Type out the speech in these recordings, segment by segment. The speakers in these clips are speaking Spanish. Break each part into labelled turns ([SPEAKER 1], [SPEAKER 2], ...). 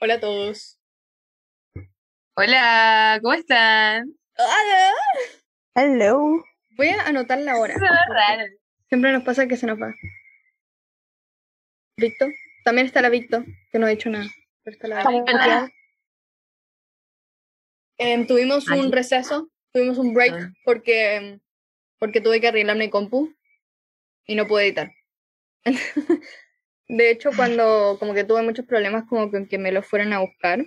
[SPEAKER 1] Hola a todos.
[SPEAKER 2] Hola, ¿cómo están?
[SPEAKER 1] Hola.
[SPEAKER 3] Hello.
[SPEAKER 1] Voy a anotar la hora. Siempre nos pasa que se nos va. Victo. También está la Victo, que no ha dicho nada. Pero está la Victo.
[SPEAKER 2] Hola.
[SPEAKER 1] Em, tuvimos
[SPEAKER 2] Ahí.
[SPEAKER 1] un receso, tuvimos un
[SPEAKER 2] Ah.
[SPEAKER 1] break porque, em, porque tuve que arreglar mi compu y no pude editar. de hecho, cuando como que tuve muchos problemas como con que me lo fueran a buscar,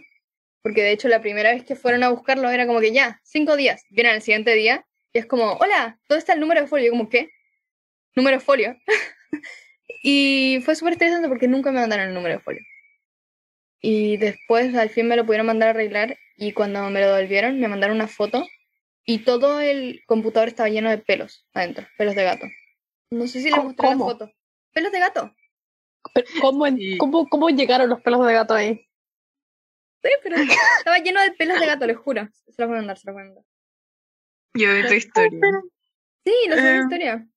[SPEAKER 1] porque de hecho la primera vez que fueron a buscarlo era como que ya, cinco días, vienen el siguiente día y es como, hola, ¿dónde está el número de folio? Y yo como, ¿qué? ¿Número de folio? y fue súper estresante porque nunca me mandaron el número de folio. Y después al fin me lo pudieron mandar a arreglar y cuando me lo devolvieron me mandaron una foto y todo el computador estaba lleno de pelos adentro, pelos de gato. No sé si les
[SPEAKER 3] ¿Cómo-
[SPEAKER 1] mostré la
[SPEAKER 3] cómo?
[SPEAKER 1] foto. ¿Pelos de gato?
[SPEAKER 3] Pero, ¿cómo, en-
[SPEAKER 2] Sí.
[SPEAKER 3] cómo, cómo llegaron los pelos de gato ahí?
[SPEAKER 1] Sí, pero estaba lleno de pelos de gato, les juro. Se los voy a mandar, se los voy a mandar.
[SPEAKER 2] Yo vi tu historia.
[SPEAKER 1] Sí, lo sé de
[SPEAKER 2] Eh.
[SPEAKER 1] historia.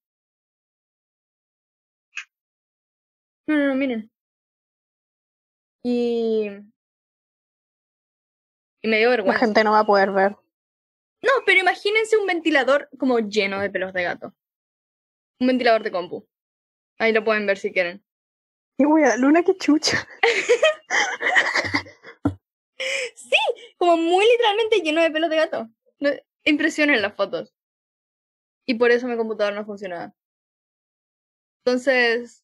[SPEAKER 1] No, no, no, miren. Y... Y me dio
[SPEAKER 3] La
[SPEAKER 1] vergüenza.
[SPEAKER 3] gente no va a poder ver.
[SPEAKER 1] No, pero imagínense un ventilador como lleno de pelos de gato. Un ventilador de compu. Ahí lo pueden ver si quieren.
[SPEAKER 3] Y voy a Luna, qué chucha.
[SPEAKER 1] Como muy literalmente lleno de pelos de gato. No- impresionan las fotos. Y por eso mi computador no funcionaba. Entonces.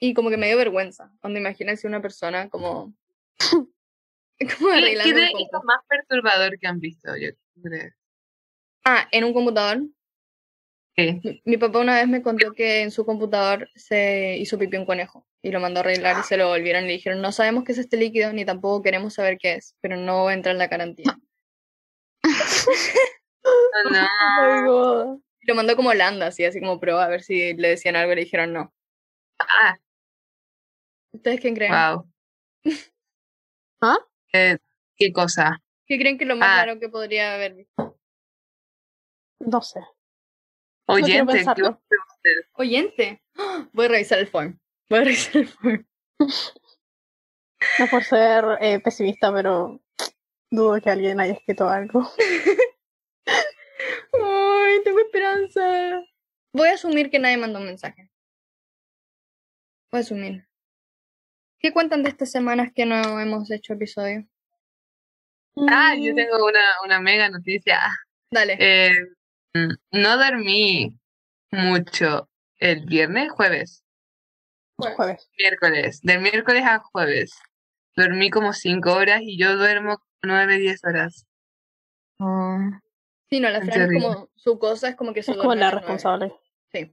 [SPEAKER 1] Y como que me dio vergüenza. Cuando imagínense una persona como. como
[SPEAKER 2] ¿Qué,
[SPEAKER 1] arreglando un
[SPEAKER 2] es
[SPEAKER 1] compu.
[SPEAKER 2] lo más perturbador que han visto? Yo creo.
[SPEAKER 1] Ah, en un computador.
[SPEAKER 2] Sí.
[SPEAKER 1] Mi- Mi papá una vez me contó que en su computador se hizo pipí un conejo y lo mandó a arreglar y se lo volvieron y le dijeron, no sabemos qué es este líquido ni tampoco queremos saber qué es, pero no entra en la garantía.
[SPEAKER 2] No, no.
[SPEAKER 3] Ay, God.
[SPEAKER 1] Y Lo mandó como a Holanda, así, así como prueba, a ver si le decían algo y le dijeron no.
[SPEAKER 2] Ah,
[SPEAKER 1] ¿Ustedes quién creen?
[SPEAKER 2] wow.
[SPEAKER 3] ¿Ah?
[SPEAKER 2] Eh, ¿Qué cosa?
[SPEAKER 1] ¿Qué creen que es lo más
[SPEAKER 2] Ah.
[SPEAKER 1] raro que podría haber visto?
[SPEAKER 3] No sé. quiero
[SPEAKER 2] Oyente,
[SPEAKER 3] pensarlo.
[SPEAKER 2] ¿qué fue usted?
[SPEAKER 1] Oyente. ¡Ah! Voy a revisar el form. Voy a revisar el form.
[SPEAKER 3] No por ser eh, pesimista, pero dudo que alguien haya escrito algo.
[SPEAKER 1] Ay, tengo esperanza. Voy a asumir que nadie mandó un mensaje. Voy a asumir. ¿Qué cuentan de estas semanas que no hemos hecho episodio?
[SPEAKER 2] Ah,
[SPEAKER 3] Mm,
[SPEAKER 2] yo tengo una, una mega noticia.
[SPEAKER 1] Dale.
[SPEAKER 2] Eh, mm, no dormí mucho el viernes, jueves,
[SPEAKER 3] Jueves.
[SPEAKER 2] miércoles, del miércoles a jueves. Dormí como cinco horas y yo duermo nueve, diez horas.
[SPEAKER 1] Sí, no, la
[SPEAKER 2] En
[SPEAKER 1] Fran es
[SPEAKER 2] serio.
[SPEAKER 1] como su cosa, es como que se
[SPEAKER 3] Es como
[SPEAKER 1] duerme a
[SPEAKER 3] la
[SPEAKER 1] las nueve.
[SPEAKER 3] responsable.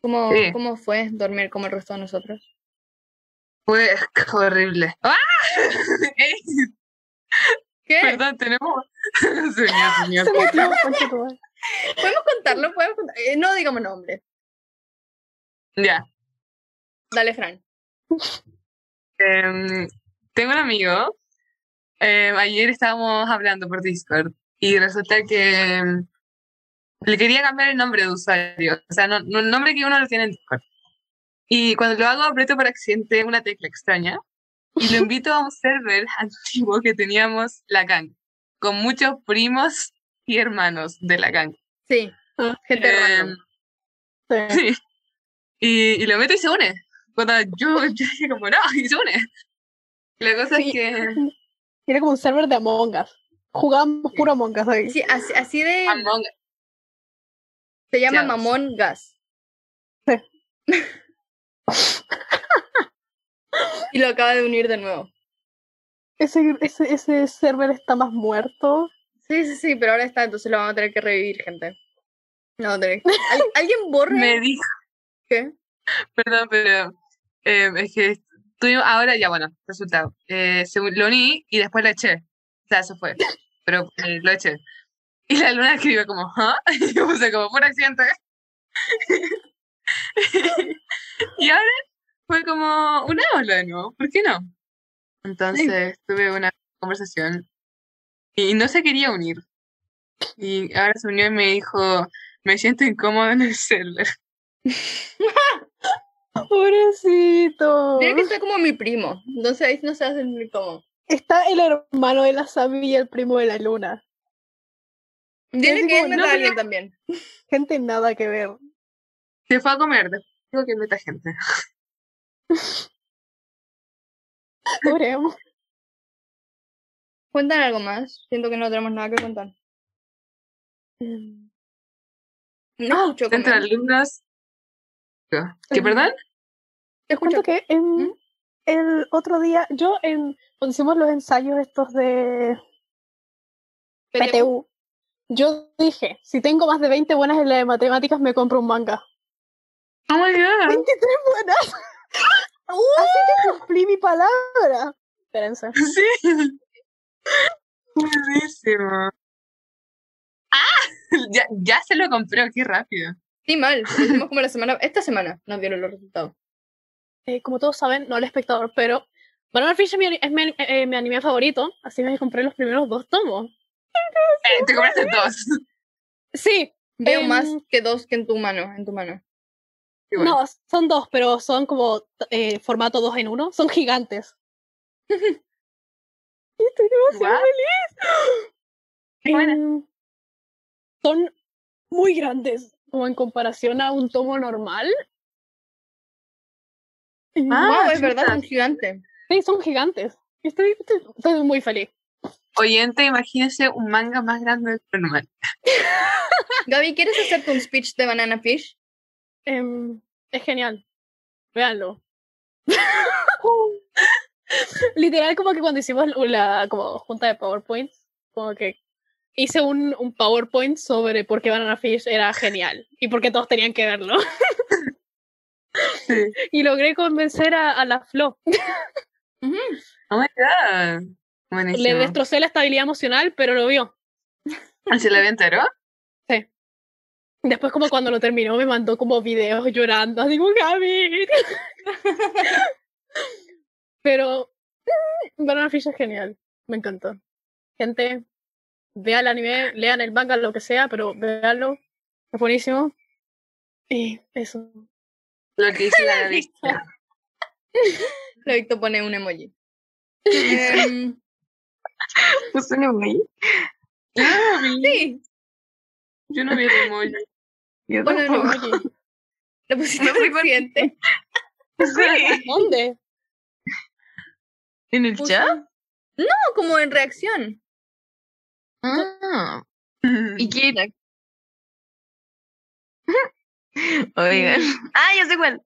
[SPEAKER 1] ¿Cómo,
[SPEAKER 2] Sí.
[SPEAKER 1] ¿Cómo fue dormir como el resto de nosotros?
[SPEAKER 2] Fue horrible. ¡Ah! Ey,
[SPEAKER 1] ¿Qué?
[SPEAKER 2] Perdón, tenemos. señor, señor.
[SPEAKER 3] Se metió, concha tu madre.
[SPEAKER 1] ¿Podemos contarlo? ¿Podemos contar- eh, no digamos nombres.
[SPEAKER 2] Ya.
[SPEAKER 1] Dale, Fran.
[SPEAKER 2] Em, tengo un amigo. em, ayer estábamos hablando por Discord y resulta que em, le quería cambiar el nombre de usuario. O sea, no, no el nombre que uno lo tiene en Discord. Y cuando lo hago, aprieto por accidente una tecla extraña y lo invito a un server antiguo que teníamos la gang, con muchos primos y hermanos de la gang.
[SPEAKER 1] Sí.
[SPEAKER 3] Ah,
[SPEAKER 1] Gente
[SPEAKER 2] Em,
[SPEAKER 1] random.
[SPEAKER 3] Sí.
[SPEAKER 2] Sí. Y, y lo meto y se une. Cuando yo, yo dije como, no, y se une. La cosa
[SPEAKER 3] Sí.
[SPEAKER 2] es que
[SPEAKER 3] Era como un server de Among Us. Jugábamos puro Among Us ahí.
[SPEAKER 1] Sí, así, así de.
[SPEAKER 2] Among Us,
[SPEAKER 1] se llama
[SPEAKER 2] Us.
[SPEAKER 1] Mamón Gas. y lo acaba de unir de nuevo.
[SPEAKER 3] Ese, ese, ese server está más muerto.
[SPEAKER 1] Sí, sí, sí, pero ahora está, entonces lo vamos a tener que revivir, gente. No, vamos a tener- ¿Al- ¿Alguien borre?
[SPEAKER 2] me dijo,
[SPEAKER 1] ¿Qué?
[SPEAKER 2] perdón, pero eh, es que tuvimos, ahora ya bueno, resultado. Eh, se, lo uní y después lo eché. O sea, eso fue. Pero eh, lo eché. Y la luna escribió como, ¿ah? Y yo puse como, por accidente. y ahora fue como, unámoslo de nuevo, ¿por qué no? Entonces tuve una conversación y no se quería unir. Y ahora se unió y me dijo, me siento incómodo en el server.
[SPEAKER 3] Pobrecito.
[SPEAKER 1] Mira que está como mi primo. Entonces ahí no se hace sentir como.
[SPEAKER 3] Está el hermano de la Sabi y el primo de la Luna.
[SPEAKER 1] Dile
[SPEAKER 3] Es
[SPEAKER 1] que
[SPEAKER 3] como,
[SPEAKER 1] él mata
[SPEAKER 2] no,
[SPEAKER 1] a
[SPEAKER 2] pero-
[SPEAKER 1] alguien también.
[SPEAKER 3] Gente nada que ver.
[SPEAKER 2] Se fue a comer, después digo que meta gente.
[SPEAKER 3] Oremos.
[SPEAKER 1] Cuentan algo más. Siento que no tenemos nada que contar.
[SPEAKER 3] Mm,
[SPEAKER 1] No escucho
[SPEAKER 2] Entre
[SPEAKER 1] comer.
[SPEAKER 2] alumnos. ¿Qué, perdón?
[SPEAKER 1] Te
[SPEAKER 3] Te
[SPEAKER 1] escucho.
[SPEAKER 3] cuento que en
[SPEAKER 1] ¿Mm?
[SPEAKER 3] el otro día, yo en cuando hicimos los ensayos estos de
[SPEAKER 1] PTU.
[SPEAKER 3] PTU, yo dije, si tengo más de 20 buenas en la de matemáticas, me compro un manga.
[SPEAKER 2] Oh my god.
[SPEAKER 3] 23 buenas. Así que cumplí mi palabra. Espérense.
[SPEAKER 2] Sí. Buenísimo. ¡Ah! Ya, ya se lo compró, qué rápido.
[SPEAKER 1] Sí, mal. Lo hicimos como la semana. Esta semana nos dieron los resultados.
[SPEAKER 3] Eh, como todos saben, no el espectador, pero Banana Fish es mi, es mi- eh, mi anime favorito, así me compré los primeros dos tomos.
[SPEAKER 2] Eh, te compraste dos.
[SPEAKER 3] Sí,
[SPEAKER 1] Veo
[SPEAKER 3] Em,
[SPEAKER 1] más que dos que en tu mano. En tu mano.
[SPEAKER 2] Qué bueno.
[SPEAKER 3] no, son dos, pero son como t- eh, formato dos en uno, son gigantes. Y estoy demasiado
[SPEAKER 2] Guau. Qué buena.
[SPEAKER 3] Em, son muy grandes, como en comparación a un tomo normal. Em,
[SPEAKER 2] Ah,
[SPEAKER 1] wow, es verdad,
[SPEAKER 2] chuta.
[SPEAKER 1] es un gigante.
[SPEAKER 3] Sí, son gigantes. Y Estoy, estoy- estoy muy feliz.
[SPEAKER 2] Oyente, imagínense un manga más grande del normal.
[SPEAKER 1] Gaby, ¿quieres hacerte un speech de Banana Fish?
[SPEAKER 3] Em, es genial. Véanlo. Literal, como que cuando hicimos la como junta de PowerPoint, como que hice un, un PowerPoint sobre por qué Banana Fish era genial y por qué todos tenían que verlo.
[SPEAKER 2] Sí.
[SPEAKER 3] Y logré convencer a, a la Flo.
[SPEAKER 2] Oh my god. Buenísimo.
[SPEAKER 3] Le destrocé la estabilidad emocional, pero lo vio.
[SPEAKER 2] ¿Se lo enteró?
[SPEAKER 3] Después, como cuando lo terminó, me mandó como videos llorando, así como Gaby. Pero mm, Banana Fish es genial, me encantó. Gente, vean el anime, lean el manga, lo que sea, pero veanlo, es buenísimo. Y eso.
[SPEAKER 2] Lo que hizo la vista.
[SPEAKER 1] Lo Víctor pone un emoji. Em,
[SPEAKER 2] ¿Puso un emoji? Yo no lo vi.
[SPEAKER 1] sí,
[SPEAKER 2] Yo no vi el emoji. Yo
[SPEAKER 1] Bueno, no.
[SPEAKER 2] tampoco.
[SPEAKER 3] Oye,
[SPEAKER 1] lo pusiste
[SPEAKER 2] No sé
[SPEAKER 1] por
[SPEAKER 2] por qué.
[SPEAKER 1] accidente.
[SPEAKER 2] Sí.
[SPEAKER 3] ¿Dónde?
[SPEAKER 2] ¿En el
[SPEAKER 1] Puso-
[SPEAKER 2] chat?
[SPEAKER 1] No, como en reacción.
[SPEAKER 4] Ah, ¿y qué? Oigan. Ah, ya sé cuál.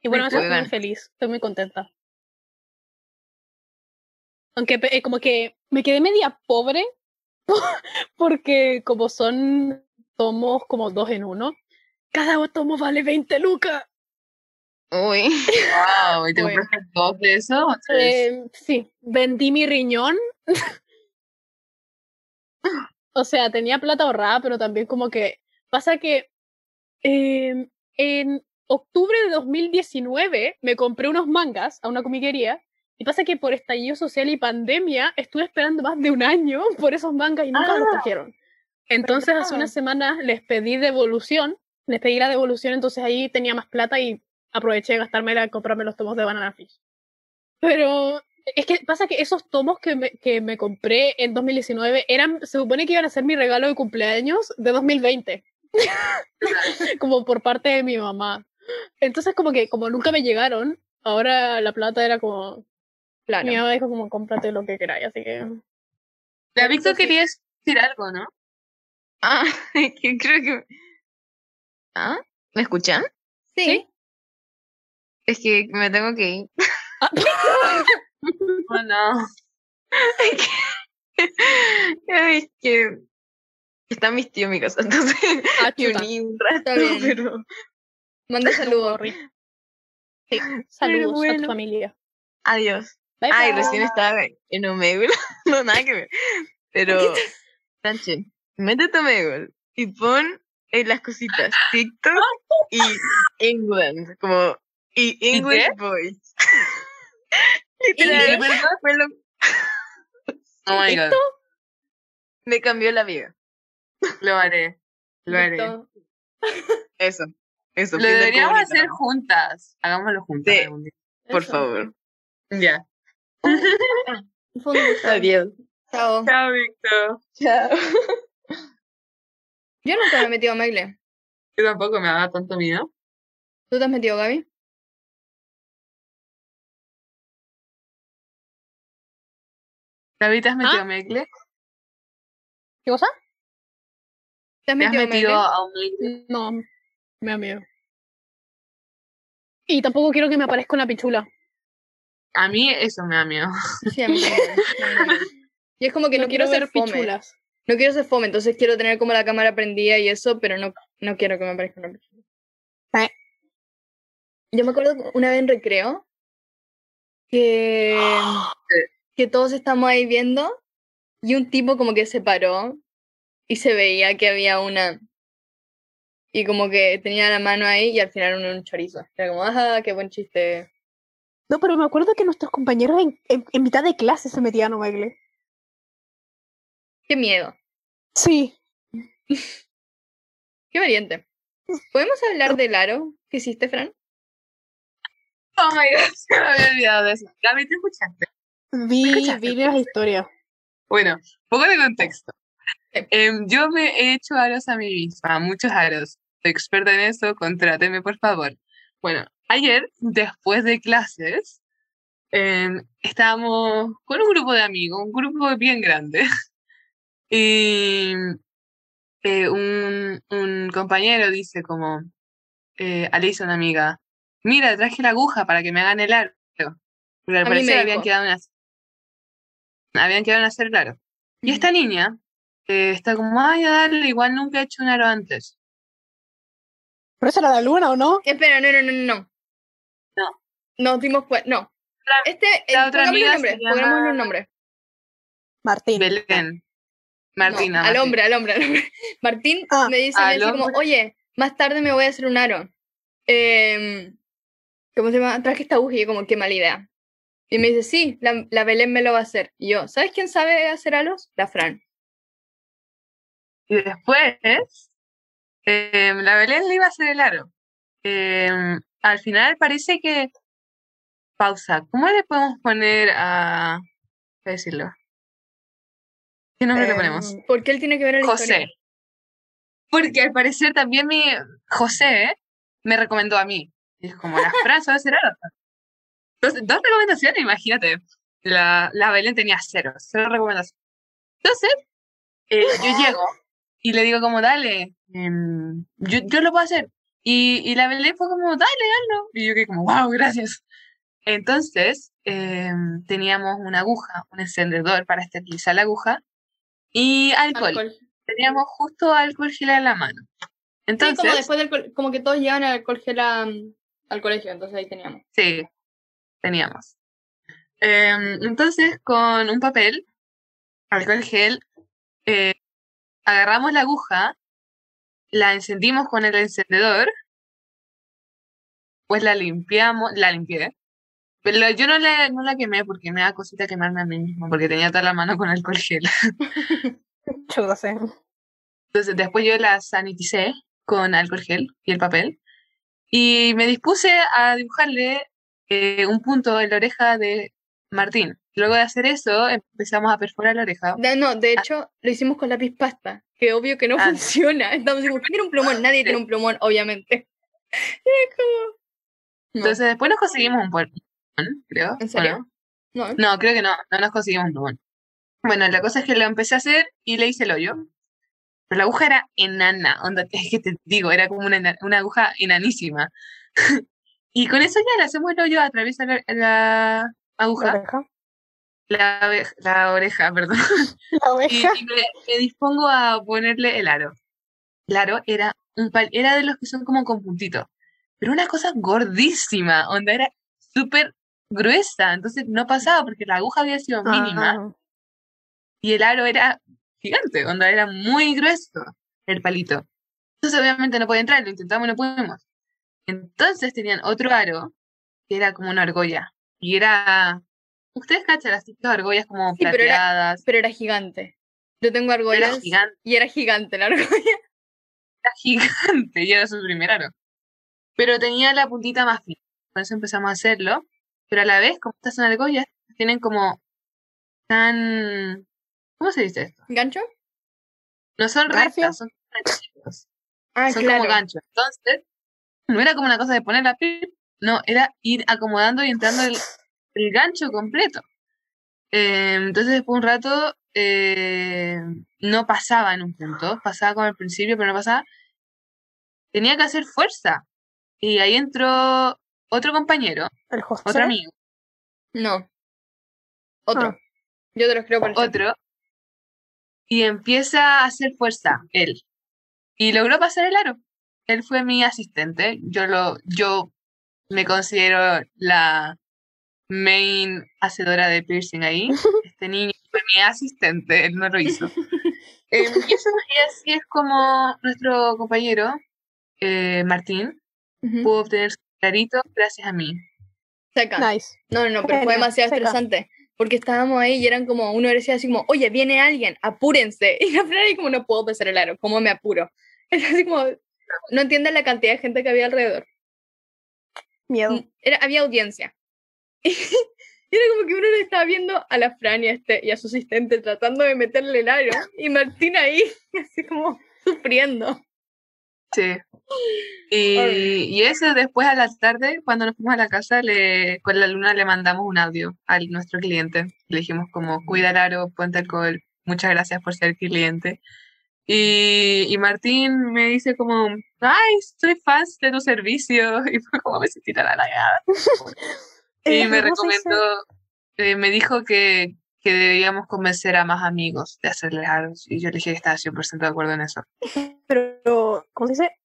[SPEAKER 3] Y bueno, eso, estoy muy
[SPEAKER 4] Oigan.
[SPEAKER 3] feliz, estoy muy contenta. Aunque pe- eh, como que me quedé media pobre, porque como son tomos como dos en uno, cada tomo vale 20 lucas.
[SPEAKER 4] Uy.
[SPEAKER 2] Wow, ¿y te
[SPEAKER 3] Bueno.
[SPEAKER 2] compraste dos de esos? o tres?
[SPEAKER 3] Eh, sí, vendí mi riñón. o sea, tenía plata ahorrada, pero también como que pasa que eh, en octubre de 2019 me compré unos mangas a una comiquería y pasa que por estallido social y pandemia estuve esperando más de un año por esos mangas y nunca me los trajeron. Entonces hace
[SPEAKER 2] ¿verdad?
[SPEAKER 3] unas semanas les pedí devolución, les pedí la devolución, entonces ahí tenía más plata y aproveché de gastármela en comprarme los tomos de Banana Fish. Pero es que pasa que esos tomos que me, que me compré en 2019 eran, se supone que iban a ser mi regalo de cumpleaños de 2020. como por parte de mi mamá. Entonces como que como nunca me llegaron, ahora la plata era como,
[SPEAKER 1] Claro.
[SPEAKER 3] mi mamá dijo como cómprate lo que queráis, así que...
[SPEAKER 2] La Víctor quería decir algo, ¿no?
[SPEAKER 4] Ah, que creo que. ¿Ah? ¿Me escuchan?
[SPEAKER 1] Sí.
[SPEAKER 3] ¿Sí?
[SPEAKER 4] Es que me tengo que ir.
[SPEAKER 2] Oh, no.
[SPEAKER 4] Ay, es que. Están mis tíos en mi casa, entonces
[SPEAKER 3] Ah,
[SPEAKER 4] me
[SPEAKER 3] chuta.
[SPEAKER 4] uní un rato,
[SPEAKER 1] Está bien.
[SPEAKER 4] pero.
[SPEAKER 1] Manda saludos.
[SPEAKER 3] Sorry. Sí, saludos a tu
[SPEAKER 4] bueno.
[SPEAKER 3] familia.
[SPEAKER 4] Adiós.
[SPEAKER 3] Bye,
[SPEAKER 4] Ay,
[SPEAKER 3] bye.
[SPEAKER 4] recién estaba en Omegle. No, nada que ver. Pero. Sánchez, métete a Omegle y pon en las cositas TikTok y England. Como. Y English Boys.
[SPEAKER 2] ¿Qué,
[SPEAKER 4] Literal,
[SPEAKER 2] perdón?
[SPEAKER 4] fue lo-
[SPEAKER 2] Oh my god.
[SPEAKER 4] me cambió la vida.
[SPEAKER 2] Lo haré. Lo haré.
[SPEAKER 1] Listo.
[SPEAKER 4] Eso. Eso,
[SPEAKER 2] Lo
[SPEAKER 4] fin del
[SPEAKER 2] deberíamos
[SPEAKER 4] comunicado.
[SPEAKER 2] hacer juntas. Hagámoslo juntas
[SPEAKER 4] Sí.
[SPEAKER 2] algún día.
[SPEAKER 4] Por
[SPEAKER 3] Eso.
[SPEAKER 4] favor.
[SPEAKER 2] Ya.
[SPEAKER 1] Fue un gusto.
[SPEAKER 4] Adiós.
[SPEAKER 1] Chao.
[SPEAKER 2] Chao, Víctor.
[SPEAKER 4] Chao.
[SPEAKER 1] Yo nunca me he metido a Megle.
[SPEAKER 2] Yo tampoco me daba tanto miedo.
[SPEAKER 1] ¿Tú te has metido, Gaby?
[SPEAKER 2] Gaby, ¿te has metido
[SPEAKER 3] ¿Ah?
[SPEAKER 2] a Megle?
[SPEAKER 3] ¿Qué cosa?
[SPEAKER 1] ¿Te has
[SPEAKER 2] ¿Te has
[SPEAKER 1] metido, a
[SPEAKER 2] metido
[SPEAKER 1] Megle?
[SPEAKER 2] a un Megle?
[SPEAKER 3] No, me da miedo. Y tampoco quiero que me aparezca una pichula.
[SPEAKER 2] A mí eso me da miedo.
[SPEAKER 1] Sí, a mí también, también. Y es como que no, quiero, ser
[SPEAKER 3] ver
[SPEAKER 1] fome.
[SPEAKER 3] pichulas.
[SPEAKER 1] No quiero ser fome, entonces quiero tener como la cámara prendida y eso, pero no, no quiero que me aparezca una pichula.
[SPEAKER 3] Sí.
[SPEAKER 1] Yo me acuerdo que una vez en recreo que, que todos estamos ahí viendo y un tipo como que se paró y se veía que había una y como que tenía la mano ahí y al final era un chorizo. Era como, ajá, qué buen chiste.
[SPEAKER 3] No, pero me acuerdo que nuestros compañeros en, en, en mitad de clase se metían a Omegle.
[SPEAKER 1] Qué miedo.
[SPEAKER 3] Sí.
[SPEAKER 1] Qué valiente. ¿Podemos hablar del aro que hiciste, Fran?
[SPEAKER 2] Oh my god, se me había olvidado de eso. Gaby, ¿te escuchaste?
[SPEAKER 3] Vi,
[SPEAKER 2] escuchaste?
[SPEAKER 3] vi las historias.
[SPEAKER 2] Bueno, poco de contexto.
[SPEAKER 1] Sí.
[SPEAKER 2] Em, yo me he hecho aros a mí misma, muchos aros. Soy experta en eso, contráteme por favor. Bueno, ayer, después de clases, em, estábamos con un grupo de amigos, un grupo bien grande. Y eh, un, un compañero dice como, eh, a Lisa, una amiga, mira, traje la aguja para que me hagan el aro. Porque al
[SPEAKER 1] mí me
[SPEAKER 2] parecer habían
[SPEAKER 1] dijo.
[SPEAKER 2] quedado en hacer- habían quedado en hacer el aro. Y esta niña eh, está como, ay, a darle, igual nunca he hecho un aro antes.
[SPEAKER 3] ¿Pero esa era la luna o no?
[SPEAKER 1] Espera, no, no, no, no, no.
[SPEAKER 2] No.
[SPEAKER 1] Nos dimos cuenta. No.
[SPEAKER 2] La-
[SPEAKER 1] Este,
[SPEAKER 2] la
[SPEAKER 1] eh,
[SPEAKER 2] otra
[SPEAKER 1] pongámosle
[SPEAKER 2] amiga
[SPEAKER 1] un
[SPEAKER 2] se
[SPEAKER 1] nombre.
[SPEAKER 2] llama-
[SPEAKER 1] Pongámosle un nombre.
[SPEAKER 3] Martín.
[SPEAKER 2] Belén.
[SPEAKER 1] No,
[SPEAKER 2] Martina.
[SPEAKER 1] al
[SPEAKER 2] Martina.
[SPEAKER 1] hombre, al hombre, al hombre. Martín
[SPEAKER 3] Ah,
[SPEAKER 1] me dice, me
[SPEAKER 2] al
[SPEAKER 1] dice como,
[SPEAKER 2] hombre.
[SPEAKER 1] oye, más tarde me voy a hacer un aro. Em, ¿Cómo se llama? Traje esta aguja y yo como, qué mala idea. Y me dice, sí, la, la Belén me lo va a hacer. Y yo, ¿sabes quién sabe hacer aros? La Fran.
[SPEAKER 2] Y después, em, la Belén le iba a hacer el aro. Em, al final parece que... Pausa. ¿Cómo le podemos poner a... ¿Qué decirlo? ¿Qué nombre le ponemos?
[SPEAKER 3] Em,
[SPEAKER 1] ¿Por qué él tiene que ver el
[SPEAKER 2] José. Porque al parecer también mi... José ¿eh? me recomendó a mí. Dijo, como las frases va a ser aro. Entonces, dos recomendaciones, imagínate. La, la Belén tenía cero, cero recomendaciones. Entonces, eh, yo llego y le digo como, dale, em, yo, yo lo puedo hacer. Y, y la Belén fue como, dale, hazlo. Y yo que como, wow, gracias. Entonces, em, teníamos una aguja, un encendedor para esterilizar la aguja y alcohol.
[SPEAKER 1] Alcohol.
[SPEAKER 2] Teníamos justo alcohol gel en la mano.
[SPEAKER 1] Sí, como
[SPEAKER 2] Entonces,
[SPEAKER 1] después del, col- como que todos llevan el alcohol gel a, mm, al colegio, entonces ahí teníamos.
[SPEAKER 2] Sí, teníamos. Em, entonces, con un papel, alcohol gel, eh, agarramos la aguja, la encendimos con el encendedor, pues la limpiamos, la limpié. Pero yo no la, no la quemé porque me da cosita quemarme a mí mismo, porque tenía toda la mano con alcohol gel.
[SPEAKER 3] chuta, sí.
[SPEAKER 2] Entonces, después yo la saniticé con alcohol gel y el papel. Y me dispuse a dibujarle eh, un punto en la oreja de Martín. Luego de hacer eso, empezamos a perforar la oreja.
[SPEAKER 1] Da- No, de hecho, lo hicimos con lápiz pasta, que obvio que no
[SPEAKER 2] Ah.
[SPEAKER 1] funciona. Estamos diciendo, ¿quién tiene un plumón? Nadie tiene un plumón, obviamente. Es como- No,
[SPEAKER 2] Entonces, después nos conseguimos un plumón, creo.
[SPEAKER 1] ¿En
[SPEAKER 2] ¿o
[SPEAKER 1] serio?
[SPEAKER 2] no?
[SPEAKER 1] no,
[SPEAKER 2] No, creo que no, no nos conseguimos un plumón. Bueno, la cosa es que lo empecé a hacer y le hice el hoyo. Pero la aguja era enana, onda, es que te digo, era como una, ena- una aguja enanísima. y con eso ya le hacemos el hoyo, atraviesa la, la aguja.
[SPEAKER 3] La oveja.
[SPEAKER 2] La, ove- la oreja, perdón.
[SPEAKER 3] La
[SPEAKER 2] Y,
[SPEAKER 3] oveja.
[SPEAKER 2] y me, me dispongo a ponerle el aro. El aro era, un pal- era de los que son como con puntito. Pero una cosa gordísima, onda era súper gruesa. Entonces no pasaba porque la aguja había sido mínima
[SPEAKER 3] Ah,
[SPEAKER 2] y el aro era gigante, onda era muy grueso el palito. Entonces obviamente no podía entrar, lo intentamos y no pudimos. Entonces tenían otro aro que era como una argolla. Y era... Ustedes cachan las típicas argollas como
[SPEAKER 1] Sí, pero era-
[SPEAKER 2] plateadas.
[SPEAKER 1] pero era gigante. Yo tengo argollas
[SPEAKER 2] Era gigante,
[SPEAKER 1] y era gigante la argolla.
[SPEAKER 2] era gigante. Y era su primer aro. pero tenía la puntita más fina. Por eso empezamos a hacerlo. Pero a la vez, como estas son argollas, tienen como tan... ¿Cómo se dice esto?
[SPEAKER 1] ¿Gancho?
[SPEAKER 2] No son
[SPEAKER 3] ¿Garfio?
[SPEAKER 2] rectas, son ganchitos.
[SPEAKER 1] Ah,
[SPEAKER 2] son
[SPEAKER 1] claro.
[SPEAKER 2] como ganchos. Entonces, no era como una cosa de poner la pip, no, era ir acomodando y entrando el, el gancho completo. Eh, entonces, después de un rato, eh, no pasaba en un punto, pasaba como al principio, pero no pasaba. Tenía que hacer fuerza. Y ahí entró otro compañero,
[SPEAKER 3] El host.
[SPEAKER 2] otro amigo,
[SPEAKER 1] No. Otro.
[SPEAKER 3] Ah.
[SPEAKER 1] Yo te los creo por el chat.
[SPEAKER 2] otro, y empieza a hacer fuerza, él. Y logró pasar el aro. Él fue mi asistente. Yo lo, yo me considero la main hacedora de piercing ahí. Este niño fue mi asistente, él no lo hizo. Em, y eso y así es como nuestro compañero, eh, Martín,
[SPEAKER 1] Ujú.
[SPEAKER 2] pudo obtener su clarito gracias a mí.
[SPEAKER 1] Seca.
[SPEAKER 3] Nice.
[SPEAKER 1] No, no, no, pero fue
[SPEAKER 3] Seca,
[SPEAKER 1] demasiado
[SPEAKER 3] seca.
[SPEAKER 1] estresante. Porque estábamos ahí y eran como, uno decía así como, oye, viene alguien, apúrense. Y la Fran ahí como, no puedo pasar el aro, ¿cómo me apuro? Es así como, no entienden la cantidad de gente que había alrededor.
[SPEAKER 3] Miedo.
[SPEAKER 1] Era, había audiencia. Y era como que uno le estaba viendo a la Fran y a, este, y a su asistente tratando de meterle el aro. Y Martín ahí, así como, sufriendo.
[SPEAKER 2] Sí. Y,
[SPEAKER 1] Horrible.
[SPEAKER 2] y eso después a la tarde, cuando nos fuimos a la casa, le, con la luna le mandamos un audio a nuestro cliente. Le dijimos como, cuida el aro, ponte alcohol, muchas gracias por ser cliente. Y, y Martín me dice como, ay, soy fan de tu servicio. Y fue como, me sentí tan halagada. Y
[SPEAKER 3] Eh,
[SPEAKER 2] me
[SPEAKER 3] ¿cómo se dice?
[SPEAKER 2] recomendó, eh, me dijo que, que debíamos convencer a más amigos de hacerles aros. Y yo le dije que estaba 100% de acuerdo en eso.
[SPEAKER 3] Pero, ¿cómo se dice?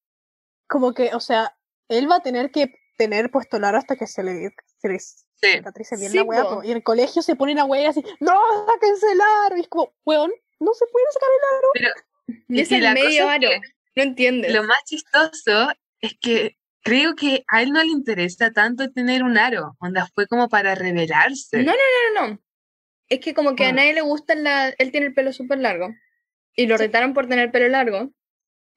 [SPEAKER 3] Como que, o sea, él va a tener que tener puesto el aro hasta que se le, se le
[SPEAKER 2] Sí,
[SPEAKER 3] cicatrice bien
[SPEAKER 1] Sí,
[SPEAKER 3] la wea.
[SPEAKER 1] po.
[SPEAKER 3] po. Y en el colegio se ponen a wea así, ¡No, sáquense el aro! Y es como, weón, no se puede sacar el
[SPEAKER 1] Y es
[SPEAKER 2] y
[SPEAKER 1] el
[SPEAKER 2] la cosa
[SPEAKER 1] medio
[SPEAKER 2] es
[SPEAKER 1] aro.
[SPEAKER 2] que-
[SPEAKER 1] No entiendes.
[SPEAKER 2] Lo más chistoso es que creo que a él no le interesa tanto tener un aro. Onda, fue como para revelarse.
[SPEAKER 1] No, No, no. Es que como que a
[SPEAKER 2] Ah.
[SPEAKER 1] nadie le gusta la... Él tiene el pelo súper largo. Y lo retaron por tener pelo largo.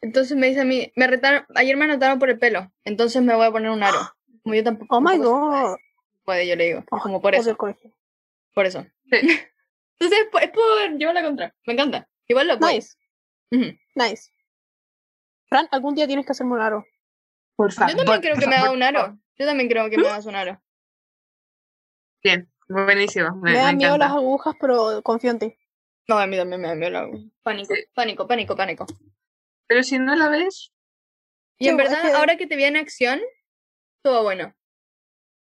[SPEAKER 1] Entonces me dice a mí, me retaron, ayer me anotaron por el pelo, entonces me voy a poner un aro. Como yo tampoco.
[SPEAKER 3] aro. ¡Oh, my
[SPEAKER 1] tampoco se
[SPEAKER 3] god!
[SPEAKER 1] Puede, yo le digo.
[SPEAKER 3] Oh,
[SPEAKER 1] como por
[SPEAKER 3] odio
[SPEAKER 1] eso,
[SPEAKER 3] el colegio.
[SPEAKER 1] por eso.
[SPEAKER 2] Sí.
[SPEAKER 1] Entonces es po- es por llevar la contra. Me encanta. Igual lo puedo.
[SPEAKER 3] Nice,
[SPEAKER 1] Ujú.
[SPEAKER 3] nice. Fran, algún día tienes que hacerme un aro.
[SPEAKER 2] Por favor.
[SPEAKER 1] Yo también creo
[SPEAKER 2] por
[SPEAKER 1] que me haga
[SPEAKER 2] favor,
[SPEAKER 1] un
[SPEAKER 2] por
[SPEAKER 1] aro.
[SPEAKER 2] favor. ¿Mm?
[SPEAKER 1] Yo también creo que me hagas un aro.
[SPEAKER 2] Bien, buenísimo. Me,
[SPEAKER 3] Me, dan
[SPEAKER 2] me
[SPEAKER 3] miedo las
[SPEAKER 2] encanta.
[SPEAKER 3] agujas, pero confío en ti.
[SPEAKER 1] No, a mí también me da miedo el agua. Pánico,
[SPEAKER 2] Sí.
[SPEAKER 1] pánico, pánico, pánico.
[SPEAKER 2] Pero si no la ves,
[SPEAKER 1] Y
[SPEAKER 3] Sí,
[SPEAKER 1] en
[SPEAKER 3] bo, es
[SPEAKER 1] verdad,
[SPEAKER 3] que-
[SPEAKER 1] ahora que te vi en acción, todo bueno.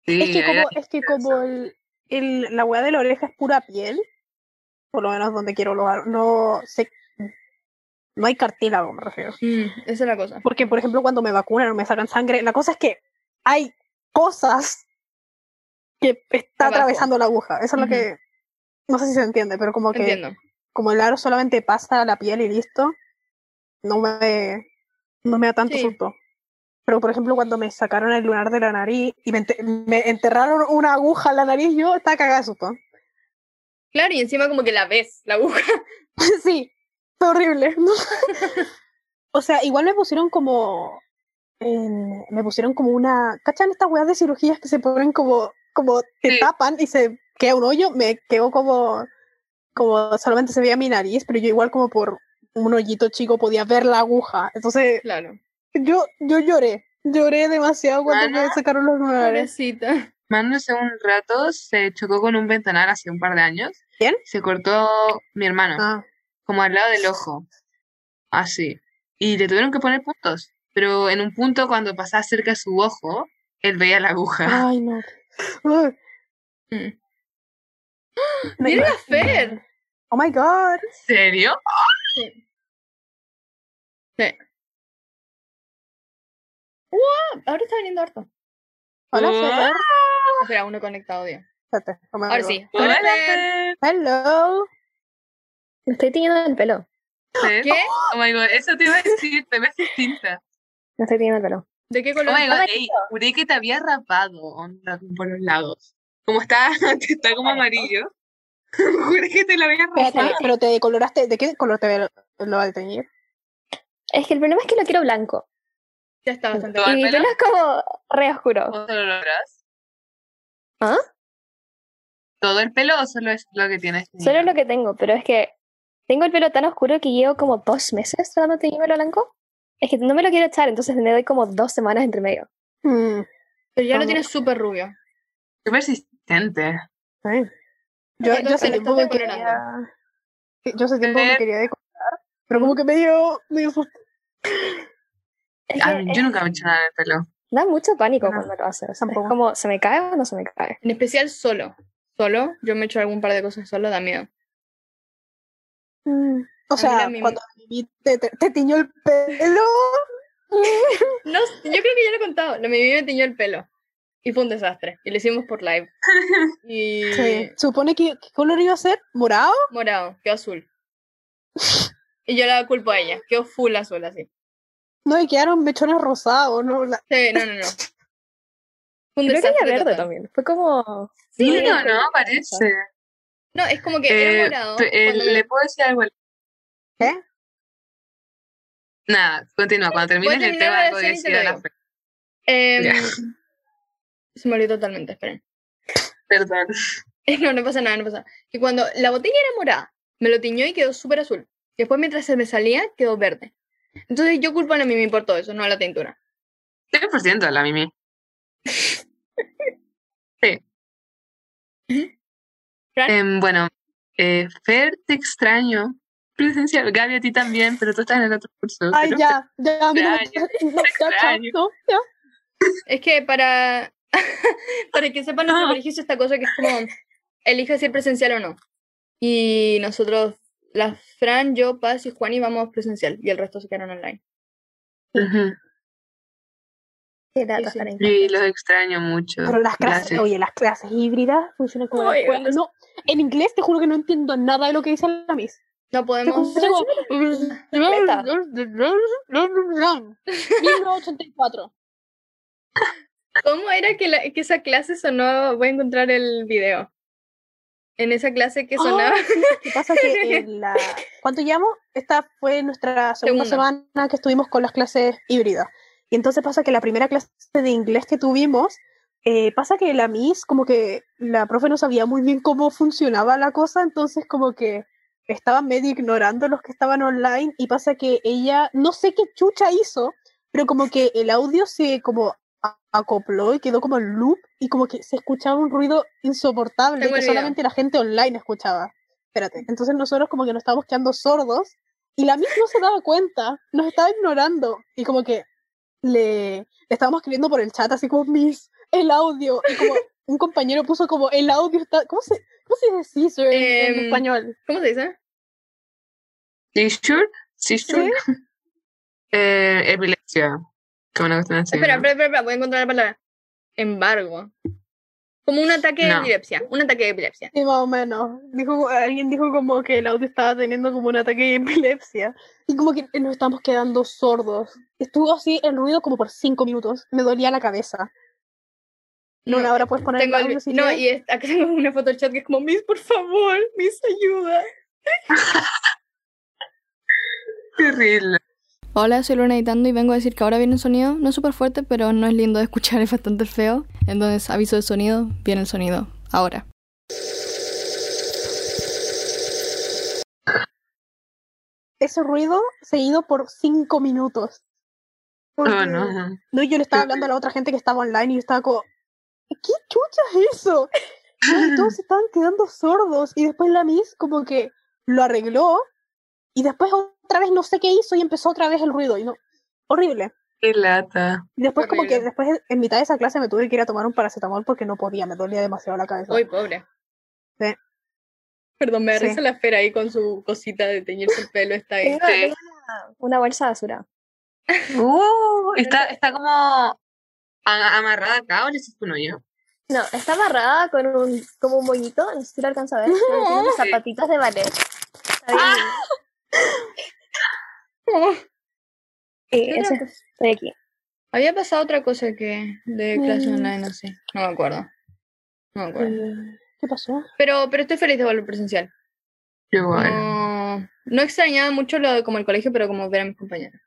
[SPEAKER 2] sí,
[SPEAKER 3] es que
[SPEAKER 2] era-
[SPEAKER 3] como, es que como el, el- la wea de la oreja es pura piel, por lo menos donde quiero los aros, no sé. No hay cartílago, me refiero.
[SPEAKER 1] Mm, esa es la cosa.
[SPEAKER 3] Porque, por ejemplo, cuando me vacunan o me sacan sangre, la cosa es que hay cosas que está
[SPEAKER 1] Abajo.
[SPEAKER 3] atravesando la aguja. Eso es lo
[SPEAKER 1] Ujú.
[SPEAKER 3] que. No sé si se entiende, pero como que
[SPEAKER 1] Entiendo.
[SPEAKER 3] como el aro solamente pasa a la piel y listo, no me, no me da tanto
[SPEAKER 1] Sí.
[SPEAKER 3] susto. Pero, por ejemplo, cuando me sacaron el lunar de la nariz y me, ente- me enterraron una aguja en la nariz, yo estaba cagada de susto.
[SPEAKER 1] Claro, y encima como que la ves, la aguja.
[SPEAKER 3] sí, fue horrible. ¿no? o sea, igual me pusieron como. en- me pusieron como una. ¿Cachan estas weas de cirugías que se ponen como. como te
[SPEAKER 2] Sí.
[SPEAKER 3] tapan y se queda un hoyo? Me quedó como. como solamente se veía mi nariz, pero yo igual como por un hoyito chico podía ver la aguja. Entonces,
[SPEAKER 1] Claro.
[SPEAKER 3] yo, yo lloré. Lloré demasiado cuando me
[SPEAKER 2] Mana.
[SPEAKER 3] sacaron los lunares.
[SPEAKER 1] Pobrecita.
[SPEAKER 2] Manu hace un rato se chocó con un ventanal hace un par de años.
[SPEAKER 3] ¿Quién?
[SPEAKER 2] Se cortó mi hermano,
[SPEAKER 3] Ah,
[SPEAKER 2] como al lado del ojo. Así. Y le tuvieron que poner puntos. Pero en un punto, cuando pasaba cerca de su ojo, él veía la aguja.
[SPEAKER 3] Ah, ay, no. Ay,
[SPEAKER 1] Mm.
[SPEAKER 3] me-
[SPEAKER 1] Mira la Fer.
[SPEAKER 3] Oh my god.
[SPEAKER 2] ¿En serio?
[SPEAKER 1] Ahora está viniendo harto.
[SPEAKER 3] Hola,
[SPEAKER 1] Mm.
[SPEAKER 3] Fer.
[SPEAKER 1] Espera, uno conectado ya.
[SPEAKER 3] Espérate, oh no me
[SPEAKER 1] Ahora
[SPEAKER 3] acuerdo.
[SPEAKER 1] sí.
[SPEAKER 2] Hola,
[SPEAKER 1] Fer.
[SPEAKER 2] Fer.
[SPEAKER 3] Hello.
[SPEAKER 5] Me estoy teñiendo el pelo.
[SPEAKER 2] Fer.
[SPEAKER 1] ¿Qué?
[SPEAKER 2] Oh my god, eso te iba a decir, te ves distinta.
[SPEAKER 5] Me estoy teñiendo el pelo.
[SPEAKER 1] ¿De qué
[SPEAKER 2] Oh
[SPEAKER 1] color?
[SPEAKER 2] my god,
[SPEAKER 5] Hola,
[SPEAKER 2] ey,
[SPEAKER 5] chicos.
[SPEAKER 2] juré que te había rapado onda, como por los lados. Como está, está como amarillo. juré que te lo había
[SPEAKER 3] Espérate,
[SPEAKER 2] rapado.
[SPEAKER 3] pero te decoloraste. ¿De qué color te ve- lo va a teñir?
[SPEAKER 5] Es que el problema es que lo quiero blanco.
[SPEAKER 1] Ya está bastante.
[SPEAKER 2] ¿Todo
[SPEAKER 5] Y
[SPEAKER 2] el
[SPEAKER 5] mi
[SPEAKER 2] pelo?
[SPEAKER 5] pelo es como re oscuro.
[SPEAKER 2] ¿O solo lo atrás?
[SPEAKER 5] ¿Ah?
[SPEAKER 2] ¿Todo el pelo o solo es lo que tienes?
[SPEAKER 5] Solo lo que tengo, pero es que tengo el pelo tan oscuro que llevo como dos meses tratando de tener pelo blanco. Es que no me lo quiero echar, entonces me doy como dos semanas entre medio.
[SPEAKER 3] Mm,
[SPEAKER 1] Pero ya lo
[SPEAKER 5] Vamos.
[SPEAKER 1] tienes súper rubio.
[SPEAKER 2] Qué persistente.
[SPEAKER 3] Yo,
[SPEAKER 1] Ok,
[SPEAKER 3] yo
[SPEAKER 1] entonces
[SPEAKER 3] hace
[SPEAKER 1] lo
[SPEAKER 3] tiempo
[SPEAKER 1] estás
[SPEAKER 3] que quería.
[SPEAKER 1] decolorando.
[SPEAKER 3] sí, Yo hace tiempo que
[SPEAKER 2] Tener-
[SPEAKER 3] quería decorar. Pero como que me dio. Me dio susto.
[SPEAKER 5] Es
[SPEAKER 2] A
[SPEAKER 5] que
[SPEAKER 2] mí-
[SPEAKER 5] es-
[SPEAKER 2] Ah, yo nunca me he hecho nada en el pelo.
[SPEAKER 5] da mucho pánico
[SPEAKER 3] No,
[SPEAKER 5] cuando lo haces.
[SPEAKER 3] tampoco.
[SPEAKER 5] Es como, ¿se me cae o no se me cae?
[SPEAKER 1] En especial solo. Solo, yo me he hecho algún par de cosas solo, da miedo.
[SPEAKER 3] Mm, O sea,
[SPEAKER 1] la Mimi-
[SPEAKER 3] cuando la Mimi te, te, te tiñó el pelo.
[SPEAKER 1] No, yo creo que ya lo he contado. La mi me tiñó el pelo. Y fue un desastre. Y lo hicimos por live. Y
[SPEAKER 3] Supone que. ¿Qué color iba a ser? ¿Morado?
[SPEAKER 1] morado, quedó azul. Y yo la culpo a ella. Quedó full azul así.
[SPEAKER 3] No, y quedaron mechones rosados, ¿no? La-
[SPEAKER 1] Sí, no, no, no. Fue un
[SPEAKER 5] Creo que era
[SPEAKER 1] desastre
[SPEAKER 5] verde
[SPEAKER 1] total.
[SPEAKER 5] también. Fue como...
[SPEAKER 1] Sí, no,
[SPEAKER 2] Niño,
[SPEAKER 1] no,
[SPEAKER 2] ¿no? Parece.
[SPEAKER 1] No, es como que
[SPEAKER 2] Eh,
[SPEAKER 1] era morado.
[SPEAKER 2] pe- eh,
[SPEAKER 1] cuando me lo-
[SPEAKER 2] ¿Le puedo decir algo? al-
[SPEAKER 3] ¿Eh?
[SPEAKER 2] Nada, continúa. Cuando termines el
[SPEAKER 1] terminar
[SPEAKER 2] tema,
[SPEAKER 1] la
[SPEAKER 2] algo
[SPEAKER 1] escena y te
[SPEAKER 2] decir
[SPEAKER 1] lo
[SPEAKER 2] a la
[SPEAKER 1] digo.
[SPEAKER 2] fe.
[SPEAKER 1] Em,
[SPEAKER 2] Ya.
[SPEAKER 1] se me olvidó totalmente, esperen.
[SPEAKER 2] Perdón.
[SPEAKER 1] No, no pasa nada, no pasa nada. Que cuando la botella era morada, me lo tiñó y quedó súper azul. Después, mientras se me salía, quedó verde. Entonces, yo culpo a la Mimi por todo eso, no a la tintura.
[SPEAKER 2] 100% la Mimi. Sí.
[SPEAKER 1] Fran.
[SPEAKER 2] Em, bueno, eh, Fer, te extraño. Presencial. Gaby, a ti también, pero tú estás en el otro curso.
[SPEAKER 3] Ay,
[SPEAKER 2] pero
[SPEAKER 3] ya, ya, a mí no me- no, ya, chao,
[SPEAKER 2] extraño.
[SPEAKER 3] no, ya.
[SPEAKER 1] Es que para, para que sepan, nuestro
[SPEAKER 2] No.
[SPEAKER 1] colegio es esta cosa que es como, elija si es presencial o no. Y nosotros, la Fran, yo, Paz y Juan, y vamos presencial. Y el resto se quedaron online.
[SPEAKER 2] Fer- Ujú.
[SPEAKER 5] Qué lata
[SPEAKER 1] sí.
[SPEAKER 5] estar en
[SPEAKER 2] Sí,
[SPEAKER 5] casa.
[SPEAKER 2] los extraño mucho.
[SPEAKER 3] Pero las clases,
[SPEAKER 2] Gracias.
[SPEAKER 3] oye, las clases híbridas funcionan como la
[SPEAKER 1] Oye,
[SPEAKER 3] escuela.
[SPEAKER 1] los-
[SPEAKER 3] No, en inglés te juro que no entiendo nada de lo que dice la miss.
[SPEAKER 1] No
[SPEAKER 3] Te
[SPEAKER 1] podemos...
[SPEAKER 3] escucho como-
[SPEAKER 5] completa.
[SPEAKER 3] 1984.
[SPEAKER 1] ¿Cómo era que, la- que esa clase sonaba? Voy a encontrar el video. En esa clase que
[SPEAKER 3] Ah,
[SPEAKER 1] sonaba...
[SPEAKER 3] ¿Qué pasa? Que en la... ¿Cuánto llevamos? Esta fue nuestra segunda
[SPEAKER 1] Segunda.
[SPEAKER 3] semana que estuvimos con las clases híbridas. Y entonces pasa que la primera clase de inglés que tuvimos, eh, pasa que la Miss, como que la profe no sabía muy bien cómo funcionaba la cosa, entonces como que estaban medio ignorando los que estaban online y pasa que ella, no sé qué chucha hizo, pero como que el audio se como a- acopló y quedó como en loop y como que se escuchaba un ruido insoportable
[SPEAKER 1] Tengo
[SPEAKER 3] que
[SPEAKER 1] el video.
[SPEAKER 3] solamente la gente online escuchaba. Espérate, entonces nosotros como que nos estábamos quedando sordos y la misma no se daba cuenta, nos estaba ignorando y como que le, le estábamos escribiendo por el chat así como Miss, el audio y como un compañero puso como el audio está, ¿cómo se, cómo se dice scissor en, en
[SPEAKER 1] Em,
[SPEAKER 3] español?
[SPEAKER 1] ¿Cómo se dice?
[SPEAKER 2] ¿Sí, sure? ¿Sí, sure? Eh, epilepsia. Como una cuestión así.
[SPEAKER 1] espera,
[SPEAKER 2] ¿no?
[SPEAKER 1] espera, espera, espera, voy a encontrar la palabra. Embargo. Como un ataque
[SPEAKER 2] No.
[SPEAKER 1] de epilepsia. Un ataque de epilepsia.
[SPEAKER 3] Sí, más o menos. Dijo, alguien dijo como que el audio estaba teniendo como un ataque de epilepsia. Y como que nos estamos quedando sordos. Estuvo así el ruido como por cinco minutos. Me dolía la cabeza. En una hora puedes poner
[SPEAKER 1] Tengo
[SPEAKER 3] el
[SPEAKER 1] el-
[SPEAKER 3] audio si
[SPEAKER 1] no,
[SPEAKER 3] quieres.
[SPEAKER 1] y es- acá tengo una foto del chat que es como, Miss, por favor, Miss, ayuda.
[SPEAKER 2] Terrible.
[SPEAKER 6] Hola, soy Luna editando y vengo a decir que ahora viene un sonido, no súper fuerte, pero no es lindo de escuchar, es bastante feo. Entonces, aviso de sonido, viene el sonido, ahora.
[SPEAKER 3] Ese ruido seguido por cinco minutos.
[SPEAKER 2] Oh,
[SPEAKER 3] Porque-
[SPEAKER 2] no.
[SPEAKER 3] No, yo le estaba hablando a la otra gente que estaba online y yo estaba como, ¿qué chucha es eso? No, y todos se estaban quedando sordos. Y después la Miss como que lo arregló. Y después otra vez no sé qué hizo y empezó otra vez el ruido. Y no, horrible.
[SPEAKER 2] Qué lata.
[SPEAKER 3] Y después como que
[SPEAKER 1] Horrible.
[SPEAKER 3] después en mitad de esa clase me tuve que ir a tomar un paracetamol porque no podía, me dolía demasiado la cabeza.
[SPEAKER 1] Uy, pobre.
[SPEAKER 3] Sí.
[SPEAKER 1] Perdón, me da
[SPEAKER 3] Sí.
[SPEAKER 1] risa la esfera ahí con su cosita de teñirse el pelo. Está ahí.
[SPEAKER 5] Tengo, tengo una, una bolsa de basura.
[SPEAKER 2] Uh, está, está como a- amarrada acá o le hiciste un hoyo.
[SPEAKER 5] No, está amarrada con un, como un moñito, no sé si lo alcanza a ver, pero tiene unos
[SPEAKER 2] Sí.
[SPEAKER 5] zapatitos de ballet. Está bien
[SPEAKER 1] Oh,
[SPEAKER 5] Sí,
[SPEAKER 1] ¿Qué
[SPEAKER 5] eso
[SPEAKER 1] otra
[SPEAKER 5] es- estoy aquí.
[SPEAKER 1] Había pasado otra cosa que de clase
[SPEAKER 3] Mm.
[SPEAKER 1] online, no sé. No me acuerdo. No me acuerdo.
[SPEAKER 3] Eh, ¿Qué pasó?
[SPEAKER 1] Pero, pero estoy feliz de volver presencial.
[SPEAKER 2] Qué guay.
[SPEAKER 1] No, no extrañaba mucho lo de como el colegio, pero como ver a mis compañeros.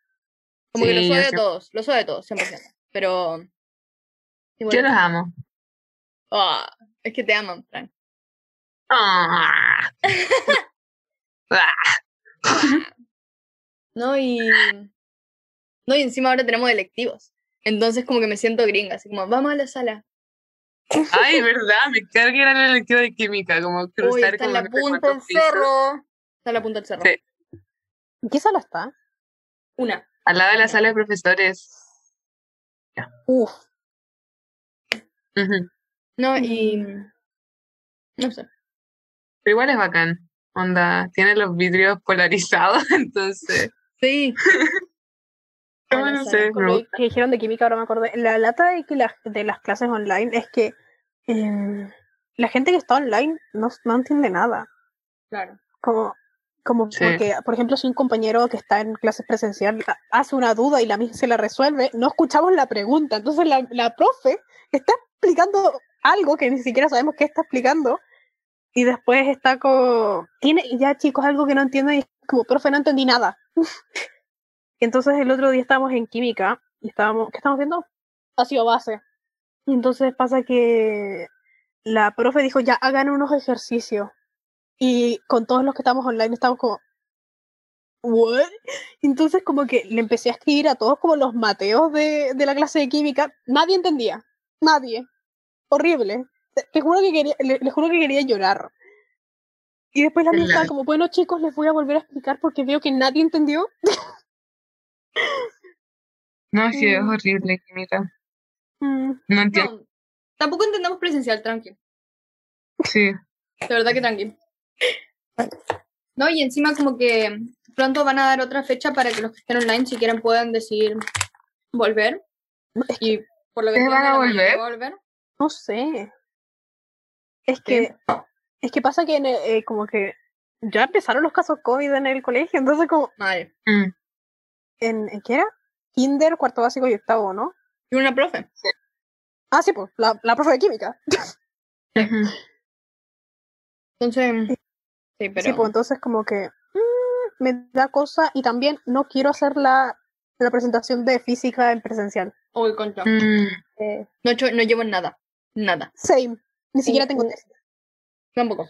[SPEAKER 1] Como que
[SPEAKER 2] Sí,
[SPEAKER 1] los
[SPEAKER 2] yo
[SPEAKER 1] odio a
[SPEAKER 2] sé.
[SPEAKER 1] todos, los odio a todos, 100%. Pero. y bueno,
[SPEAKER 2] Yo los amo.
[SPEAKER 1] ah, es que te aman, Frank.
[SPEAKER 2] Ah.
[SPEAKER 1] No, y. No, y encima ahora tenemos electivos. Entonces, como que me siento gringa, así como, vamos a la sala.
[SPEAKER 2] Ay, verdad, me carga ir a la lectura de química, como
[SPEAKER 1] Uy,
[SPEAKER 2] cruzar
[SPEAKER 1] está en
[SPEAKER 2] como
[SPEAKER 1] la
[SPEAKER 2] no sé
[SPEAKER 1] punta del
[SPEAKER 2] cuántos pisos.
[SPEAKER 1] cerro. Está en la punta del cerro.
[SPEAKER 2] Sí.
[SPEAKER 3] ¿En qué sala está?
[SPEAKER 1] Una.
[SPEAKER 2] Al lado de la sala de profesores.
[SPEAKER 3] Uf,
[SPEAKER 2] Ujú.
[SPEAKER 1] No, y. No sé.
[SPEAKER 2] Pero igual es bacán. Onda, tiene los vidrios polarizados, entonces.
[SPEAKER 1] Sí.
[SPEAKER 2] Yo
[SPEAKER 1] A la
[SPEAKER 2] no
[SPEAKER 1] sala.
[SPEAKER 2] sé,
[SPEAKER 3] con
[SPEAKER 2] me
[SPEAKER 3] lo
[SPEAKER 2] gusta.
[SPEAKER 3] que dijeron de química, ahora me acordé. La lata de, que las de las clases online es que eh, la gente que está online no, no entiende nada.
[SPEAKER 1] Claro.
[SPEAKER 3] Como, como
[SPEAKER 2] Sí.
[SPEAKER 3] porque, por ejemplo, si un compañero que está en clases presencial ha- hace una duda y la misma se la resuelve, no escuchamos la pregunta. Entonces la, la profe está explicando algo que ni siquiera sabemos qué está explicando. Y después está como, tiene ya chicos algo que no entiendo y es como, profe, no entendí nada. Y entonces el otro día estábamos en química y estábamos, ¿qué estamos viendo? Ácido base. Y entonces pasa que la profe dijo, ya hagan unos ejercicios. Y con todos los que estamos online estamos como, ¿what? Y entonces como que le empecé a escribir a todos como los mateos de, de la clase de química. Nadie entendía. Nadie. Horrible. Te, te juro que quería, le- les juro que quería llorar. Y después la mía estaba
[SPEAKER 2] Claro.
[SPEAKER 3] como, bueno chicos, les voy a volver a explicar porque veo que nadie entendió.
[SPEAKER 2] No, sí, es
[SPEAKER 3] Mm.
[SPEAKER 2] horrible química.
[SPEAKER 3] Mm,
[SPEAKER 2] No entiendo.
[SPEAKER 1] No, tampoco entendamos presencial, tranqui.
[SPEAKER 2] Sí.
[SPEAKER 1] De verdad que tranqui. No, y encima como que pronto van a dar otra fecha para que los que estén online, si quieren, puedan decidir volver. Y por lo que
[SPEAKER 2] ¿Ustedes
[SPEAKER 1] entiendo,
[SPEAKER 2] van a
[SPEAKER 1] la mayoría
[SPEAKER 2] volver?
[SPEAKER 1] va a volver.
[SPEAKER 3] No sé. Es que, es que pasa que en el- eh, como que ya empezaron los casos COVID en el colegio, entonces como,
[SPEAKER 1] Mal.
[SPEAKER 2] Mm.
[SPEAKER 3] ¿en, en qué era? Kinder, cuarto básico y octavo, ¿no?
[SPEAKER 1] Y una profe.
[SPEAKER 3] Ah, sí, pues, la, la profe de química.
[SPEAKER 2] Ujú.
[SPEAKER 1] Entonces, sí, pero...
[SPEAKER 3] Sí, pues, entonces como que mm, me da cosa y también no quiero hacer la, la presentación de física en presencial.
[SPEAKER 1] Uy, concha.
[SPEAKER 2] Mm.
[SPEAKER 3] Eh,
[SPEAKER 1] No, he hecho- no llevo nada. Nada.
[SPEAKER 3] same. Ni siquiera
[SPEAKER 5] Mm,
[SPEAKER 3] tengo
[SPEAKER 5] mm.
[SPEAKER 3] tema.
[SPEAKER 1] Tampoco.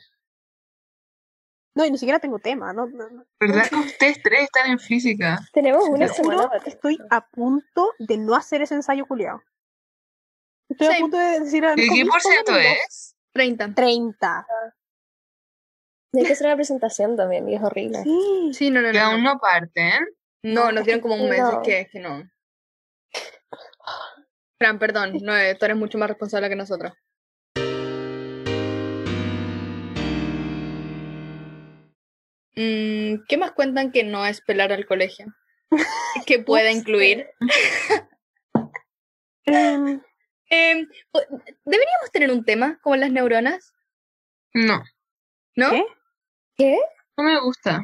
[SPEAKER 3] No, y ni siquiera tengo tema, ¿no? no, no.
[SPEAKER 2] ¿Verdad que ustedes tres están en física?
[SPEAKER 5] Tenemos una
[SPEAKER 3] Te juro
[SPEAKER 5] semana.
[SPEAKER 3] que estoy a punto de no hacer ese ensayo culiado. Estoy a
[SPEAKER 1] Sí. ¿eh?
[SPEAKER 3] punto de decir a
[SPEAKER 2] ¿Y qué por ciento es?
[SPEAKER 1] 30.
[SPEAKER 3] 30.
[SPEAKER 5] Hay que hacer una presentación también y es horrible.
[SPEAKER 3] Sí.
[SPEAKER 1] Sí, no, no,
[SPEAKER 2] Que
[SPEAKER 1] no.
[SPEAKER 2] aún
[SPEAKER 1] No,
[SPEAKER 2] no parten.
[SPEAKER 1] no nos dieron como un mes,
[SPEAKER 5] No.
[SPEAKER 1] es que, es que no. Fran, perdón, no, eh, tú eres mucho más responsable que nosotros. Mm, ¿Qué más cuentan que no es pelar al colegio? que pueda incluir.
[SPEAKER 3] Em,
[SPEAKER 1] Em, po- Deberíamos tener un tema como las neuronas,
[SPEAKER 2] No,
[SPEAKER 1] ¿no?
[SPEAKER 3] ¿Qué?
[SPEAKER 2] no me gusta.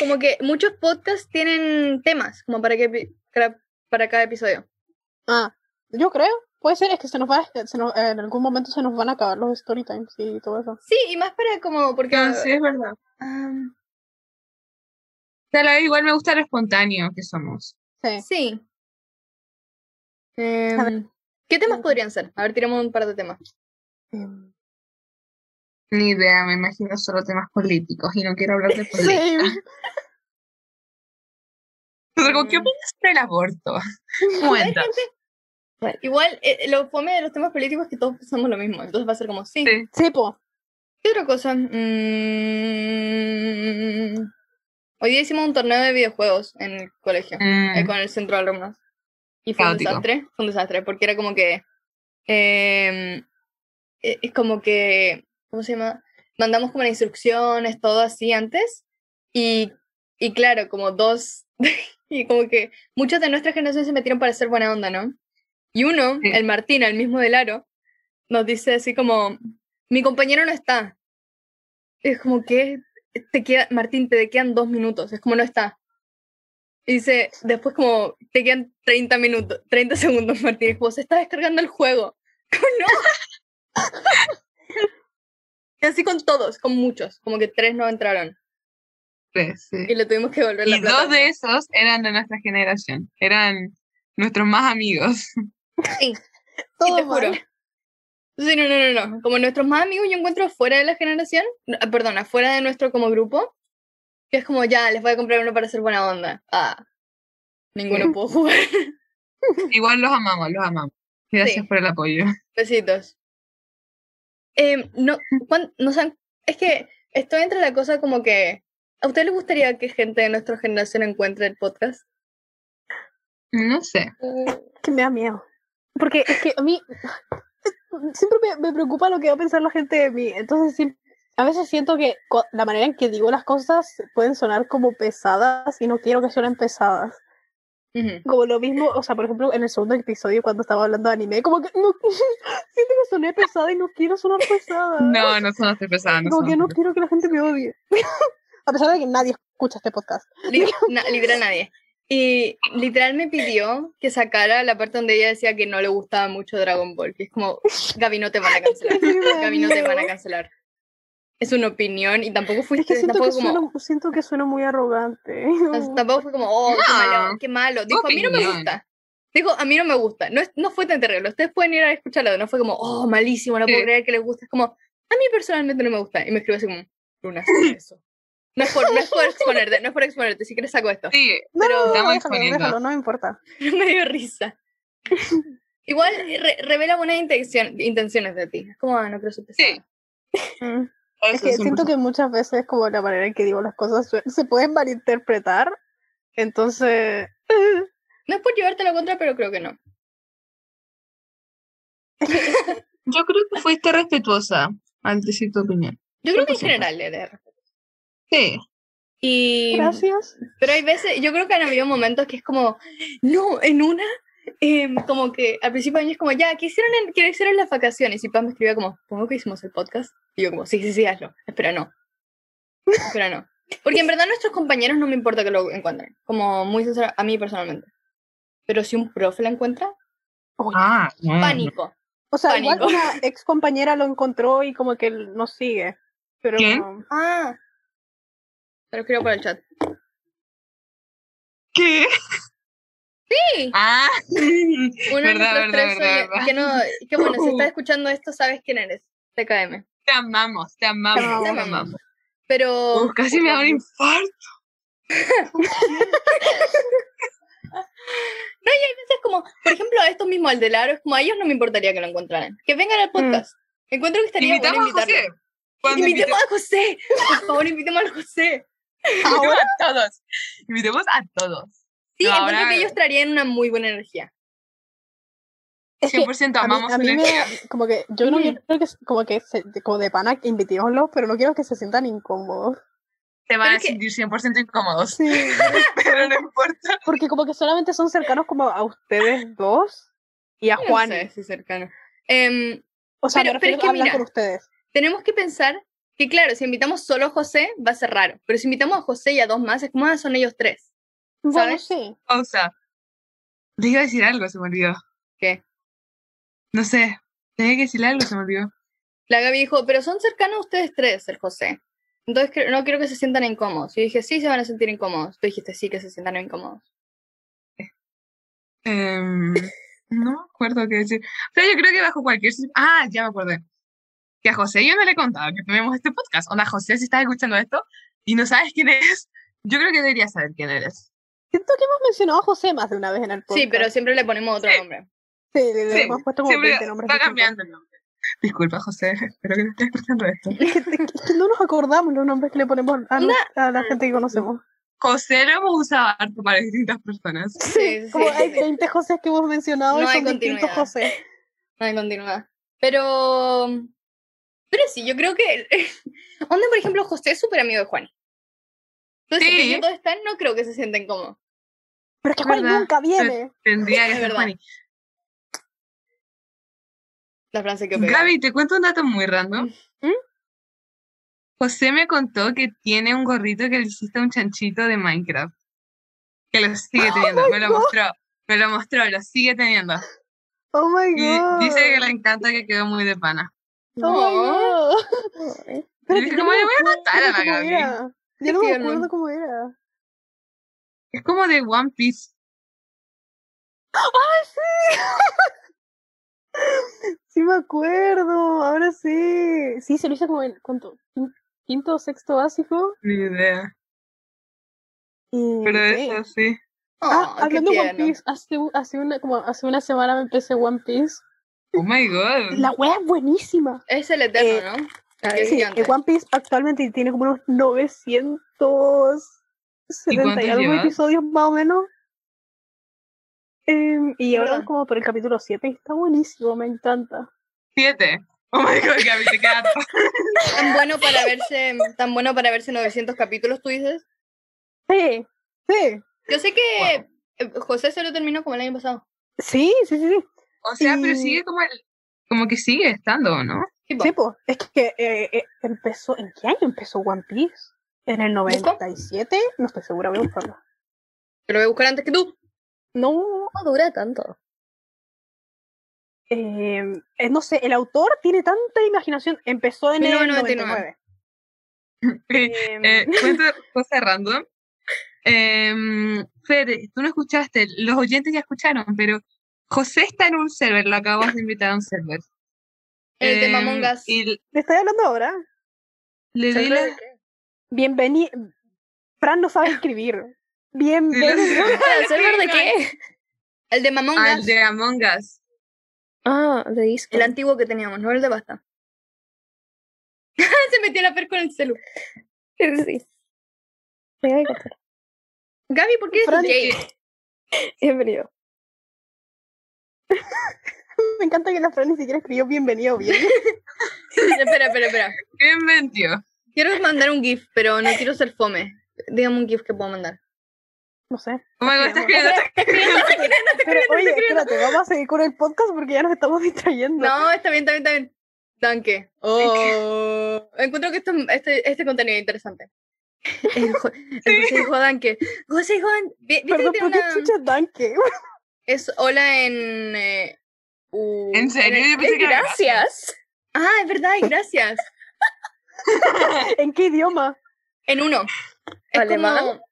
[SPEAKER 1] Como que muchos podcasts tienen temas, como para que epi- para- para cada episodio.
[SPEAKER 3] ah, yo creo. Puede ser, es que se nos va, se nos- en algún momento se nos van a acabar los story times y todo eso.
[SPEAKER 1] Sí, y más para como porque
[SPEAKER 2] No, Ah, sí, es verdad.
[SPEAKER 1] am,
[SPEAKER 2] O sea, la- igual me gusta lo espontáneo que somos.
[SPEAKER 3] Sí.
[SPEAKER 1] Sí. Em, ¿Qué temas podrían ser? A ver, tiramos un par de temas.
[SPEAKER 3] Em,
[SPEAKER 2] Ni idea, me imagino solo temas políticos y no quiero hablar de política.
[SPEAKER 3] Sí.
[SPEAKER 2] O sea, como, ¿Qué
[SPEAKER 1] Mm.
[SPEAKER 2] opinas sobre el aborto?
[SPEAKER 1] Hay
[SPEAKER 2] Cuenta.
[SPEAKER 1] gente-
[SPEAKER 5] Bueno.
[SPEAKER 1] Igual, eh, lo fome de los temas políticos es que todos pensamos lo mismo. Entonces va a ser como, sí.
[SPEAKER 2] Sí.
[SPEAKER 3] Sí, po.
[SPEAKER 1] ¿Qué otra cosa? Mm, Hoy día hicimos un torneo de videojuegos en el colegio, eh,
[SPEAKER 2] Mm,
[SPEAKER 1] con el centro de alumnos. Y fue
[SPEAKER 2] Caótico.
[SPEAKER 1] un desastre, fue un desastre, porque era como que... em, eh, es como que, ¿cómo se llama? Mandamos como las instrucciones, todo así antes. Y, y claro, como dos, y como que muchos de nuestra generación se metieron para ser buena onda, ¿no? Y uno,
[SPEAKER 2] Sí.
[SPEAKER 1] el Martín, el mismo del aro, nos dice así como, mi compañero no está. Es como que, te queda, Martín, te quedan dos minutos, es como no está. Y dice, después como, te quedan 30 minutos, 30 segundos, Martín, es como, se está descargando el juego. ¡No! Y así con todos, con muchos, como que tres no entraron.
[SPEAKER 2] Tres, sí.
[SPEAKER 1] Y le tuvimos que volver la
[SPEAKER 2] Y
[SPEAKER 1] plata.
[SPEAKER 2] dos de esos eran de nuestra generación. Eran nuestros más amigos.
[SPEAKER 1] Sí, te
[SPEAKER 3] Todo
[SPEAKER 1] juro.
[SPEAKER 3] mal.
[SPEAKER 1] Sí, no, no, no, no. Como nuestros más amigos, yo encuentro fuera de la generación, no, ah, perdón, afuera de nuestro como grupo, que es como ya, les voy a comprar uno para hacer buena onda. Ah, ninguno pudo jugar.
[SPEAKER 2] Igual los amamos, los amamos. Gracias
[SPEAKER 1] Sí.
[SPEAKER 2] por el apoyo.
[SPEAKER 1] Besitos. Em, no, cuan- no saben- es que estoy entre la cosa como que. ¿A usted le gustaría que gente de nuestra generación encuentre el podcast?
[SPEAKER 2] No sé.
[SPEAKER 3] que me da miedo. Porque es que a mí siempre me, me preocupa lo que va a pensar la gente de mí. Entonces, sí, a veces siento que co- la manera en que digo las cosas pueden sonar como pesadas y no quiero que suenen pesadas.
[SPEAKER 1] Ujú.
[SPEAKER 3] Como lo mismo, o sea, por ejemplo, en el segundo episodio cuando estaba hablando de anime, como que no, siento que soné pesada y no quiero sonar pesada.
[SPEAKER 2] No, no son nuestros pesados. No
[SPEAKER 3] como
[SPEAKER 2] son
[SPEAKER 3] que no
[SPEAKER 2] nuestros-
[SPEAKER 3] quiero que la gente me odie. a pesar de que nadie escucha este podcast.
[SPEAKER 1] Li- na- literal nadie. Y literal me pidió que sacara la parte donde ella decía que no le gustaba mucho Dragon Ball. Que es como, Gaby, no te van a cancelar.
[SPEAKER 3] Sí, me da
[SPEAKER 1] Gaby, no te
[SPEAKER 3] miedo.
[SPEAKER 1] van a cancelar. Es una opinión y tampoco
[SPEAKER 3] Es
[SPEAKER 1] fuiste,
[SPEAKER 3] que siento
[SPEAKER 1] tampoco
[SPEAKER 3] que,
[SPEAKER 1] como,
[SPEAKER 3] sueno, siento que sueno muy arrogante.
[SPEAKER 1] Entonces, tampoco fue como, oh, qué malo,
[SPEAKER 2] No,
[SPEAKER 1] qué malo. Dijo, a mí no me
[SPEAKER 2] opinión.
[SPEAKER 1] gusta. Dijo, a mí no me gusta. No, es- no fue tan terrible. Ustedes pueden ir a escucharlo. No fue como, oh, malísimo, no puedo
[SPEAKER 2] Sí.
[SPEAKER 1] creer que les gusta. Es como, a mí personalmente no me gusta. Y me escribió así como, Luna, saca eso. No es, por, no es por exponerte, no es por exponerte. Si quieres, saco esto.
[SPEAKER 2] Sí,
[SPEAKER 3] No,
[SPEAKER 1] Pero
[SPEAKER 3] no, no,
[SPEAKER 2] estamos
[SPEAKER 3] déjalo,
[SPEAKER 2] exponiendo.
[SPEAKER 3] déjalo, no me importa.
[SPEAKER 1] Pero me dio risa. Igual re- revela buenas intención- intenciones de ti. Es como, ah, no creo que
[SPEAKER 2] Sí.
[SPEAKER 3] Mm. Es
[SPEAKER 2] eso
[SPEAKER 3] que
[SPEAKER 2] es un
[SPEAKER 3] siento que muchas veces como la manera en que digo las cosas sue- se pueden malinterpretar. Entonces, eh,
[SPEAKER 1] No es por llevarte la contra, pero creo que no.
[SPEAKER 2] Yo creo que fuiste respetuosa al decir tu opinión.
[SPEAKER 1] Yo creo que en
[SPEAKER 2] 100%.
[SPEAKER 1] general le le-
[SPEAKER 2] Sí.
[SPEAKER 1] Y
[SPEAKER 3] gracias.
[SPEAKER 1] Pero hay veces, yo creo que han habido momentos que es como, no, en una, em, como que al principio de año es como, ya, ¿qué hicieron, en, qué hicieron en las vacaciones? Y Pam me escribía como, ¿pongo que hicimos el podcast? Y yo como, sí, sí, sí, hazlo. Espera, no. Espera, no. Porque en verdad nuestros compañeros no me importa que lo encuentren. Como muy sincera, a mí personalmente. Pero si un profe la encuentra,
[SPEAKER 2] Ah, no, no.
[SPEAKER 1] pánico.
[SPEAKER 3] O sea, igual
[SPEAKER 1] Pánico.
[SPEAKER 3] una ex compañera lo encontró y como que nos sigue. Pero
[SPEAKER 2] ¿Quién?
[SPEAKER 3] um,
[SPEAKER 1] Ah. Te lo escribo por el chat.
[SPEAKER 2] ¿Qué?
[SPEAKER 1] Sí.
[SPEAKER 2] Ah,
[SPEAKER 1] Uno de
[SPEAKER 2] Verdad,
[SPEAKER 1] nuestros
[SPEAKER 2] verdad,
[SPEAKER 1] tres
[SPEAKER 2] verdad,
[SPEAKER 1] oye-
[SPEAKER 2] verdad.
[SPEAKER 1] Que, no, que bueno, si estás escuchando esto, sabes quién eres. TKM.
[SPEAKER 2] te amamos, te amamos,
[SPEAKER 3] Te
[SPEAKER 2] te
[SPEAKER 1] amamos.
[SPEAKER 2] amamos.
[SPEAKER 1] Pero...
[SPEAKER 2] Uf, casi me da un infarto.
[SPEAKER 1] es como, por ejemplo, a estos mismos, al de Laro, es como a ellos no me importaría que lo encontraran. Que vengan al podcast. Encuentro que estaría bueno
[SPEAKER 2] Invitamos a
[SPEAKER 1] invitarlo.
[SPEAKER 2] José. Cuando invite-
[SPEAKER 1] Invitemos a José. Por favor, invitemos a José.
[SPEAKER 2] invitemos a todos. Invitemos a todos.
[SPEAKER 1] Sí,
[SPEAKER 2] No,
[SPEAKER 1] encuentro
[SPEAKER 2] ahora-
[SPEAKER 1] que ellos traerían una muy buena energía.
[SPEAKER 3] es que
[SPEAKER 2] 100%
[SPEAKER 3] a mí,
[SPEAKER 2] amamos
[SPEAKER 3] a mí
[SPEAKER 2] el-
[SPEAKER 3] me, como que yo no
[SPEAKER 1] Mm.
[SPEAKER 3] quiero que se- como que se, como de pana invitémoslos, pero no quiero que se sientan incómodos.
[SPEAKER 2] Te van
[SPEAKER 1] pero
[SPEAKER 2] a
[SPEAKER 1] es que-
[SPEAKER 2] sentir 100% incómodos.
[SPEAKER 3] Sí,
[SPEAKER 2] Pero no importa.
[SPEAKER 3] porque como que solamente son cercanos como a ustedes dos y a Juan.
[SPEAKER 1] No sé si cercano. Em,
[SPEAKER 3] O sea,
[SPEAKER 1] Pero-
[SPEAKER 3] me
[SPEAKER 1] pero
[SPEAKER 3] refiero
[SPEAKER 1] es que
[SPEAKER 3] a hablar
[SPEAKER 1] mira.
[SPEAKER 3] con ustedes.
[SPEAKER 1] tenemos que pensar que, claro, si invitamos solo a José, va a ser raro. Pero si invitamos a José y a dos más, es como, ah, son ellos tres.
[SPEAKER 3] Bueno,
[SPEAKER 1] ¿Sabes?
[SPEAKER 3] sí.
[SPEAKER 2] Pausa. Te iba a decir algo, se me olvidó.
[SPEAKER 1] ¿Qué?
[SPEAKER 2] No sé. Tenía que decir algo, se me olvidó.
[SPEAKER 1] La Gaby dijo, pero son cercanos ustedes tres, el José. Entonces cre- no quiero que se sientan incómodos. Yo dije, sí, se van a sentir incómodos. Tú dijiste, sí, que se sientan incómodos.
[SPEAKER 2] Em, no me acuerdo qué decir. Pero yo creo que bajo cualquier. cir- Ah, ya me acordé. Que a José yo no le he contado que tenemos este podcast. Onda, José, si estás escuchando esto y no sabes quién eres, yo creo que deberías saber quién eres.
[SPEAKER 3] Siento que hemos mencionado a José más de una vez en el podcast.
[SPEAKER 1] Sí, pero siempre le ponemos otro
[SPEAKER 2] Sí.
[SPEAKER 1] nombre.
[SPEAKER 3] Sí, le- le
[SPEAKER 2] Sí,
[SPEAKER 3] hemos puesto como
[SPEAKER 2] Siempre
[SPEAKER 3] 20 nombres.
[SPEAKER 2] va
[SPEAKER 3] distintos.
[SPEAKER 2] cambiando el nombre. Disculpa, José, espero que no estés escuchando esto.
[SPEAKER 3] Es que, es que- es que no nos acordamos los nombres que le ponemos a,
[SPEAKER 1] Onda-
[SPEAKER 3] a la gente que conocemos.
[SPEAKER 2] José lo hemos usado harto para distintas personas.
[SPEAKER 1] Sí, sí,
[SPEAKER 3] como
[SPEAKER 1] sí,
[SPEAKER 3] hay
[SPEAKER 1] sí.
[SPEAKER 3] 20 José que hemos mencionado
[SPEAKER 1] No
[SPEAKER 3] y
[SPEAKER 1] hay
[SPEAKER 3] son distintos
[SPEAKER 1] continuidad.
[SPEAKER 3] José.
[SPEAKER 1] No hay continuidad. Pero. Pero sí, yo creo que. Onda, por ejemplo, José es súper amigo de Juan. Entonces, si
[SPEAKER 2] Sí.
[SPEAKER 1] ellos dos están, no creo que se sienten cómodos.
[SPEAKER 3] Pero es que Juan
[SPEAKER 2] ¿Verdad?
[SPEAKER 3] nunca viene.
[SPEAKER 2] Tendría que
[SPEAKER 1] Es
[SPEAKER 2] ser
[SPEAKER 1] verdad.
[SPEAKER 2] Juani.
[SPEAKER 1] La frase que pegó.
[SPEAKER 2] Gaby, te cuento un dato muy random.
[SPEAKER 3] ¿Mm?
[SPEAKER 2] José me contó que tiene un gorrito que le hiciste a un chanchito de Minecraft. Que lo sigue teniendo. me lo mostró. Me lo mostró, lo sigue teniendo.
[SPEAKER 3] Oh my
[SPEAKER 2] Y
[SPEAKER 3] god.
[SPEAKER 2] dice que le encanta que quedó muy de pana.
[SPEAKER 3] Oh my god.
[SPEAKER 2] Yo
[SPEAKER 3] Pero
[SPEAKER 2] dije, ¿cómo le voy a contar a la Gaby?
[SPEAKER 3] Yo no me
[SPEAKER 1] tierno.
[SPEAKER 3] acuerdo cómo era.
[SPEAKER 2] Es como de One Piece.
[SPEAKER 3] Sí me acuerdo, ahora sí. Sí, se lo hice como en, ¿cuánto? Quin- Quinto o sexto básico.
[SPEAKER 2] Ni idea.
[SPEAKER 3] Y,
[SPEAKER 2] Pero
[SPEAKER 3] sí.
[SPEAKER 2] eso sí.
[SPEAKER 3] Ah,
[SPEAKER 1] Oh, qué
[SPEAKER 3] hablando de One
[SPEAKER 1] tierno.
[SPEAKER 3] Piece, hace, un- hace una, como hace una semana me empecé One Piece.
[SPEAKER 2] Oh my god.
[SPEAKER 3] La wea es buenísima.
[SPEAKER 1] Es el eterno,
[SPEAKER 3] Eh,
[SPEAKER 1] ¿no? El que es
[SPEAKER 3] Sí,
[SPEAKER 1] gigante.
[SPEAKER 3] el One Piece actualmente tiene como unos 970 y
[SPEAKER 2] cuántos
[SPEAKER 3] algo
[SPEAKER 2] llevas?
[SPEAKER 3] episodios más o menos. Em, y ahora
[SPEAKER 1] ¿Verdad?
[SPEAKER 3] como por el capítulo 7 y está buenísimo, me encanta.
[SPEAKER 2] Siete. Oh my god, Gaby, te queda atrás.
[SPEAKER 1] Tan bueno para verse, tan bueno para verse 900 capítulos, tú dices.
[SPEAKER 3] Sí, sí.
[SPEAKER 1] Yo sé que eh, José se lo terminó como el año pasado.
[SPEAKER 3] Sí, sí, sí, sí.
[SPEAKER 2] O sea, pero
[SPEAKER 3] Y-
[SPEAKER 2] sigue como el. Como que sigue estando, ¿o ¿no?
[SPEAKER 1] Tipo,
[SPEAKER 3] Sí, po. Es que eh, eh, empezó, ¿en qué año empezó One Piece? ¿En el 97? No estoy segura, voy a buscarlo.
[SPEAKER 1] Te lo voy a buscar antes que tú.
[SPEAKER 3] No,
[SPEAKER 5] No dura tanto.
[SPEAKER 3] eh, eh, no sé, el autor tiene tanta imaginación. Empezó en el
[SPEAKER 1] 1999.
[SPEAKER 3] 99.
[SPEAKER 2] Eh,
[SPEAKER 3] Em,
[SPEAKER 2] cuento cosa random. Em, Fer, tú no escuchaste, los oyentes ya escucharon, pero José está en un server, lo acabas de invitar a un server.
[SPEAKER 1] El de
[SPEAKER 2] Em,
[SPEAKER 1] Among Us.
[SPEAKER 2] Y
[SPEAKER 3] ¿Le estoy hablando ahora?
[SPEAKER 2] le di la...
[SPEAKER 3] Bienvenido. Fran no sabe escribir. Bienvenido.
[SPEAKER 5] ¿El server de qué?
[SPEAKER 1] El de Among
[SPEAKER 2] Al
[SPEAKER 1] Us.
[SPEAKER 2] de Among Us.
[SPEAKER 5] Ah, de disco.
[SPEAKER 1] El antiguo que teníamos, no el de Basta. se metió la per con el celu.
[SPEAKER 5] Sí. Me voy a contar.
[SPEAKER 1] Gaby, ¿por qué eres
[SPEAKER 3] Fran,
[SPEAKER 1] DJ?
[SPEAKER 5] Bienvenido.
[SPEAKER 3] Me encanta que la Fran ni siquiera escribió bienvenido bien.
[SPEAKER 1] espera, espera, espera.
[SPEAKER 2] ¿Quién mentió?
[SPEAKER 1] Quiero mandar un GIF, pero no quiero ser fome. Dígame un GIF que puedo mandar.
[SPEAKER 3] No sé.
[SPEAKER 2] Oh my god, estás escribiendo-
[SPEAKER 3] Pero oye, espérate, vamos a seguir con el podcast porque ya nos estamos distrayendo.
[SPEAKER 1] No, está bien, está bien, está bien. Tanque. Oh. Encuentro que esto, este, este contenido es interesante. El, jo- el José dijo a Danke. José dijo Dan- vi- ¿Viste que
[SPEAKER 3] Perdón,
[SPEAKER 1] tiene
[SPEAKER 3] ¿por qué
[SPEAKER 1] una-
[SPEAKER 3] chucha tanque?
[SPEAKER 1] Es hola en. eh, u-
[SPEAKER 2] ¿En serio? Yo pensé que era
[SPEAKER 5] Gracias.
[SPEAKER 1] Ah, es verdad, y gracias.
[SPEAKER 3] ¿En qué idioma?
[SPEAKER 1] En uno. Es
[SPEAKER 5] ¿Alemán?
[SPEAKER 1] como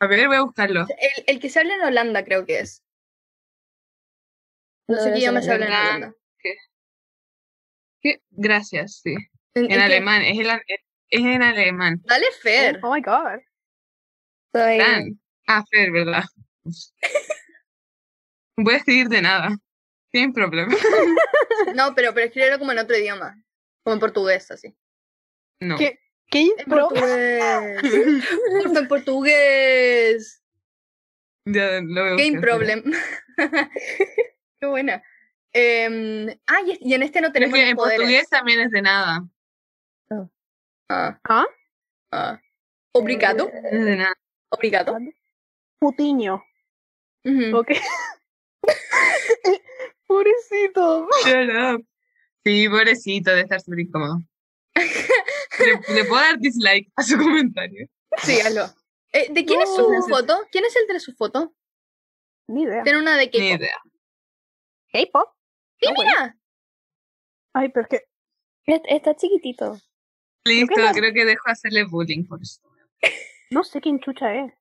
[SPEAKER 2] A ver, voy a buscarlo.
[SPEAKER 1] el, el que se habla en Holanda, creo que es. No, sé qué idioma se habla en
[SPEAKER 2] Holanda.
[SPEAKER 1] Holanda.
[SPEAKER 2] ¿Qué? Gracias, sí.
[SPEAKER 1] En, en
[SPEAKER 2] En
[SPEAKER 1] qué?
[SPEAKER 2] alemán, es, el, es en alemán.
[SPEAKER 1] Dale, Fer.
[SPEAKER 3] Oh my god.
[SPEAKER 1] Eh.
[SPEAKER 5] Soy...
[SPEAKER 2] Fran. Ah, Fer, ¿verdad? Voy a escribir de nada. Sin problema.
[SPEAKER 1] No, pero, pero escríbelo como en otro idioma. Como en portugués, así.
[SPEAKER 2] No.
[SPEAKER 3] ¿Qué? ¿Qué?
[SPEAKER 1] En
[SPEAKER 3] Pero,
[SPEAKER 1] portugués. Porfa, en portugués.
[SPEAKER 2] Ya lo voy a
[SPEAKER 1] Game
[SPEAKER 2] buscar,
[SPEAKER 1] problem. Qué buena. Em, ah, y, es- y en este no
[SPEAKER 2] Pero es
[SPEAKER 1] tenemos
[SPEAKER 2] que
[SPEAKER 1] los
[SPEAKER 2] en
[SPEAKER 1] poderes.
[SPEAKER 2] portugués también es de nada.
[SPEAKER 1] Ah.
[SPEAKER 3] ¿Ah?
[SPEAKER 1] Ah. Obrigado.
[SPEAKER 2] Es de nada.
[SPEAKER 1] Obrigado.
[SPEAKER 3] putiño.
[SPEAKER 1] Ujú.
[SPEAKER 3] Ok. Pobrecito.
[SPEAKER 2] Shut up. Sí, pobrecito de estar súper incómodo. le, le puedo dar dislike a su comentario.
[SPEAKER 1] Sí, hazlo. Eh, ¿De quién es su
[SPEAKER 3] No.
[SPEAKER 1] foto? ¿Quién es el de su foto?
[SPEAKER 3] Ni idea.
[SPEAKER 1] Tiene una de
[SPEAKER 2] Ni
[SPEAKER 1] K-pop.
[SPEAKER 2] idea.
[SPEAKER 3] ¿K-pop?
[SPEAKER 1] Sí,
[SPEAKER 3] No, bueno.
[SPEAKER 1] mira.
[SPEAKER 3] Ay, pero es que
[SPEAKER 5] Est- Está chiquitito.
[SPEAKER 2] Listo,
[SPEAKER 3] no.
[SPEAKER 2] creo que dejo hacerle bullying por eso.
[SPEAKER 3] no sé quién chucha es.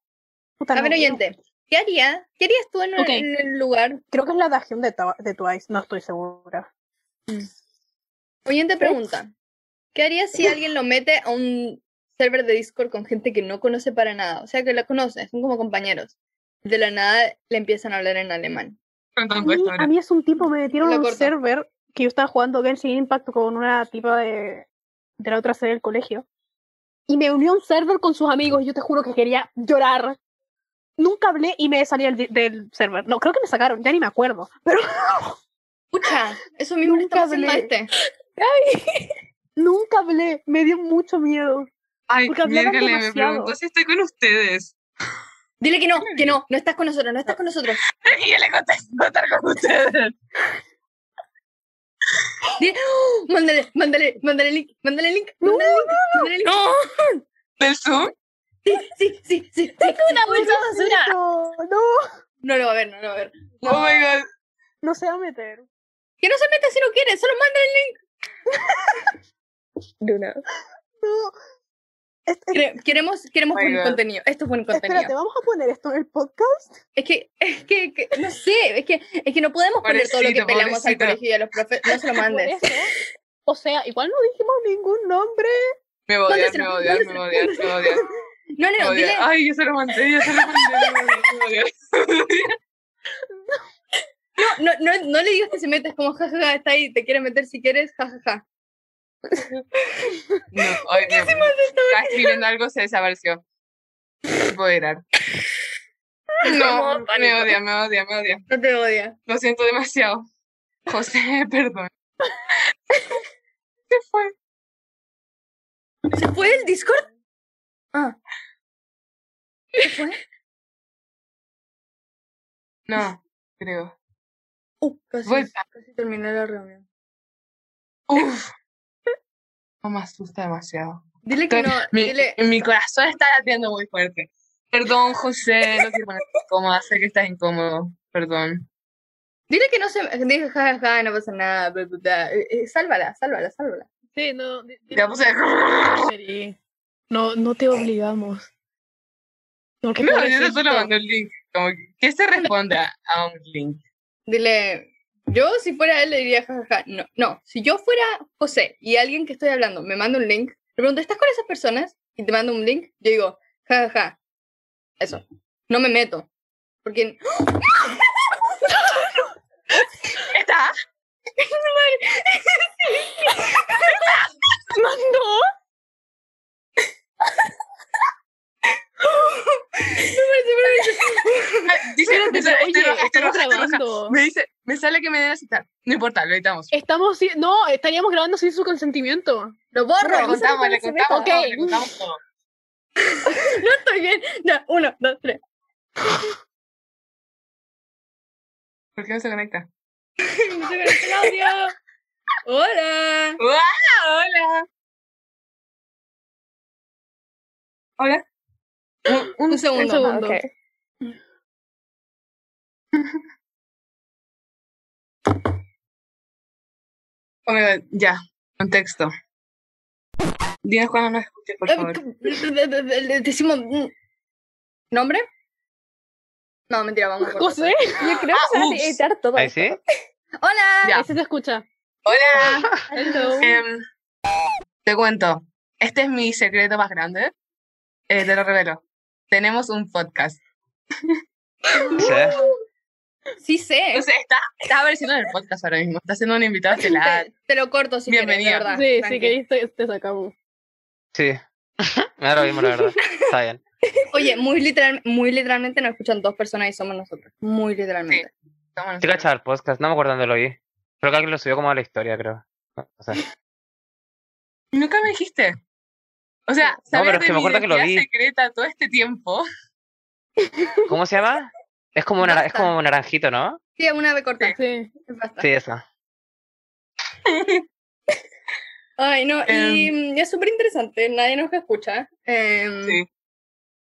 [SPEAKER 3] Puta,
[SPEAKER 1] A
[SPEAKER 3] no,
[SPEAKER 1] ver, oyente. ¿Qué haría? ¿Qué harías tú en,
[SPEAKER 3] Ok.
[SPEAKER 1] en el lugar?
[SPEAKER 3] Creo que es la Dajion de, Twa- de Twice, no estoy segura.
[SPEAKER 1] Oyente pregunta. ¿Qué harías si alguien lo mete a un server de Discord con gente que no conoce para nada? O sea, que la conoce, son como compañeros. De la nada le empiezan a hablar en alemán.
[SPEAKER 3] A
[SPEAKER 2] Cuéntame
[SPEAKER 3] mí,
[SPEAKER 2] esto ahora.
[SPEAKER 3] a mí es un tipo, me metieron
[SPEAKER 1] pues, La
[SPEAKER 3] a un
[SPEAKER 1] corta.
[SPEAKER 3] server que yo estaba jugando Genshin Impact con una tipa de, de la otra sede del colegio. Y me unió a un server con sus amigos y yo te juro que quería llorar. Nunca hablé y me salí del, del server. No, creo que me sacaron, ya ni me acuerdo. Pero
[SPEAKER 1] Pucha, eso mismo le
[SPEAKER 3] Nunca
[SPEAKER 1] estamos haciendo a
[SPEAKER 3] hablé.
[SPEAKER 1] este.
[SPEAKER 3] nunca hablé, me dio mucho miedo.
[SPEAKER 2] Ay,
[SPEAKER 3] porque hablaban
[SPEAKER 2] miércoles, me
[SPEAKER 3] demasiado.
[SPEAKER 2] preguntó si estoy con ustedes.
[SPEAKER 1] Dile que no, que no, no estás con nosotros, no estás con nosotros.
[SPEAKER 2] Y yo le contesto no estar con ustedes.
[SPEAKER 1] Dile- ¡Oh! Mándale, mándale, mándale el link, mándale el link, mándale el link, mándale el link.
[SPEAKER 2] No. ¿Del Zoom?
[SPEAKER 1] Sí, sí, sí, sí. Tengo una bolsa de basura.
[SPEAKER 3] No, no,
[SPEAKER 1] No lo va a ver, no lo va a ver.
[SPEAKER 2] Oh my god.
[SPEAKER 3] no se va a meter.
[SPEAKER 1] Que no se meta si no quiere, solo manda el link.
[SPEAKER 5] Luna.
[SPEAKER 3] No.
[SPEAKER 7] Es- es-
[SPEAKER 1] Quere- Queremos, queremos
[SPEAKER 4] Oh my
[SPEAKER 1] buen
[SPEAKER 4] God.
[SPEAKER 1] contenido. Esto es buen contenido.
[SPEAKER 7] espérate, ¿vamos a poner esto en el podcast?
[SPEAKER 1] Es que, es que, que- no sé, es que, es que no podemos poner todo lo que
[SPEAKER 2] Pobrecito,
[SPEAKER 1] peleamos al
[SPEAKER 2] pobrecito.
[SPEAKER 1] colegio y a los profes. No se lo
[SPEAKER 3] Por
[SPEAKER 1] mandes.
[SPEAKER 3] eso, o sea, igual no
[SPEAKER 7] Dijimos ningún nombre.
[SPEAKER 4] Me voy a odiar,
[SPEAKER 1] Mándaselo,
[SPEAKER 4] me voy a odiar, me voy a odiar, me voy a odiar.
[SPEAKER 1] No, no,
[SPEAKER 4] Oh,
[SPEAKER 1] no,
[SPEAKER 4] Dios.
[SPEAKER 1] dile,
[SPEAKER 2] Ay, yo se lo mandé, yo se lo mandé. me voy a odiar.
[SPEAKER 1] no, no, no le digas que se metes como jajaja, está ahí, te quiere meter si quieres, jajaja.
[SPEAKER 2] No, ay, no. Estaba escribiendo algo, se desapareció. No puedo llorar. No, me odia, me odia, me odia.
[SPEAKER 1] No te odia.
[SPEAKER 2] Lo siento demasiado. José, perdón. Se fue.
[SPEAKER 1] ¿Se fue el Discord? Ah. ¿Se fue?
[SPEAKER 2] No, creo.
[SPEAKER 1] Uh, casi,
[SPEAKER 2] Vuelta.
[SPEAKER 1] casi terminé la reunión.
[SPEAKER 2] Uf. No me asusta demasiado.
[SPEAKER 1] Dile que no,
[SPEAKER 2] Mi,
[SPEAKER 1] dile,
[SPEAKER 2] mi corazón está latiendo muy fuerte. Perdón, José, no quiero ponerte incómoda. Sé que estás incómodo. Perdón.
[SPEAKER 1] dile que no se, dije jajaja, no pasa nada, bla, bla, bla". Eh, eh, sálvala, sálvala, sálvala.
[SPEAKER 3] Sí, no. di- di-
[SPEAKER 2] Ya puse.
[SPEAKER 3] Seri, No, no te obligamos. No, que
[SPEAKER 2] No, yo te
[SPEAKER 3] pobrecito.
[SPEAKER 2] solo mando el link. Como, ¿Qué se responde a- a un link?
[SPEAKER 1] Dile, yo si fuera él le diría jajaja. No, no, si yo fuera José y alguien que estoy hablando me manda un link, le pregunto, ¿estás con esas personas? Y te mando un link, yo digo, jajaja. Eso, no me meto. Porque
[SPEAKER 2] ¿Está? Dice,
[SPEAKER 3] Espérate,
[SPEAKER 2] dice,
[SPEAKER 3] pero,
[SPEAKER 2] "Estoy
[SPEAKER 3] oye,
[SPEAKER 2] roja, estoy
[SPEAKER 3] estamos
[SPEAKER 2] roja, estoy roja".
[SPEAKER 3] grabando.
[SPEAKER 2] Me dice, me sale que me den a citar. No importa, lo editamos.
[SPEAKER 3] Estamos, si- no, estaríamos grabando sin su consentimiento.
[SPEAKER 1] lo borro.
[SPEAKER 2] Le contamos, le contamos
[SPEAKER 3] meta.
[SPEAKER 2] todo,
[SPEAKER 3] Ok.
[SPEAKER 2] le contamos todo.
[SPEAKER 1] Estoy bien. Ya, uno, dos, tres.
[SPEAKER 2] ¿Por qué no se conecta?
[SPEAKER 1] No se conecta el audio. Hola.
[SPEAKER 2] ¡Guau! hola. Hola. Un- un-
[SPEAKER 1] Un segundo.
[SPEAKER 3] segundo.
[SPEAKER 5] Ah, ok.
[SPEAKER 2] oh my God, ya, contexto. Dinos cuando nos escuches,
[SPEAKER 1] Eh,
[SPEAKER 2] por favor.
[SPEAKER 1] Decimos mm, nombre. No, mentira, vamos. por
[SPEAKER 3] José,
[SPEAKER 5] Yo creo
[SPEAKER 1] Ah,
[SPEAKER 5] que se van a
[SPEAKER 2] ups.
[SPEAKER 5] editar todo.
[SPEAKER 8] ¿Ahí
[SPEAKER 5] esto.
[SPEAKER 8] sí?
[SPEAKER 1] otro. Hola.
[SPEAKER 2] Ya.
[SPEAKER 3] ese te escucha. Ah,
[SPEAKER 2] Hola.
[SPEAKER 3] Hello.
[SPEAKER 2] Em, te cuento. Este es mi secreto más grande. Eh, te lo revelo. Tenemos un podcast.
[SPEAKER 8] ¿Sí?
[SPEAKER 1] Sí sé.
[SPEAKER 2] Entonces está, está apareciendo en el podcast ahora mismo. Está siendo un invitado estelar.
[SPEAKER 1] Te, te lo corto si
[SPEAKER 2] Bienvenida.
[SPEAKER 1] quieres, de verdad.
[SPEAKER 3] Sí, sí,
[SPEAKER 1] tranqui.
[SPEAKER 3] que ahí te, te sacamos.
[SPEAKER 8] Sí. Me da lo mismo, la verdad. Está bien.
[SPEAKER 1] Oye, muy, literal, muy literalmente nos escuchan dos personas y somos nosotros. Muy literalmente.
[SPEAKER 2] Estamos en-
[SPEAKER 8] Yo cachaba el podcast, no me acuerdo dónde lo vi. Creo que alguien lo subió como a la historia, creo. O sea,
[SPEAKER 2] Y Nunca me dijiste. O sea,
[SPEAKER 8] pero
[SPEAKER 2] sabías
[SPEAKER 8] es que
[SPEAKER 2] de
[SPEAKER 8] me
[SPEAKER 2] mi
[SPEAKER 8] acuerdo que lo
[SPEAKER 2] identidad
[SPEAKER 8] vi.
[SPEAKER 2] secreta todo este tiempo.
[SPEAKER 8] ¿cómo se llama? Es como, una, es
[SPEAKER 1] Basta.
[SPEAKER 8] como un naranjito, ¿no?
[SPEAKER 1] Sí, una vez corta.
[SPEAKER 3] Sí.
[SPEAKER 1] Basta.
[SPEAKER 8] Sí, esa.
[SPEAKER 1] Ay, no, y mm, es súper interesante. Nadie nos escucha. Em,
[SPEAKER 2] Sí.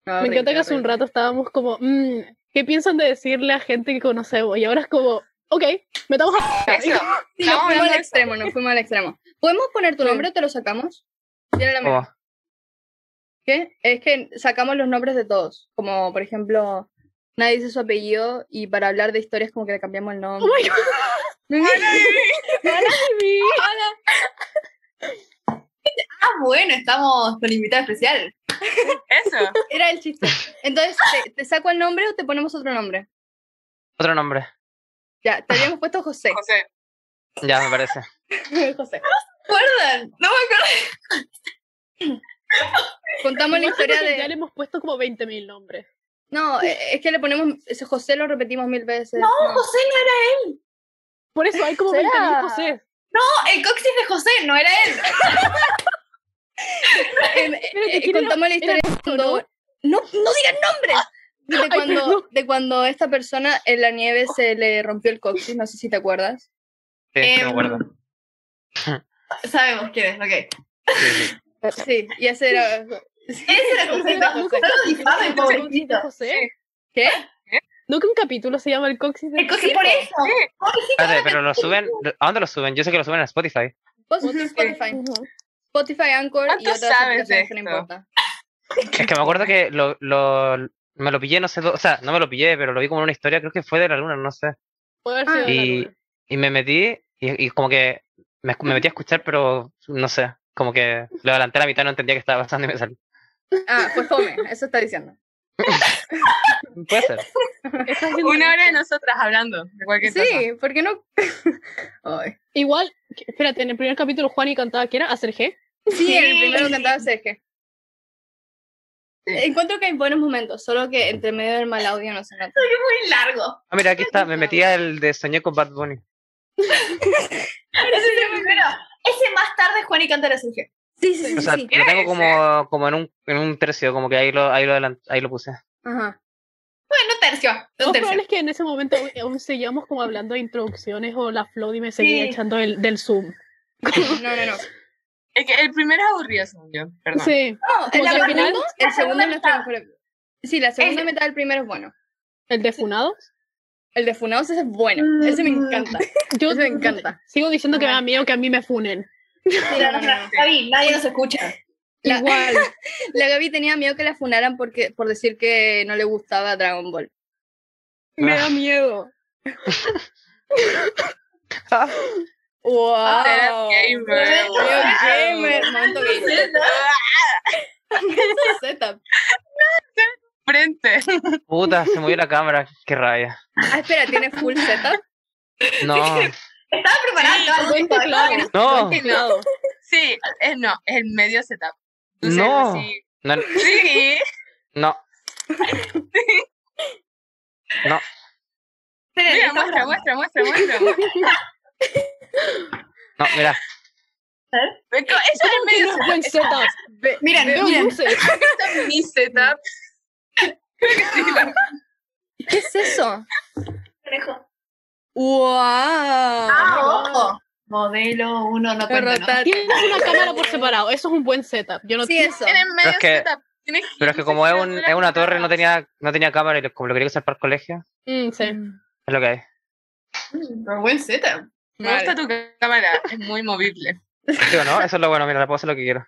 [SPEAKER 1] no,
[SPEAKER 3] Me
[SPEAKER 1] horrible,
[SPEAKER 3] encanta que hace un
[SPEAKER 1] horrible.
[SPEAKER 3] rato estábamos como, mm, ¿qué piensan de decirle a gente que conocemos? Y ahora es como, ok, metamos a...
[SPEAKER 2] Eso.
[SPEAKER 1] Sí, nos
[SPEAKER 2] Estamos
[SPEAKER 1] fuimos
[SPEAKER 2] hablando
[SPEAKER 1] al
[SPEAKER 2] de
[SPEAKER 1] extremo, nos fuimos al extremo. ¿Podemos poner tu nombre o te lo sacamos? Tiene la
[SPEAKER 8] Como,
[SPEAKER 1] ¿Qué? Es que sacamos los nombres de todos. Como, por ejemplo, nadie dice su apellido y para hablar de historias como que le cambiamos el nombre.
[SPEAKER 3] Oh my God.
[SPEAKER 1] ah, bueno, estamos con invitado especial.
[SPEAKER 2] Eso.
[SPEAKER 1] Era el chiste. Entonces, ¿te, te saco el nombre o te ponemos otro nombre?
[SPEAKER 8] otro nombre.
[SPEAKER 1] Ya, te habíamos puesto José.
[SPEAKER 2] José.
[SPEAKER 8] Ya, me parece.
[SPEAKER 1] José. ¿Acuerdan? No me acuerdo. Contamos la
[SPEAKER 3] Igual siento
[SPEAKER 1] historia
[SPEAKER 3] que Ya le
[SPEAKER 1] de...
[SPEAKER 3] hemos puesto como 20.000 nombres.
[SPEAKER 1] No, eh, es que le ponemos... ese José lo repetimos mil veces. No.
[SPEAKER 9] José no era
[SPEAKER 3] Por eso hay como
[SPEAKER 5] ¿Será?
[SPEAKER 3] 20.000 José.
[SPEAKER 9] él. El coxis de José no era él.
[SPEAKER 1] Em,
[SPEAKER 3] Espérate,
[SPEAKER 1] eh,
[SPEAKER 3] ¿quién era-
[SPEAKER 1] contamos la historia de cuando... No, no digan nombres. De
[SPEAKER 3] Ay,
[SPEAKER 1] cuando,
[SPEAKER 3] perdón.
[SPEAKER 1] de cuando esta persona en la nieve se le rompió el coxis, no sé si te acuerdas.
[SPEAKER 8] Sí, sí, me acuerdo.
[SPEAKER 9] Em, Sabemos quién es, ok.
[SPEAKER 8] Sí, sí.
[SPEAKER 1] Sí, y ese era...
[SPEAKER 9] Ese era José.
[SPEAKER 3] Nunca-
[SPEAKER 9] No
[SPEAKER 3] nunca-
[SPEAKER 9] lo difamen,
[SPEAKER 3] nunca-
[SPEAKER 9] pobrecito.
[SPEAKER 3] José.
[SPEAKER 1] ¿Qué?
[SPEAKER 3] ¿No que un capítulo se llama El coxis de
[SPEAKER 9] El coxis por eso.
[SPEAKER 8] Espérate, pero lo suben. ¿A dónde lo suben? Yo sé que lo suben a Spotify.
[SPEAKER 1] Spotify.
[SPEAKER 5] Ujú.
[SPEAKER 1] Spotify, Anchor y
[SPEAKER 2] ¿Cuánto
[SPEAKER 1] otras
[SPEAKER 2] sabes de
[SPEAKER 1] aplicaciones que no
[SPEAKER 2] esto?
[SPEAKER 1] importa.
[SPEAKER 8] Es que me acuerdo que lo, lo, me lo pillé, no sé, dó- o sea, no me lo pillé, pero lo vi como en una historia, creo que fue de la luna, no sé.
[SPEAKER 3] Puede haber sido de la
[SPEAKER 8] Y,
[SPEAKER 3] luna.
[SPEAKER 8] y me metí y, y como que me, escu- me metí a escuchar, pero no sé, como que lo adelanté a la mitad, no entendía qué estaba pasando y me salí.
[SPEAKER 1] Ah, fue fome, eso está diciendo.
[SPEAKER 8] Puede ser.
[SPEAKER 3] Está haciendo
[SPEAKER 2] Una hora de
[SPEAKER 3] mucho.
[SPEAKER 2] nosotras hablando de cualquier cosa.
[SPEAKER 1] Sí, ¿por qué no? Ay.
[SPEAKER 3] Igual, que- espérate, en el primer capítulo Juan y cantaba, ¿qué era? ¿Hacer G?
[SPEAKER 1] Sí, en el primero cantaba Sergio. Encuentro que hay buenos momentos, solo que entre medio del mal audio no se nota.
[SPEAKER 9] Muy largo.
[SPEAKER 8] Ah, mira, aquí está, me metí al de Soñé con Bad Bunny.
[SPEAKER 9] Ese es el primero. Ese más tarde Juan y canta la Sergio.
[SPEAKER 1] Sí, sí, sí.
[SPEAKER 8] O sea,
[SPEAKER 1] sí.
[SPEAKER 8] lo tengo como, como en, un, en un tercio, como que ahí lo, ahí lo, adelan- ahí lo puse.
[SPEAKER 1] Ajá.
[SPEAKER 9] Bueno, tercio.
[SPEAKER 3] Lo
[SPEAKER 9] Un
[SPEAKER 3] probable
[SPEAKER 9] tercio.
[SPEAKER 3] es que en ese momento aún- aún seguíamos como hablando de introducciones o la Flody me seguía
[SPEAKER 9] Sí.
[SPEAKER 3] echando del, del Zoom.
[SPEAKER 1] No, no, no.
[SPEAKER 2] Es que el primero es aburrido, según yo. Perdón.
[SPEAKER 3] Sí.
[SPEAKER 1] No,
[SPEAKER 3] que
[SPEAKER 1] el,
[SPEAKER 3] al
[SPEAKER 1] segundo- el
[SPEAKER 3] final-
[SPEAKER 9] la
[SPEAKER 1] segundo
[SPEAKER 9] segunda
[SPEAKER 1] es nuestro mejor. Sí, la segunda
[SPEAKER 9] Ese.
[SPEAKER 1] mitad del primero es bueno.
[SPEAKER 3] ¿El de Funados?
[SPEAKER 1] El de Funados ese es bueno. Ese me encanta.
[SPEAKER 3] Yo
[SPEAKER 1] Ese me encanta.
[SPEAKER 3] sigo diciendo que me da miedo que a mí me funen.
[SPEAKER 1] Sí, no, no, no.
[SPEAKER 9] Javi, nadie nos escucha.
[SPEAKER 1] La-
[SPEAKER 3] Igual.
[SPEAKER 1] La Gaby tenía miedo que la funaran porque, por decir que no le gustaba Dragon Ball.
[SPEAKER 3] Me
[SPEAKER 8] Ah,
[SPEAKER 3] da miedo.
[SPEAKER 1] ¡Wow!
[SPEAKER 2] Era gamer.
[SPEAKER 1] Video gamer. Momento gamer. Setup.
[SPEAKER 2] Frente.
[SPEAKER 8] Puta, se movió la cámara, qué rabia.
[SPEAKER 1] Ah, espera, ¿tiene full setup?
[SPEAKER 8] No,
[SPEAKER 9] Estaba preparando.
[SPEAKER 3] Buen teclado.
[SPEAKER 8] no,
[SPEAKER 3] Buen teclado.
[SPEAKER 2] Sí, es, no, es el medio setup. Entonces,
[SPEAKER 8] No.
[SPEAKER 2] así-
[SPEAKER 8] no,
[SPEAKER 2] Sí.
[SPEAKER 8] no.
[SPEAKER 2] Mira, muestra, muestra, muestra, muestra, muestra.
[SPEAKER 8] No, mira,
[SPEAKER 2] Es co- Eso es el medio
[SPEAKER 3] Tiene un buen
[SPEAKER 2] setup.
[SPEAKER 3] setup.
[SPEAKER 9] Miren,
[SPEAKER 3] Veo
[SPEAKER 9] miren.
[SPEAKER 3] luces.
[SPEAKER 2] Eso es mi setup. Creo que sí, la-
[SPEAKER 1] ¿Qué es eso?
[SPEAKER 9] Conejo.
[SPEAKER 1] ¡Wow!
[SPEAKER 9] Ah, ojo. Modelo 1, no cuenta, ¿no?
[SPEAKER 1] Rotate.
[SPEAKER 3] Tiene una cámara por separado. Eso es un buen setup. Yo no
[SPEAKER 1] Sí, eso.
[SPEAKER 2] En el medio
[SPEAKER 8] es que-
[SPEAKER 2] setup. Tienes
[SPEAKER 8] pero es que como es, un- es una torre, no tenía, no tenía cámara y lo- como lo quería usar para el colegio,
[SPEAKER 3] Mm, sí.
[SPEAKER 8] es lo que hay.
[SPEAKER 9] Pero buen setup.
[SPEAKER 2] Me gusta tu cámara, es muy movible.
[SPEAKER 8] ¿Sí o no? Eso es lo bueno, mira, la puedo hacer lo que quiero.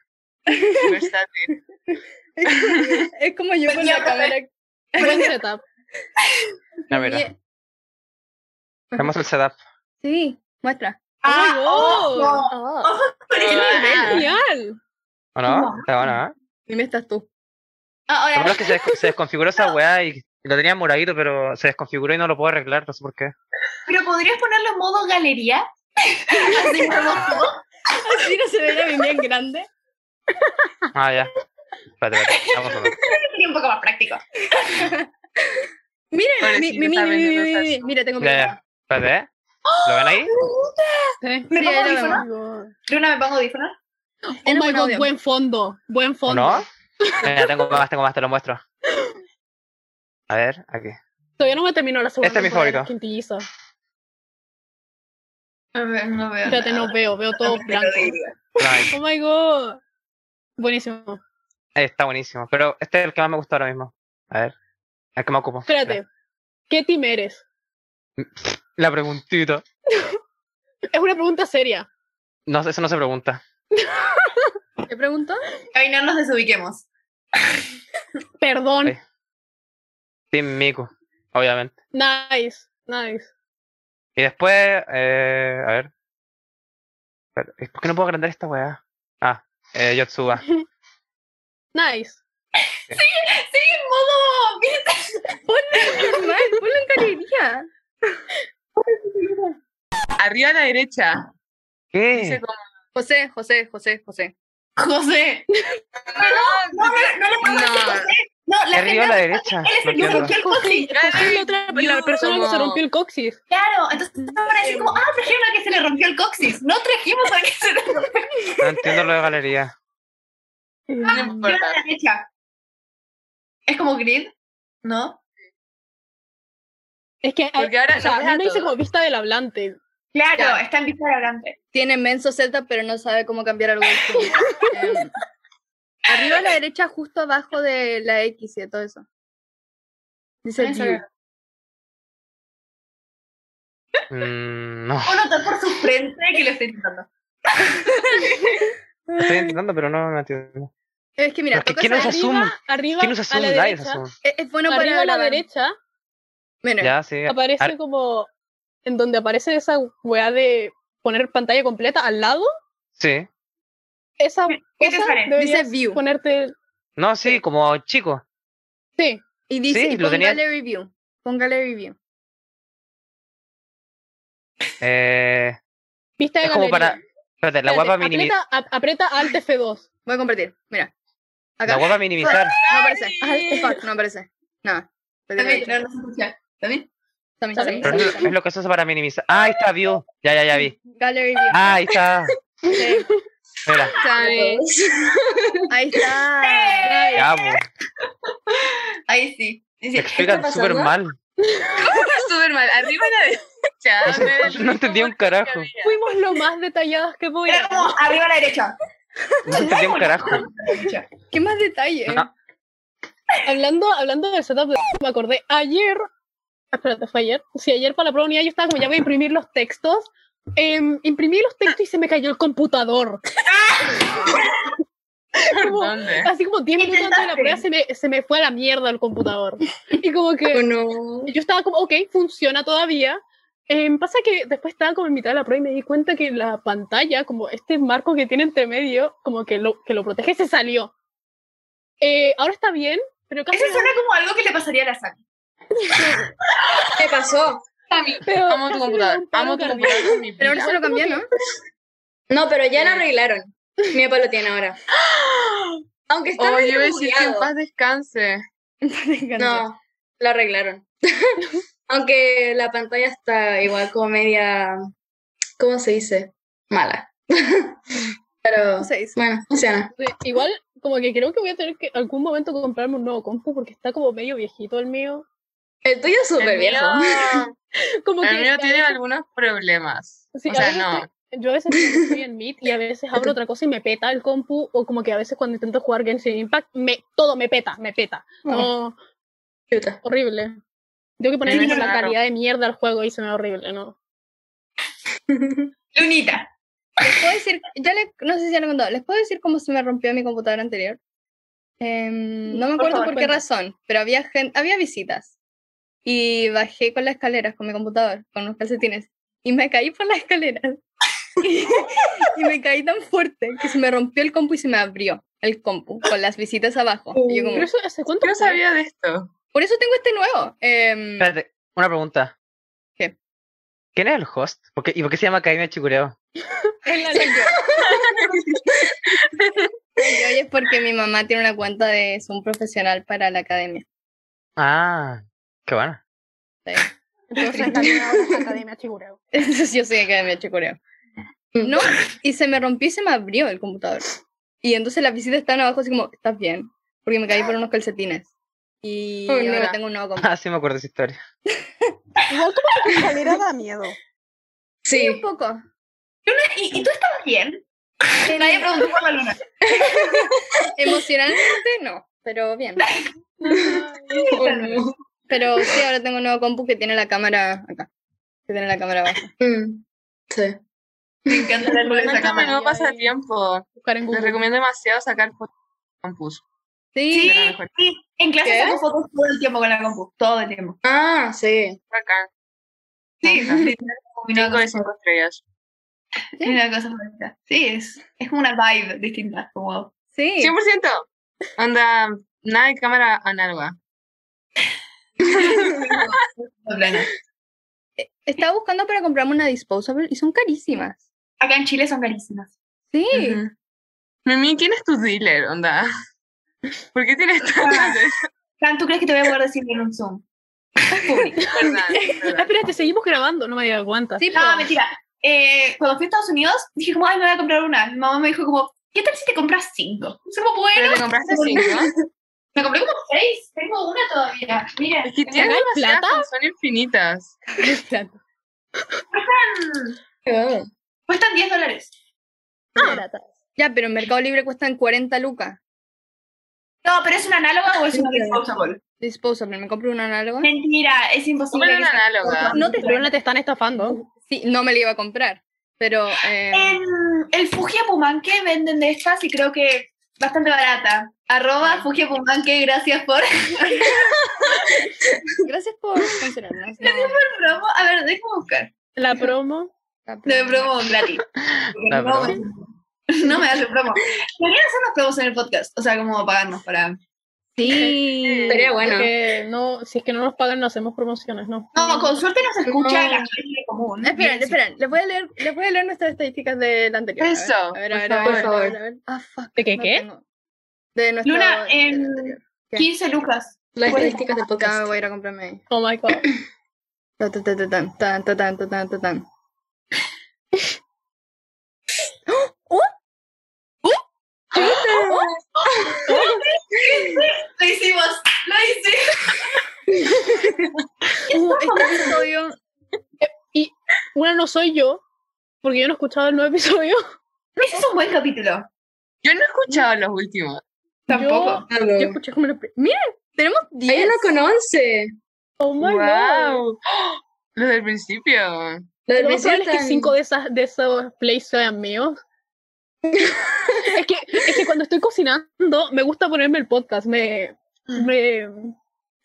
[SPEAKER 2] versátil.
[SPEAKER 1] Es como yo con la cámara.
[SPEAKER 3] Buen setup.
[SPEAKER 8] No, mira, tenemos el setup.
[SPEAKER 1] Sí, muestra.
[SPEAKER 9] Ah,
[SPEAKER 3] ¡Oh, my God!
[SPEAKER 9] ojo.
[SPEAKER 5] Oh,
[SPEAKER 3] ¡Genial!
[SPEAKER 8] ¿O no? Está bueno, ¿eh?
[SPEAKER 1] Y me estás tú.
[SPEAKER 8] Lo malo
[SPEAKER 9] Ahora,
[SPEAKER 8] es que se, des- se desconfiguró esa weá y lo tenía moradito, pero se desconfiguró y no lo puedo arreglar, no sé por qué.
[SPEAKER 9] ¿pero podrías ponerlo en modo galería? Así como todo.
[SPEAKER 1] Así no se ve la bien grande.
[SPEAKER 8] Ah, ya. Espérate, espérate, vamos a ver.
[SPEAKER 9] Sería un poco más práctico.
[SPEAKER 1] Mira, mi,
[SPEAKER 2] Pobrecito,
[SPEAKER 1] mi, mi,
[SPEAKER 2] está
[SPEAKER 1] mi, mi,
[SPEAKER 2] vendiendo
[SPEAKER 1] mi, mi,
[SPEAKER 2] salsa.
[SPEAKER 1] mira, tengo mi
[SPEAKER 8] Ya, ya. Espérate, ¿eh? ¿Lo ven ahí?
[SPEAKER 3] Sí.
[SPEAKER 9] ¿Me
[SPEAKER 1] Sí,
[SPEAKER 9] pongo
[SPEAKER 1] ahí lo
[SPEAKER 9] audífonos? Luna, ¿me pongo audífonos?
[SPEAKER 3] Oh
[SPEAKER 1] Tenemos
[SPEAKER 3] my
[SPEAKER 1] un
[SPEAKER 3] god,
[SPEAKER 1] audio.
[SPEAKER 3] buen fondo. Buen
[SPEAKER 8] ¿O
[SPEAKER 3] fondo.
[SPEAKER 8] no? Mira, tengo más, tengo más, te lo muestro. A ver, aquí.
[SPEAKER 3] Todavía no me terminó la segunda.
[SPEAKER 8] Este es mi
[SPEAKER 3] temporada de
[SPEAKER 8] favorito.
[SPEAKER 3] Las Quintillizas.
[SPEAKER 9] A ver, no veo.
[SPEAKER 3] Espérate, no veo. Veo todo blanco.
[SPEAKER 8] No, ahí.
[SPEAKER 3] Oh my god. Buenísimo.
[SPEAKER 8] Eh, Está buenísimo, pero este es el que más me gusta ahora mismo. A ver, el que me ocupo.
[SPEAKER 3] Espérate. ¿Qué team eres?
[SPEAKER 8] La preguntita.
[SPEAKER 3] Es una pregunta seria.
[SPEAKER 8] No, eso no se pregunta.
[SPEAKER 1] ¿Te pregunto?
[SPEAKER 9] Ay, no nos desubiquemos.
[SPEAKER 3] Perdón.
[SPEAKER 8] Ay. Team Miku, obviamente.
[SPEAKER 3] Nice. Nice.
[SPEAKER 8] Y después, eh, a ver. Espera, ¿Por qué no puedo agrandar esta weá? Ah, eh, Yotsuba.
[SPEAKER 3] Nice.
[SPEAKER 9] Sí, en modo.
[SPEAKER 1] Mal, ponlo en galería.
[SPEAKER 2] Arriba a la derecha. Dice
[SPEAKER 8] ¿Qué?
[SPEAKER 2] como,
[SPEAKER 1] José, José, José, José.
[SPEAKER 9] José. No, no, no, no le pongo
[SPEAKER 1] No.
[SPEAKER 9] así, José. No, la
[SPEAKER 8] ¿Qué arriba a la
[SPEAKER 9] gente.
[SPEAKER 8] derecha?
[SPEAKER 9] Él es
[SPEAKER 8] No
[SPEAKER 9] el que se
[SPEAKER 8] entiendo.
[SPEAKER 9] rompió el coxis.
[SPEAKER 3] José es la, otra, la
[SPEAKER 2] Yo
[SPEAKER 3] persona que se
[SPEAKER 2] como-
[SPEAKER 3] rompió el coxis.
[SPEAKER 9] Claro, entonces van a decir como, ah, trajeron a que se le rompió el coxis. No trajimos a que se le rompió
[SPEAKER 8] No entiendo lo de galería.
[SPEAKER 2] Ah, no
[SPEAKER 9] Yo
[SPEAKER 2] importa.
[SPEAKER 9] a la derecha. Es como grid, ¿no?
[SPEAKER 3] Es que hay,
[SPEAKER 2] Porque ahora
[SPEAKER 3] o sea,
[SPEAKER 2] no ves a
[SPEAKER 3] a mí me dice
[SPEAKER 2] todos.
[SPEAKER 3] como vista del hablante.
[SPEAKER 9] Claro,
[SPEAKER 1] Ya.
[SPEAKER 9] está en vista del hablante.
[SPEAKER 1] Tiene menso Z, pero no sabe cómo cambiar algo. Em, arriba a la derecha, justo abajo de la X y de todo eso. Dice
[SPEAKER 9] Eso
[SPEAKER 1] view.
[SPEAKER 9] era.
[SPEAKER 8] Mm, no,
[SPEAKER 9] O notar por su frente que lo estoy intentando.
[SPEAKER 8] estoy intentando, pero no, no entiendo.
[SPEAKER 1] Es que mira,
[SPEAKER 8] Pero es que
[SPEAKER 1] tocas
[SPEAKER 8] ¿quién usa
[SPEAKER 1] ahí-
[SPEAKER 8] Zoom?
[SPEAKER 3] Arriba, arriba
[SPEAKER 8] ¿Quién usa
[SPEAKER 3] a
[SPEAKER 8] Zoom?
[SPEAKER 3] la
[SPEAKER 8] Nadie usa
[SPEAKER 3] derecha,
[SPEAKER 8] Zoom.
[SPEAKER 1] es, es bueno
[SPEAKER 3] arriba
[SPEAKER 1] para
[SPEAKER 3] a la
[SPEAKER 1] grabar.
[SPEAKER 3] derecha
[SPEAKER 1] Mira,
[SPEAKER 8] Ya, sí.
[SPEAKER 3] aparece
[SPEAKER 8] Ar-
[SPEAKER 3] como en donde aparece esa weá de poner pantalla completa al lado.
[SPEAKER 8] Sí.
[SPEAKER 3] Esa
[SPEAKER 9] ¿Qué te
[SPEAKER 3] cosa
[SPEAKER 9] sale? Dice
[SPEAKER 3] deberías
[SPEAKER 1] view.
[SPEAKER 3] ponerte.
[SPEAKER 8] No, sí, como chico.
[SPEAKER 3] Sí,
[SPEAKER 1] y dice,
[SPEAKER 8] Sí,
[SPEAKER 1] y
[SPEAKER 8] lo tenía-
[SPEAKER 1] póngale review. Póngale review.
[SPEAKER 8] Eh,
[SPEAKER 3] vista de
[SPEAKER 8] es como para.
[SPEAKER 3] galería.
[SPEAKER 8] Espérate, la
[SPEAKER 3] Espérate,
[SPEAKER 8] guapa minimizar.
[SPEAKER 3] aprieta, ap- aprieta Alt F2.
[SPEAKER 1] Voy a compartir, mira. Acá.
[SPEAKER 8] La guapa minimizar.
[SPEAKER 1] No aparece. Fuck, no aparece. Nada.
[SPEAKER 9] También, no, no se escucha. ¿También?
[SPEAKER 1] También,
[SPEAKER 5] También.
[SPEAKER 8] Pero es, lo- es lo que se usa para minimizar. Ah, ahí está view. Ya, ya, ya vi.
[SPEAKER 1] Gallery view.
[SPEAKER 8] Ah, ahí está.
[SPEAKER 1] Sí.
[SPEAKER 8] Mira,
[SPEAKER 2] Sammy.
[SPEAKER 1] Ahí está.
[SPEAKER 8] ya, po.
[SPEAKER 9] Ahí sí. Dice,
[SPEAKER 8] Te explican
[SPEAKER 9] "Está
[SPEAKER 8] súper
[SPEAKER 9] pasando".
[SPEAKER 8] mal.
[SPEAKER 2] Súper mal. Arriba a la derecha.
[SPEAKER 8] No sé,
[SPEAKER 2] donde el
[SPEAKER 8] Ah, no entendí un
[SPEAKER 2] único
[SPEAKER 8] carajo.
[SPEAKER 2] que había.
[SPEAKER 3] Fuimos lo más detalladas que
[SPEAKER 9] Era
[SPEAKER 3] podíamos.
[SPEAKER 9] como arriba a la derecha.
[SPEAKER 8] No entendí un carajo.
[SPEAKER 1] ¿Qué más detalle?
[SPEAKER 8] No.
[SPEAKER 3] hablando, hablando del setup, de, me acordé ayer. ah, Espérate, fue ayer. Sí, ayer para la prueba de unidad yo estaba como ya voy a imprimir los textos. Em, imprimí los textos y se me cayó el computador. Como-
[SPEAKER 2] ¿Dónde?
[SPEAKER 3] Así como 10 minutos antes de la
[SPEAKER 9] Intentaste.
[SPEAKER 3] prueba se me, se me fue a la mierda el computador. Y como que
[SPEAKER 1] Oh, no.
[SPEAKER 3] yo estaba como, ok, funciona todavía. Em, pasa que después estaba como en mitad de la prueba y me di cuenta que la pantalla, como este marco que tiene entre medio, como que lo, que lo protege, se salió. Eh, ahora está bien, pero casi...
[SPEAKER 9] Eso
[SPEAKER 3] no-
[SPEAKER 9] suena como algo que le pasaría a la Sami.
[SPEAKER 2] ¿Qué pasó? Sammy,
[SPEAKER 3] pero
[SPEAKER 2] amo
[SPEAKER 3] casi
[SPEAKER 2] tu
[SPEAKER 3] me da
[SPEAKER 2] computador.
[SPEAKER 3] un paro
[SPEAKER 2] Amo tu
[SPEAKER 3] cardíaco.
[SPEAKER 2] computador con mi
[SPEAKER 1] Pero
[SPEAKER 2] vida.
[SPEAKER 1] ahora se lo cambié, ¿no?
[SPEAKER 10] No, pero ya lo arreglaron. Mi papá lo tiene ahora. Aunque está
[SPEAKER 2] Oye, yo
[SPEAKER 10] medio
[SPEAKER 2] voy a decir que en
[SPEAKER 10] bugueado.
[SPEAKER 2] paz descanse.
[SPEAKER 10] No, lo arreglaron. Aunque la pantalla está igual como media, ¿cómo se dice? Mala. Pero
[SPEAKER 1] ¿Cómo se dice?
[SPEAKER 10] bueno, funciona.
[SPEAKER 3] Sí, igual, como que creo que voy a tener que algún momento comprarme un nuevo compu porque está como medio viejito el mío.
[SPEAKER 10] El tuyo es súper
[SPEAKER 2] El mío,
[SPEAKER 10] viejo.
[SPEAKER 3] Como que
[SPEAKER 2] el mío
[SPEAKER 3] a
[SPEAKER 2] tiene
[SPEAKER 3] veces-
[SPEAKER 2] algunos problemas.
[SPEAKER 3] sí,
[SPEAKER 2] o
[SPEAKER 3] a
[SPEAKER 2] sea,
[SPEAKER 3] veces
[SPEAKER 2] no.
[SPEAKER 3] estoy- yo a veces estoy en Meet y a veces abro otra cosa y me peta el compu o como que a veces cuando intento jugar Genshin Impact, me, todo me peta, me peta.
[SPEAKER 7] Oh.
[SPEAKER 3] No,
[SPEAKER 10] Chuta.
[SPEAKER 3] horrible. Tengo que ponerle
[SPEAKER 2] Sí,
[SPEAKER 3] como la
[SPEAKER 2] claro.
[SPEAKER 3] calidad de mierda al juego y se me ve horrible, ¿no?
[SPEAKER 9] Lunita.
[SPEAKER 1] Les puedo decir, ya le, no sé si ya lo he contado, les puedo decir cómo se me rompió mi computadora anterior. Em, no me
[SPEAKER 3] Por
[SPEAKER 1] acuerdo por,
[SPEAKER 3] favor,
[SPEAKER 1] qué
[SPEAKER 3] cuenta.
[SPEAKER 1] razón, pero había gen- había visitas. Y bajé con las escaleras, con mi computador, con los calcetines. Y me caí por las escaleras. y, y me caí tan fuerte que se me rompió el compu y se me abrió el compu con las visitas abajo. Y yo como,
[SPEAKER 3] Pero eso hace cuánto
[SPEAKER 2] Yo no
[SPEAKER 3] fue?
[SPEAKER 2] sabía de esto.
[SPEAKER 1] por eso tengo este nuevo. Em,
[SPEAKER 8] Espérate, una pregunta.
[SPEAKER 1] ¿Qué?
[SPEAKER 8] ¿Quién es el host? ¿Por qué- ¿Y por qué se llama Academia Chicureo?
[SPEAKER 3] En la noche.
[SPEAKER 1] y hoy es porque mi mamá tiene una cuenta de Zoom profesional para la academia.
[SPEAKER 8] Ah, qué bueno.
[SPEAKER 3] Entonces, academia, ahora, academia Chigureo.
[SPEAKER 1] Entonces yo soy academia chicoreo. No, y se me rompió y se me abrió el computador. Y entonces las visitas estaban abajo así como, ¿estás bien? Porque me caí por unos calcetines. Y
[SPEAKER 2] Oh, no.
[SPEAKER 1] ahora tengo un nuevo computador.
[SPEAKER 8] Ah, sí me acuerdo de esa historia.
[SPEAKER 7] Igual como que tu escalera da miedo.
[SPEAKER 1] Un
[SPEAKER 10] Sí,
[SPEAKER 1] poco.
[SPEAKER 9] ¿Y, y tú estabas bien? Nadie preguntó por la luna.
[SPEAKER 1] Emocionalmente no, pero bien.
[SPEAKER 9] Bueno,
[SPEAKER 1] Pero sí, ahora tengo un nuevo compu que tiene la cámara acá. Que tiene la cámara abajo.
[SPEAKER 10] mm, sí.
[SPEAKER 9] Me encanta el árbol de esa
[SPEAKER 2] Realmente me
[SPEAKER 9] cámara.
[SPEAKER 2] no pasa tiempo.
[SPEAKER 3] Buscar en
[SPEAKER 2] Les
[SPEAKER 3] Google.
[SPEAKER 2] recomiendo demasiado sacar fotos con campus.
[SPEAKER 1] Sí,
[SPEAKER 9] Sí,
[SPEAKER 2] Era mejor.
[SPEAKER 9] sí. En clase
[SPEAKER 1] ¿Qué?
[SPEAKER 9] saco fotos todo el tiempo con la compu. Todo el tiempo.
[SPEAKER 10] Ah, sí.
[SPEAKER 2] Acá.
[SPEAKER 9] Sí,
[SPEAKER 2] Ajá.
[SPEAKER 9] literal, como
[SPEAKER 2] Cinco
[SPEAKER 9] una
[SPEAKER 2] de
[SPEAKER 9] cosa,
[SPEAKER 2] cinco estrellas.
[SPEAKER 9] es una cosa bonita. Sí, es, es como una vibe distinta. Como...
[SPEAKER 1] sí.
[SPEAKER 2] 100%. Onda, nada de cámara análoga.
[SPEAKER 1] Estaba buscando para comprarme una disposable y son carísimas.
[SPEAKER 9] Acá en Chile son carísimas.
[SPEAKER 1] Sí.
[SPEAKER 2] Ujú. Mimi, ¿quién es tu dealer? Onda. ¿Por qué tienes tantas de
[SPEAKER 9] Fran, ¿tú crees que te voy a poder decir en un Zoom?
[SPEAKER 2] verdad,
[SPEAKER 3] Ah, espérate, seguimos grabando, no me digas cuántas.
[SPEAKER 1] Sí,
[SPEAKER 9] No,
[SPEAKER 1] po.
[SPEAKER 9] mentira. Eh, cuando fui a Estados Unidos, dije como, ay, me voy a comprar una. Mi mamá me dijo como, ¿qué tal si te compras cinco? Y como, bueno,
[SPEAKER 2] Pero te compraste cinco.
[SPEAKER 9] me compré como seis. Tengo una todavía. Mira,
[SPEAKER 2] Es que
[SPEAKER 3] ¿Hay
[SPEAKER 2] tienes demasiadas,
[SPEAKER 3] plata?
[SPEAKER 2] son infinitas.
[SPEAKER 9] cuestan 10 dólares.
[SPEAKER 1] Ah, Ya, pero en Mercado Libre cuestan 40 lucas.
[SPEAKER 9] No, pero es una análoga o es una disposable.
[SPEAKER 1] Disposable, me compro una análoga.
[SPEAKER 9] Mentira, es imposible.
[SPEAKER 2] Compren
[SPEAKER 9] que
[SPEAKER 2] una
[SPEAKER 9] sea-
[SPEAKER 2] análoga.
[SPEAKER 3] No te, pero no te están estafando.
[SPEAKER 1] Sí, no me la iba a comprar. Pero eh,
[SPEAKER 9] En el Fuji Apumanque venden de estas y creo que bastante barata.
[SPEAKER 3] Ah.
[SPEAKER 9] Arroba Fujiapumanque, gracias por...
[SPEAKER 1] Gracias por mencionarnos. No,
[SPEAKER 9] gracias por promo. A ver, déjame buscar.
[SPEAKER 3] La promo.
[SPEAKER 1] ah,
[SPEAKER 9] De promo gratis.
[SPEAKER 8] La
[SPEAKER 9] no,
[SPEAKER 8] promo.
[SPEAKER 9] me- no me hace promo. Deberían hacernos promos en el podcast. O sea, como pagarnos para...
[SPEAKER 1] Sí.
[SPEAKER 10] Sería bueno.
[SPEAKER 3] Porque no, si es eh, que no nos pagan, no hacemos promociones, ¿no?
[SPEAKER 9] No, con suerte nos escucha
[SPEAKER 1] No.
[SPEAKER 9] la gente común. ¿eh?
[SPEAKER 1] Esperen, esperen, les voy a leer, les voy a leer nuestras estadísticas del anterior. a ver,
[SPEAKER 2] Eso,
[SPEAKER 1] A ver, a ver,
[SPEAKER 2] por
[SPEAKER 1] a ver, a
[SPEAKER 10] favor.
[SPEAKER 1] ver, a ver. Ah, fuck.
[SPEAKER 3] ¿De qué
[SPEAKER 1] no
[SPEAKER 3] qué?
[SPEAKER 1] tengo. De nuestro
[SPEAKER 9] Luna,
[SPEAKER 1] del
[SPEAKER 9] em,
[SPEAKER 1] anterior. ¿Qué?
[SPEAKER 9] 15 lucas.
[SPEAKER 10] Las
[SPEAKER 9] Bueno.
[SPEAKER 10] estadísticas del
[SPEAKER 1] Ya me
[SPEAKER 10] podcast.
[SPEAKER 1] voy a ir a comprarme ahí.
[SPEAKER 3] Oh my god.
[SPEAKER 1] Ta, ta, ta, ta, tan, tan, ta, tan, ta, tan, ta, tan.
[SPEAKER 9] Lo hicimos, lo hicimos.
[SPEAKER 1] Este episodio
[SPEAKER 3] Una no soy yo, porque yo no he escuchado el nuevo episodio.
[SPEAKER 9] Ese es un buen capítulo.
[SPEAKER 2] Yo no he escuchado los últimos.
[SPEAKER 9] Tampoco.
[SPEAKER 3] Yo, yo escuché como los... pri- ¡Mira!
[SPEAKER 1] tenemos
[SPEAKER 10] Hay
[SPEAKER 1] 10.
[SPEAKER 10] uno con 11.
[SPEAKER 3] ¡Oh my god!
[SPEAKER 2] wow. Los del principio.
[SPEAKER 10] Lo del
[SPEAKER 3] Lo
[SPEAKER 10] principio
[SPEAKER 3] más probable es que
[SPEAKER 10] tan-
[SPEAKER 3] cinco de, esas, de esos plays sean míos. es, que, es que cuando estoy cocinando, me gusta ponerme el podcast. Me. me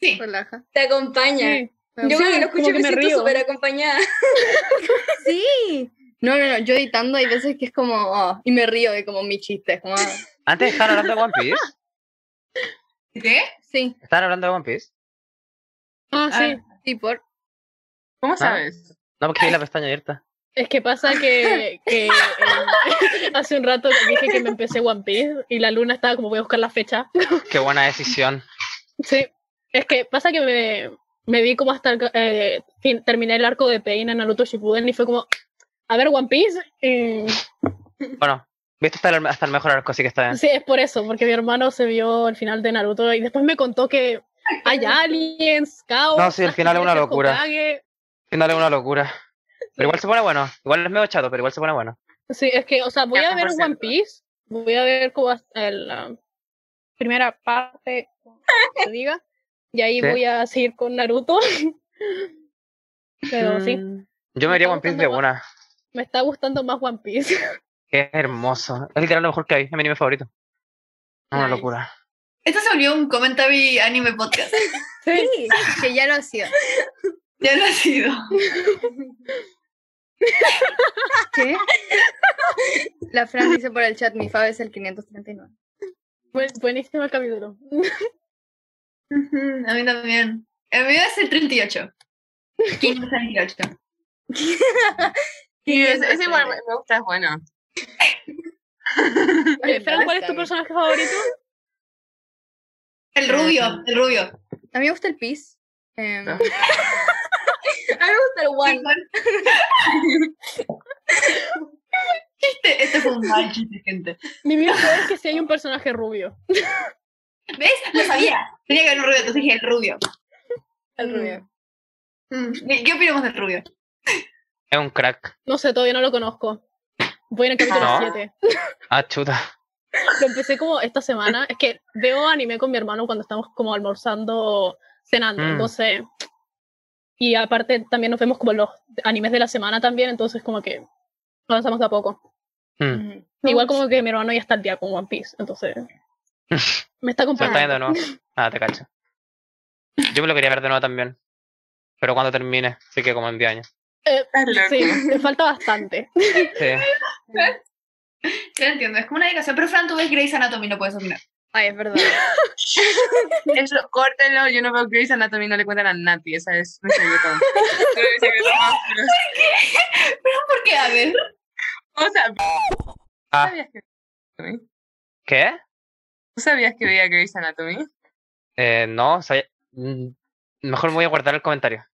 [SPEAKER 9] Sí.
[SPEAKER 1] Relaja.
[SPEAKER 10] te acompaña.
[SPEAKER 3] sí.
[SPEAKER 10] Yo
[SPEAKER 3] Sí,
[SPEAKER 10] cuando lo
[SPEAKER 3] como
[SPEAKER 10] escucho
[SPEAKER 3] que
[SPEAKER 10] me
[SPEAKER 3] me
[SPEAKER 10] siento
[SPEAKER 3] río.
[SPEAKER 10] súper acompañada.
[SPEAKER 1] Sí. No, no, no, yo editando hay veces que es como, oh, y me río de como mis chistes, como, ah,
[SPEAKER 8] Antes estaban hablando de One Piece.
[SPEAKER 9] ¿Qué?
[SPEAKER 1] sí,
[SPEAKER 8] Estaban hablando de One Piece.
[SPEAKER 3] Ah, sí.
[SPEAKER 1] sí, por,
[SPEAKER 8] ¿Ah?
[SPEAKER 2] ¿Cómo sabes?
[SPEAKER 8] No, porque vi la pestaña abierta.
[SPEAKER 3] Es que pasa que, que, eh, hace un rato dije que me empecé One Piece y la luna estaba como voy a buscar la fecha.
[SPEAKER 8] Qué buena decisión.
[SPEAKER 3] Sí, es que pasa que me, me vi como hasta el ca- eh, fin- terminé el arco de Pain en Naruto Shippuden y fue como, a ver One Piece. y-
[SPEAKER 8] Bueno, viste hasta el, hasta el mejor arco, así que está bien.
[SPEAKER 3] sí, es por eso, porque mi hermano se vio el final de Naruto y después me contó que hay aliens, caos.
[SPEAKER 8] No, sí, el final es una
[SPEAKER 3] ángeles,
[SPEAKER 8] locura.
[SPEAKER 3] Hokage.
[SPEAKER 8] Al final es una locura. Pero igual se pone bueno. Igual es medio chato, pero igual se pone bueno.
[SPEAKER 3] Sí, es que, o sea, voy a ver
[SPEAKER 2] 100%.
[SPEAKER 3] One Piece, voy a ver como hasta la ah, primera parte, como se diga, y ahí
[SPEAKER 8] Sí.
[SPEAKER 3] voy a seguir con Naruto. Pero sí,
[SPEAKER 8] Mm, Yo me iría a One Piece de una.
[SPEAKER 3] me está gustando más One Piece.
[SPEAKER 8] Qué hermoso. Es literal lo mejor que hay. Es mi anime favorito. Una
[SPEAKER 3] Nice.
[SPEAKER 8] locura.
[SPEAKER 9] Esto se volvió un commentary anime podcast.
[SPEAKER 1] sí, que ya lo ha sido.
[SPEAKER 9] Ya lo ha sido.
[SPEAKER 1] ¿Qué? La Fran dice por el chat, mi fave es el 539.
[SPEAKER 3] Buen- buenísimo el capítulo.
[SPEAKER 9] Ujú, A mí también. A mí es el 38. 38.
[SPEAKER 2] Sí, ese, ese igual me me gusta, es bueno.
[SPEAKER 3] Eh, Fran, ¿cuál es tu personaje favorito?
[SPEAKER 9] El rubio, el rubio.
[SPEAKER 1] A mí me gusta el pis. Em,
[SPEAKER 2] Ah.
[SPEAKER 10] A mí me gusta el one.
[SPEAKER 9] Este, este fue un mal chiste, gente.
[SPEAKER 3] Mi miedo es que si hay un personaje rubio.
[SPEAKER 9] ¿Ves? Lo sabía. Tenía que haber un rubio, entonces dije el rubio.
[SPEAKER 1] el rubio.
[SPEAKER 9] Mm, ¿Qué opinamos del rubio?
[SPEAKER 8] Es un crack.
[SPEAKER 3] No sé, todavía no lo conozco. Voy en el capítulo
[SPEAKER 8] No.
[SPEAKER 3] 7.
[SPEAKER 8] Ah, chuta.
[SPEAKER 3] Lo empecé como esta semana. Es que veo anime con mi hermano cuando estamos como almorzando, cenando.
[SPEAKER 8] Mm.
[SPEAKER 3] Entonces. Y aparte también nos vemos como los animes de la semana también. Entonces, como que avanzamos de a poco.
[SPEAKER 8] Mm.
[SPEAKER 1] Ujú.
[SPEAKER 3] Igual como que mi hermano ya está al día con One Piece. Entonces. Me está
[SPEAKER 8] Se lo está
[SPEAKER 3] acompañando.
[SPEAKER 8] viendo de nuevo. Ah, te cacho. Yo me lo quería ver de nuevo también. Pero cuando termine, así que como en 10 años.
[SPEAKER 2] Estás loco.
[SPEAKER 3] Sí, le falta bastante.
[SPEAKER 8] Sí.
[SPEAKER 9] Yo lo entiendo, es como una dedicación. Pero Fran, tú ves Grey's Anatomy, no puedes opinar.
[SPEAKER 1] Ay, es verdad.
[SPEAKER 2] Eso, córtelo. Yo no veo Grey's Anatomy, no le cuentan a Nati. Esa es mi secreto. Ese es mi secreto más oscuro.
[SPEAKER 9] ¿Por qué? A ver.
[SPEAKER 2] O sea,
[SPEAKER 8] Ah.
[SPEAKER 2] ¿tú sabías que,
[SPEAKER 8] ¿Qué?
[SPEAKER 2] ¿tú sabías que veía Grey's Anatomy?
[SPEAKER 8] Eh, no, o sea, mm, mejor me voy a guardar el comentario.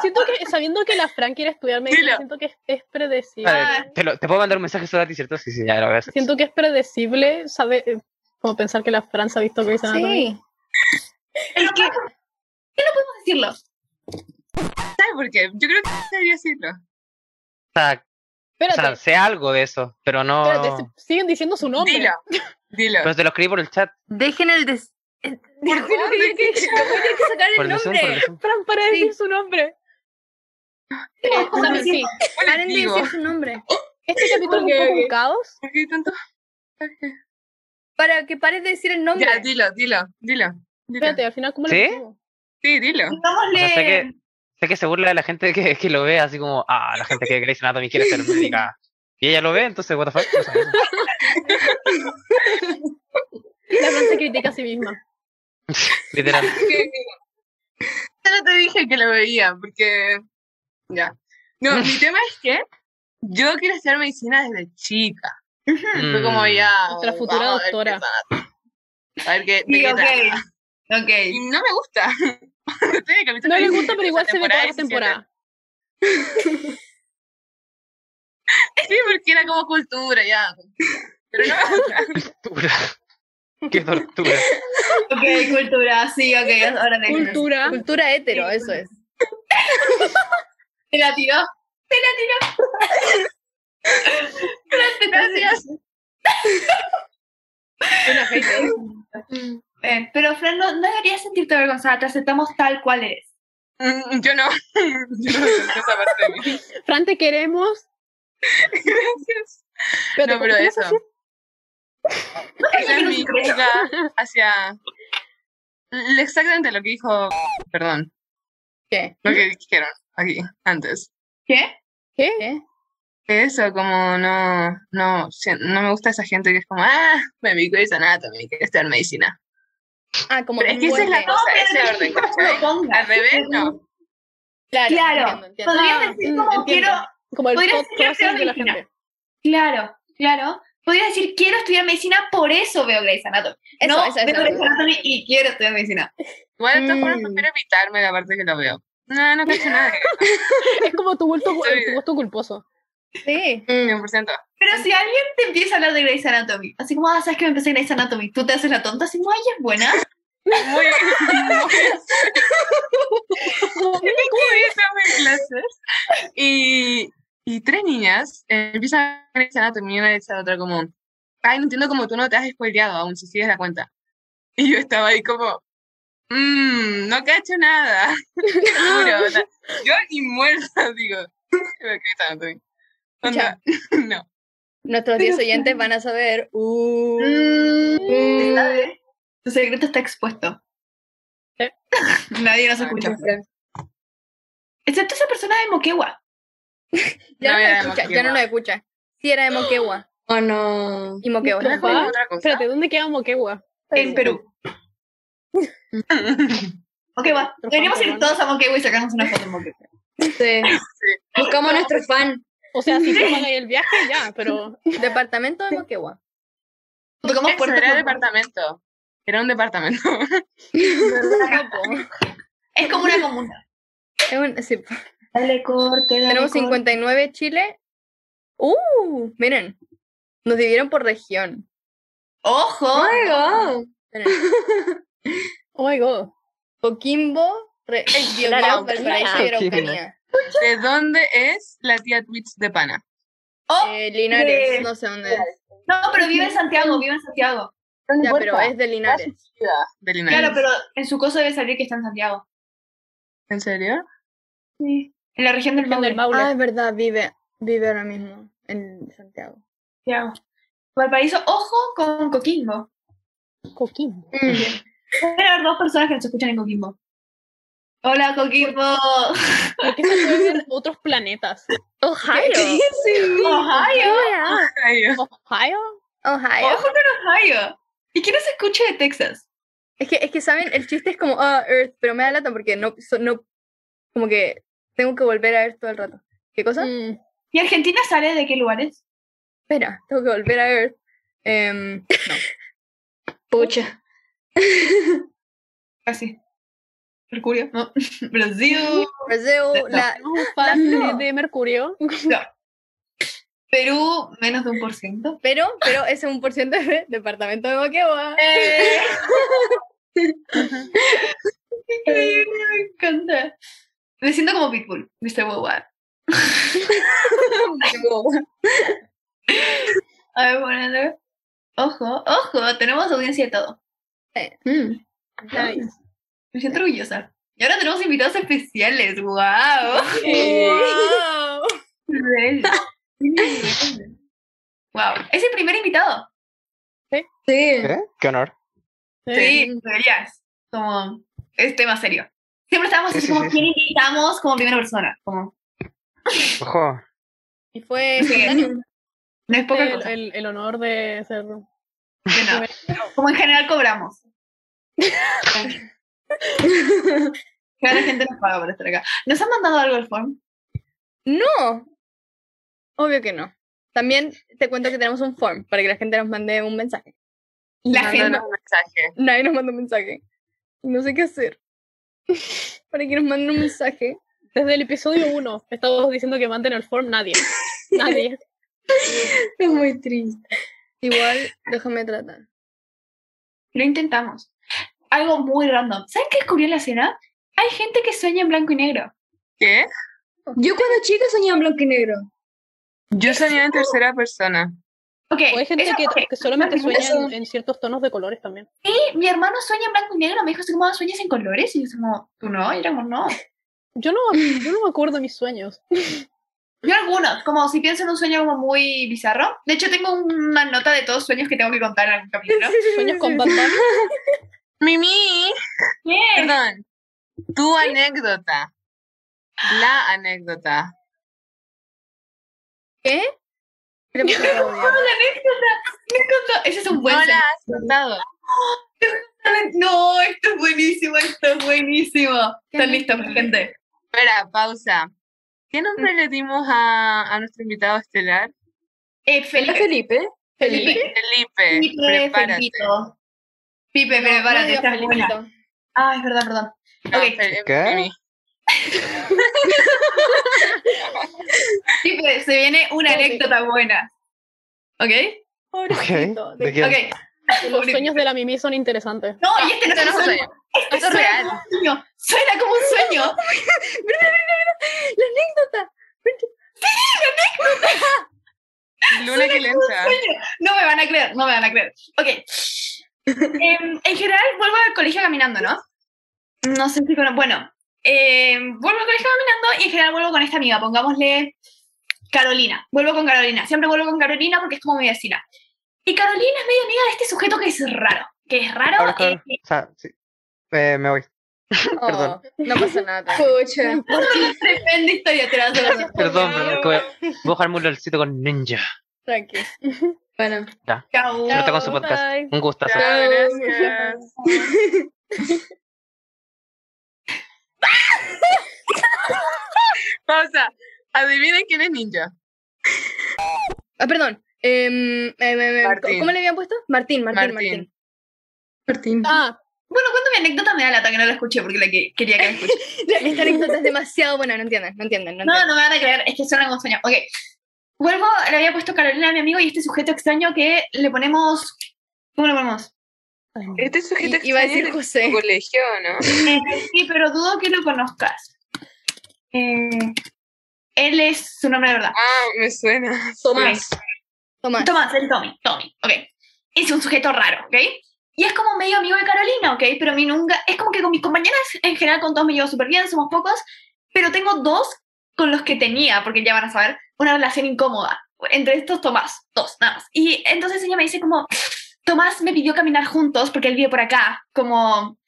[SPEAKER 3] Siento que, sabiendo que la Fran quiere estudiar medicina,
[SPEAKER 2] Dilo.
[SPEAKER 3] siento que es, es predecible.
[SPEAKER 8] Vale, te, lo- te puedo mandar un mensaje solo a ti, ¿cierto? Sí, sí, ya lo voy a hacer.
[SPEAKER 3] Siento que es predecible sabe, eh, como pensar que la Fran se ha visto Grey's Anatomy.
[SPEAKER 1] Sí.
[SPEAKER 9] Es que. ¿Qué no podemos decirlo?
[SPEAKER 2] ¿Sabes por qué? Yo creo que no debería decirlo.
[SPEAKER 8] O sea, o sea,
[SPEAKER 3] Espérate,
[SPEAKER 8] sé algo de eso, pero no.
[SPEAKER 3] espérate, se- siguen diciendo su nombre.
[SPEAKER 2] Dilo. Dilo.
[SPEAKER 8] Pero te lo escribí por el chat.
[SPEAKER 1] Dejen el des... eh,
[SPEAKER 2] ¿Por
[SPEAKER 1] Dios,
[SPEAKER 2] dónde?
[SPEAKER 1] tiene que- no voy a tener que sacar
[SPEAKER 8] Por
[SPEAKER 1] el
[SPEAKER 8] el Zoom, por el
[SPEAKER 1] nombre.
[SPEAKER 8] Zoom.
[SPEAKER 3] Fran, para de
[SPEAKER 1] Sí.
[SPEAKER 3] decir su nombre. Eh, o sea, sí,
[SPEAKER 1] Ah,
[SPEAKER 2] Yo les
[SPEAKER 1] Paren de
[SPEAKER 2] digo.
[SPEAKER 1] decir su nombre.
[SPEAKER 3] Este capítulo
[SPEAKER 1] Ok,
[SPEAKER 3] es un poco un
[SPEAKER 1] ok.
[SPEAKER 3] caos.
[SPEAKER 2] ¿Por qué tanto?
[SPEAKER 1] Para que pares de decir el nombre.
[SPEAKER 2] Ya, dilo, dilo, dilo. dilo.
[SPEAKER 3] Espérate, al final, ¿cómo
[SPEAKER 8] ¿Sí?
[SPEAKER 3] lo pusimos?
[SPEAKER 2] Sí, dilo.
[SPEAKER 8] O sea, sé, que, sé que se burla de la gente que, que lo ve así como, ah, la gente que Grey's Anatomy quiere ser médica. Y ella lo ve, entonces, what the fuck. O sea, eso.
[SPEAKER 3] La Fran se critica a sí misma.
[SPEAKER 8] literal.
[SPEAKER 2] Yo no te dije que lo veía, porque. Ya. No, mi tema es que yo quiero estudiar medicina desde chica. Fue como
[SPEAKER 8] Mm.
[SPEAKER 2] ya.
[SPEAKER 3] Nuestra futura
[SPEAKER 2] vamos a ver
[SPEAKER 3] doctora.
[SPEAKER 2] qué tal. A ver qué. de
[SPEAKER 9] Sí,
[SPEAKER 2] qué
[SPEAKER 9] ok.
[SPEAKER 2] tal.
[SPEAKER 9] Ok.
[SPEAKER 2] Y no me gusta. Estoy en el capítulo
[SPEAKER 3] No
[SPEAKER 2] 17,
[SPEAKER 3] le gusta, pero igual se ve toda la
[SPEAKER 2] 17.
[SPEAKER 3] temporada.
[SPEAKER 2] Sí, porque era como cultura, ya. Pero no me gusta.
[SPEAKER 8] Tortura. Qué tortura.
[SPEAKER 9] Ok, cultura, sí, ok, ahora te
[SPEAKER 3] Cultura.
[SPEAKER 1] Cultura hetero, eso es.
[SPEAKER 9] Te la tiró. Te la tiró. Gracias. Eh, pero Fran, no, no deberías sentirte avergonzada, te aceptamos tal cual eres.
[SPEAKER 2] Mm, Yo no. Yo no acepto esa parte de mí.
[SPEAKER 3] Fran, te queremos.
[SPEAKER 2] Gracias.
[SPEAKER 3] Pero
[SPEAKER 2] no, pero
[SPEAKER 3] ¿cómo
[SPEAKER 2] eso. Esa es mi crítica hacia. l- Exactamente lo que dijo. Perdón.
[SPEAKER 1] ¿Qué?
[SPEAKER 2] Lo que dijeron aquí antes.
[SPEAKER 9] ¿Qué?
[SPEAKER 3] ¿Qué?
[SPEAKER 2] Eso, como no, no, si- no me gusta esa gente que es como, ah, me vi Grey's Anatomy, quiero estudiar medicina.
[SPEAKER 1] Ah, como
[SPEAKER 2] Pero es que esa es la
[SPEAKER 1] muerte.
[SPEAKER 2] cosa, ese
[SPEAKER 9] pero
[SPEAKER 2] orden,
[SPEAKER 9] no
[SPEAKER 2] ¿cachai?
[SPEAKER 9] lo pongas.
[SPEAKER 2] Al revés, no.
[SPEAKER 1] Claro,
[SPEAKER 9] Claro,
[SPEAKER 1] Ah, entiendo, entiendo.
[SPEAKER 9] podrías
[SPEAKER 3] Ah,
[SPEAKER 9] decir
[SPEAKER 3] mm,
[SPEAKER 9] como
[SPEAKER 3] entiendo.
[SPEAKER 9] quiero.
[SPEAKER 3] Como el
[SPEAKER 9] Podría
[SPEAKER 3] top
[SPEAKER 9] ser que
[SPEAKER 3] process
[SPEAKER 9] sea
[SPEAKER 3] de la
[SPEAKER 9] medicina.
[SPEAKER 3] gente.
[SPEAKER 9] Claro, claro. Podrías decir quiero estudiar medicina, por eso veo Grey's Anatomy.
[SPEAKER 1] Eso,
[SPEAKER 9] no,
[SPEAKER 1] eso, eso,
[SPEAKER 9] veo Grey's
[SPEAKER 1] eso.
[SPEAKER 9] Anatomy y quiero estudiar medicina.
[SPEAKER 2] Igual de todas formas
[SPEAKER 1] Mm.
[SPEAKER 2] prefiero evitarme la parte que lo veo. No, no cacho nada,
[SPEAKER 3] Es como tu gusto,
[SPEAKER 2] Estoy-
[SPEAKER 3] tu gusto culposo.
[SPEAKER 1] Sí.
[SPEAKER 2] 100%.
[SPEAKER 9] Pero si alguien te empieza a hablar de Grey's Anatomy, así como, ah, sabes que me empecé Grey's Anatomy, tú te haces la tonta, así como, ay, es buena.
[SPEAKER 2] Muy muy clases. Y, y tres niñas eh, empiezan a Grey's Anatomy y una le dice a la otra como, ay, no entiendo cómo tú no te has spoileado aún si sigues la cuenta. Y yo estaba ahí como, mmm, no cacho nada. Te juro, onda, yo ni muerta, digo, "Veo Grey's Anatomy". Onda, no.
[SPEAKER 1] Nuestros 10 oyentes van a saber. Uh, uh,
[SPEAKER 9] ¿Sabes? Tu secreto está expuesto.
[SPEAKER 3] ¿Eh?
[SPEAKER 9] Nadie nos escucha. Excepto esa persona de Moquegua.
[SPEAKER 1] ya no,
[SPEAKER 2] No,
[SPEAKER 1] nos
[SPEAKER 2] era de
[SPEAKER 1] escucha, ya
[SPEAKER 2] Moquegua.
[SPEAKER 1] no nos escucha. Sí, era de Moquegua.
[SPEAKER 10] Oh, no.
[SPEAKER 1] Y Moquegua.
[SPEAKER 2] ¿No es como otra cosa?
[SPEAKER 3] Espérate, ¿dónde queda Moquegua?
[SPEAKER 9] En Perú. Moquegua. Deberíamos ir todos a Moquegua y sacarnos una foto en Moquegua.
[SPEAKER 10] Sí. Buscamos a nuestro fan.
[SPEAKER 3] O sea, si te pagáis el viaje, ya, pero.
[SPEAKER 1] Departamento de Moquegua.
[SPEAKER 9] Tocamos
[SPEAKER 2] Eso, era
[SPEAKER 9] puertas.
[SPEAKER 2] departamento. Era un departamento.
[SPEAKER 9] Es como una comuna.
[SPEAKER 1] Oh, Es un- sí,
[SPEAKER 9] Dale corte, dale
[SPEAKER 1] Tenemos 59 Chile. Uh, miren. Nos dividieron por región.
[SPEAKER 10] Oh
[SPEAKER 9] ¡Ojo!
[SPEAKER 10] Luego.
[SPEAKER 1] Miren,
[SPEAKER 3] Oh my god.
[SPEAKER 1] Coquimbo, Re- Biobío, Valparaíso y Araucanía.
[SPEAKER 2] ¿De dónde es la tía Twitch de Pana?
[SPEAKER 9] Oh,
[SPEAKER 1] Eh, Linares,
[SPEAKER 9] de-
[SPEAKER 1] no sé dónde es.
[SPEAKER 9] no, pero vive en Santiago, vive en Santiago.
[SPEAKER 1] Ya, pero es de Linares.
[SPEAKER 2] De Linares.
[SPEAKER 9] Claro, pero en su coso debe salir que está en Santiago.
[SPEAKER 2] ¿En serio?
[SPEAKER 9] Sí. En la región del
[SPEAKER 3] Región del
[SPEAKER 9] Maule.
[SPEAKER 1] Ah,
[SPEAKER 3] Maule.
[SPEAKER 1] es verdad, vive, vive ahora mismo en Santiago.
[SPEAKER 9] Santiago. Valparaíso, ojo con Coquimbo.
[SPEAKER 3] Coquimbo.
[SPEAKER 1] Mm.
[SPEAKER 9] Pueden haber dos personas que nos escuchan en Coquimbo. Hola, Coquimbo.
[SPEAKER 3] ¿Por qué se mueven otros planetas? Ohio.
[SPEAKER 9] Ohio.
[SPEAKER 2] Ay, Dios.
[SPEAKER 3] Ohio.
[SPEAKER 1] Ohio.
[SPEAKER 9] Ojo con Ohio. ¿Y quién nos escucha de Texas?
[SPEAKER 1] Es que, es que, ¿saben? El chiste es como, ah, Earth, pero me da lata porque no, so- no, como que tengo que volver a Earth todo el rato. ¿Qué cosa?
[SPEAKER 3] Mm.
[SPEAKER 9] ¿Y Argentina sale de qué lugares?
[SPEAKER 1] Espera, tengo que volver a Earth. Em,
[SPEAKER 10] Pucha.
[SPEAKER 9] Casi. Ah, Mercurio. No. Brasil.
[SPEAKER 1] Brasil, la,
[SPEAKER 3] Tenemos un fan de- de Mercurio.
[SPEAKER 9] Perú, menos de un por ciento.
[SPEAKER 1] pero, pero ese 1% es de departamento de Moquegua.
[SPEAKER 9] Increíble, Eh, me encanta. Me siento como Pitbull, Mr. Wawa. A ver, bueno, ojo, ojo, tenemos audiencia de todo.
[SPEAKER 10] Mm.
[SPEAKER 3] Nice.
[SPEAKER 9] Me siento orgullosa. Y ahora tenemos invitados especiales, wow.
[SPEAKER 1] Wow.
[SPEAKER 9] Real. wow. Es el primer invitado.
[SPEAKER 3] Sí.
[SPEAKER 10] Sí.
[SPEAKER 8] ¿Qué? Qué honor.
[SPEAKER 9] Sí, deberías. Como, es tema serio. Siempre estábamos así
[SPEAKER 8] Sí, sí,
[SPEAKER 9] como,
[SPEAKER 8] sí,
[SPEAKER 9] ¿quién invitamos como primera persona? Como,
[SPEAKER 8] Ojo.
[SPEAKER 3] Y fue
[SPEAKER 9] Sí.
[SPEAKER 3] genial
[SPEAKER 9] no es poca
[SPEAKER 3] el,
[SPEAKER 9] cosa.
[SPEAKER 3] el- el honor de ser.
[SPEAKER 9] de nada. Como en general cobramos. Claro, la gente nos paga por estar acá. ¿Nos han mandado algo al form?
[SPEAKER 1] No, obvio que no. También te cuento que tenemos un form para que la gente nos mande un mensaje. Y
[SPEAKER 9] La
[SPEAKER 1] no,
[SPEAKER 9] gente.
[SPEAKER 1] no,
[SPEAKER 2] Mándanos un mensaje.
[SPEAKER 1] no, nadie nos manda un mensaje. No sé qué hacer. para que nos manden un mensaje.
[SPEAKER 3] Desde el episodio 1 estamos diciendo que manden el form nadie. Nadie.
[SPEAKER 10] Es muy triste.
[SPEAKER 1] Igual, déjame tratar.
[SPEAKER 9] Lo intentamos. Algo muy random. ¿Saben qué descubrí en la cena? Hay gente que sueña en blanco y negro.
[SPEAKER 2] ¿Qué?
[SPEAKER 10] Yo cuando chica soñaba en blanco y negro.
[SPEAKER 2] Yo soñé en tercera persona.
[SPEAKER 9] Ok.
[SPEAKER 3] O hay gente
[SPEAKER 9] eso-
[SPEAKER 3] que,
[SPEAKER 9] ok,
[SPEAKER 3] que solamente
[SPEAKER 9] eso-
[SPEAKER 3] sueña en, en ciertos tonos de colores también.
[SPEAKER 9] Sí, mi hermano sueña en blanco y negro. Me dijo, así como, "Ah, ¿sueñas en colores? Y yo, como, ¿tú no? Y era como, no.
[SPEAKER 3] Yo no, yo no me acuerdo de mis sueños.
[SPEAKER 9] Yo algunos, como si pienso en un sueño como muy bizarro. De hecho, tengo una nota de todos los sueños que tengo que contar en algún capítulo.
[SPEAKER 3] Sueños con Batman.
[SPEAKER 2] Mimi,
[SPEAKER 9] Bien.
[SPEAKER 2] perdón. Tu anécdota. La anécdota.
[SPEAKER 1] ¿Qué? ¿Qué le pasó a Claudia?
[SPEAKER 9] Una anécdota. Me encantó. Ese es un buen
[SPEAKER 2] no la
[SPEAKER 9] sueño.
[SPEAKER 2] has contado.
[SPEAKER 9] No, esto es buenísimo, esto es buenísimo.
[SPEAKER 1] Qué
[SPEAKER 9] Están listos, mi gente.
[SPEAKER 2] Espera, pausa. ¿Qué nombre le dimos a, a nuestro invitado estelar?
[SPEAKER 9] Eh,
[SPEAKER 10] ¿Era
[SPEAKER 9] Felipe.
[SPEAKER 10] Felipe?
[SPEAKER 9] Felipe.
[SPEAKER 2] Felipe,
[SPEAKER 9] Felipe,
[SPEAKER 2] prepárate.
[SPEAKER 9] Felipito. Pipe,
[SPEAKER 1] No
[SPEAKER 9] prepárate,
[SPEAKER 1] digas
[SPEAKER 9] esta es buena.
[SPEAKER 1] Felipito.
[SPEAKER 9] Ah, es verdad, perdón.
[SPEAKER 2] No,
[SPEAKER 9] Ok.
[SPEAKER 2] Fel-
[SPEAKER 8] ¿Qué?
[SPEAKER 2] Mimi.
[SPEAKER 9] Pipe, se viene una
[SPEAKER 3] Ok.
[SPEAKER 9] anécdota buena. ¿Ok?
[SPEAKER 8] Ok. ¿De quién?
[SPEAKER 9] Ok.
[SPEAKER 3] Los sueños de la Mimi son interesantes.
[SPEAKER 9] No, y este no
[SPEAKER 2] Esto
[SPEAKER 9] es
[SPEAKER 2] no es
[SPEAKER 9] un
[SPEAKER 2] un
[SPEAKER 9] sueño. Este
[SPEAKER 2] Esto es
[SPEAKER 9] suena
[SPEAKER 2] real.
[SPEAKER 9] como un sueño. Suena como un sueño.
[SPEAKER 1] Mira, mira, mira, mira, la anécdota.
[SPEAKER 2] Luna Quilenta.
[SPEAKER 9] No me van a creer, no me van a creer. Ok. Em, en general, vuelvo al colegio caminando, ¿no? No sé si con... Bueno, em, vuelvo al colegio caminando y en general vuelvo con esta amiga, pongámosle Carolina. Vuelvo con Carolina. Siempre vuelvo con Carolina porque es como mi vecina. Y Carolina es medio amiga de este sujeto que es raro. Que es raro.
[SPEAKER 8] Ahora,
[SPEAKER 9] eh,
[SPEAKER 8] Carol. O sea, sí. Eh, me voy.
[SPEAKER 1] Oh,
[SPEAKER 8] Perdón.
[SPEAKER 1] no pasa nada.
[SPEAKER 10] Pucha.
[SPEAKER 9] que- tremenda historia, te la vas a dar.
[SPEAKER 8] Perdón, perdón. que Voy voy a jugarme un lolcito con Ninja.
[SPEAKER 1] Tranqui.
[SPEAKER 10] Bueno.
[SPEAKER 9] Chao.
[SPEAKER 8] Ya está con su
[SPEAKER 3] Chao,
[SPEAKER 8] podcast.
[SPEAKER 3] bye.
[SPEAKER 8] Un gustazo.
[SPEAKER 2] Chao, gracias. Pausa. Adivinen quién es ninja.
[SPEAKER 1] Ah, perdón. Em, em, em, em,
[SPEAKER 2] Martín.
[SPEAKER 1] ¿Cómo le habían puesto? Martín, Martín, Martín.
[SPEAKER 2] Martín.
[SPEAKER 10] Martín.
[SPEAKER 3] Ah,
[SPEAKER 9] Bueno, cuento mi anécdota, me da lata que no la escuché porque la que, quería que la escuché.
[SPEAKER 1] Esta anécdota es demasiado buena, no entienden, no entienden. No,
[SPEAKER 9] No,
[SPEAKER 1] entienden.
[SPEAKER 9] no me van a creer, es que suena como un sueño. Ok. Vuelvo, le había puesto Carolina a mi amigo y este sujeto extraño que le ponemos. ¿Cómo le ponemos?
[SPEAKER 4] Este sujeto
[SPEAKER 1] I- iba a decir
[SPEAKER 4] extraño del
[SPEAKER 1] José.
[SPEAKER 4] colegio, ¿no?
[SPEAKER 9] Eh, sí, pero dudo que lo conozcas. Eh, él es su nombre de verdad.
[SPEAKER 4] Ah, me suena.
[SPEAKER 10] Tomás.
[SPEAKER 1] Tomás.
[SPEAKER 9] Tomás, el Tommy, Tommy, ok. Es un sujeto raro, ok. Y es como medio amigo de Carolina, ok. Pero a mí nunca. Es como que con mis compañeras en general, con todos me llevo súper bien, somos pocos. Pero tengo dos con los que tenía, porque ya van a saber, una relación incómoda. Entre estos, Tomás, dos, nada más. Y entonces ella me dice, como, Tomás me pidió caminar juntos porque él vive por acá. Como,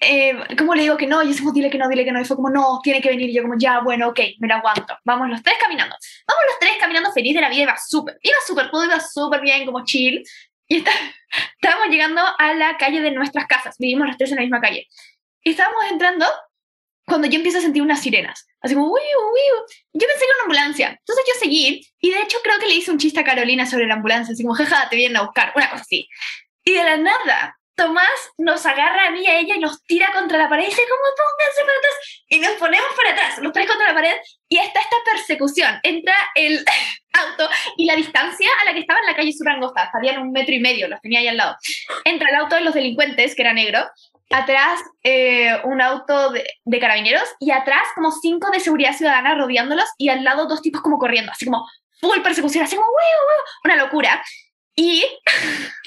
[SPEAKER 9] eh, ¿cómo le digo que no? Y yo, como, dile que no, dile que no. Y fue como, no, tiene que venir. Y yo, como, ya, bueno, ok, me lo aguanto. Vamos los tres caminando vamos los tres caminando feliz de la vida, iba súper, iba súper, todo iba súper bien, como chill. Y está- estábamos llegando a la calle de nuestras casas, vivimos los tres en la misma calle. Y estábamos entrando cuando yo empiezo a sentir unas sirenas, así como, uy, uy, uy. Yo pensé que era una ambulancia, entonces yo seguí, y de hecho creo que le hice un chiste a Carolina sobre la ambulancia, así como, jaja, te vienen a buscar, una cosa así. Y de la nada, Tomás nos agarra a mí y a ella y nos tira contra la pared y dice, como, pónganse para atrás. Y nos ponemos para atrás, los tres contra la pared, y está esta persecución. Entra el auto y la distancia a la que estaba en la calle Surangosta, estarían un metro y medio, los tenía ahí al lado. Entra el auto de los delincuentes, que era negro, atrás eh, un auto de, de carabineros y atrás como cinco de seguridad ciudadana rodeándolos y al lado dos tipos como corriendo, así como full persecución, así como "Wee, wee", una locura. Y,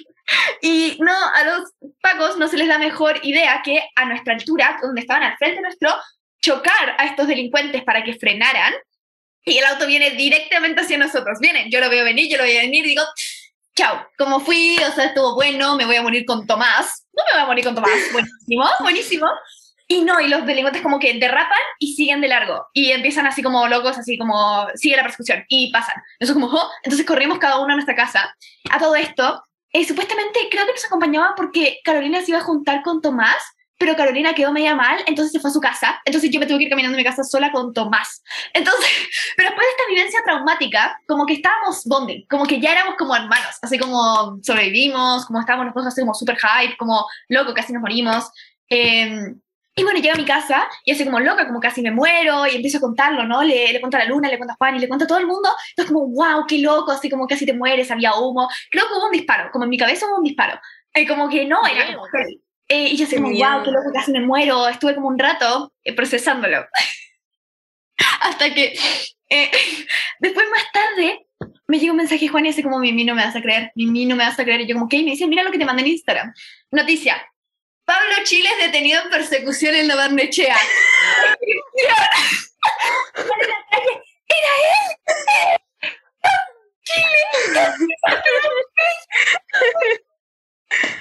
[SPEAKER 9] y no, a los pacos no se les da mejor idea que a nuestra altura, donde estaban al frente nuestro, chocar a estos delincuentes para que frenaran Y el auto viene directamente hacia nosotros. Viene, yo lo veo venir, yo lo veo venir, digo, chao, como fui, o sea, estuvo bueno, me voy a morir con Tomás. No me voy a morir con Tomás, buenísimo, buenísimo. Y no, y los delincuentes como que derrapan y siguen de largo. Y empiezan así como locos, así como sigue la persecución y pasan. Nosotros como, "Oh", entonces corrimos cada uno a nuestra casa. A todo esto, eh, supuestamente creo que nos acompañaba porque Carolina se iba a juntar con Tomás, pero Carolina quedó media mal, entonces se fue a su casa. Entonces yo me tuve que ir caminando a mi casa sola con Tomás. Entonces, pero después de esta vivencia traumática, como que estábamos bonding, como que ya éramos como hermanos, así como sobrevivimos, como estábamos nosotros así como super hype, como loco, casi nos morimos. Em, y bueno, llego a mi casa y así como loca, como casi me muero, y empiezo a contarlo, ¿no? Le, le cuento a la luna, le cuento a Juan y le cuento a todo el mundo. Entonces como, wow, qué loco, así como casi te mueres, había humo. Creo que hubo un disparo, como en mi cabeza hubo un disparo. Eh, como que no, era como, "Hey". Eh, y yo así como, wow, qué loco, casi me muero. Estuve como un rato eh, procesándolo. Hasta que eh, después más tarde me llega un mensaje de Juan y así como, Mimi, no me vas a creer, Mimi, no me vas a creer. Y yo como, ¿qué? Y me dice, mira lo que te mandé en Instagram. Noticia, Pablo Chile es detenido en persecución en la Barnechea. Sale en la calle, ¡Era él! Chile.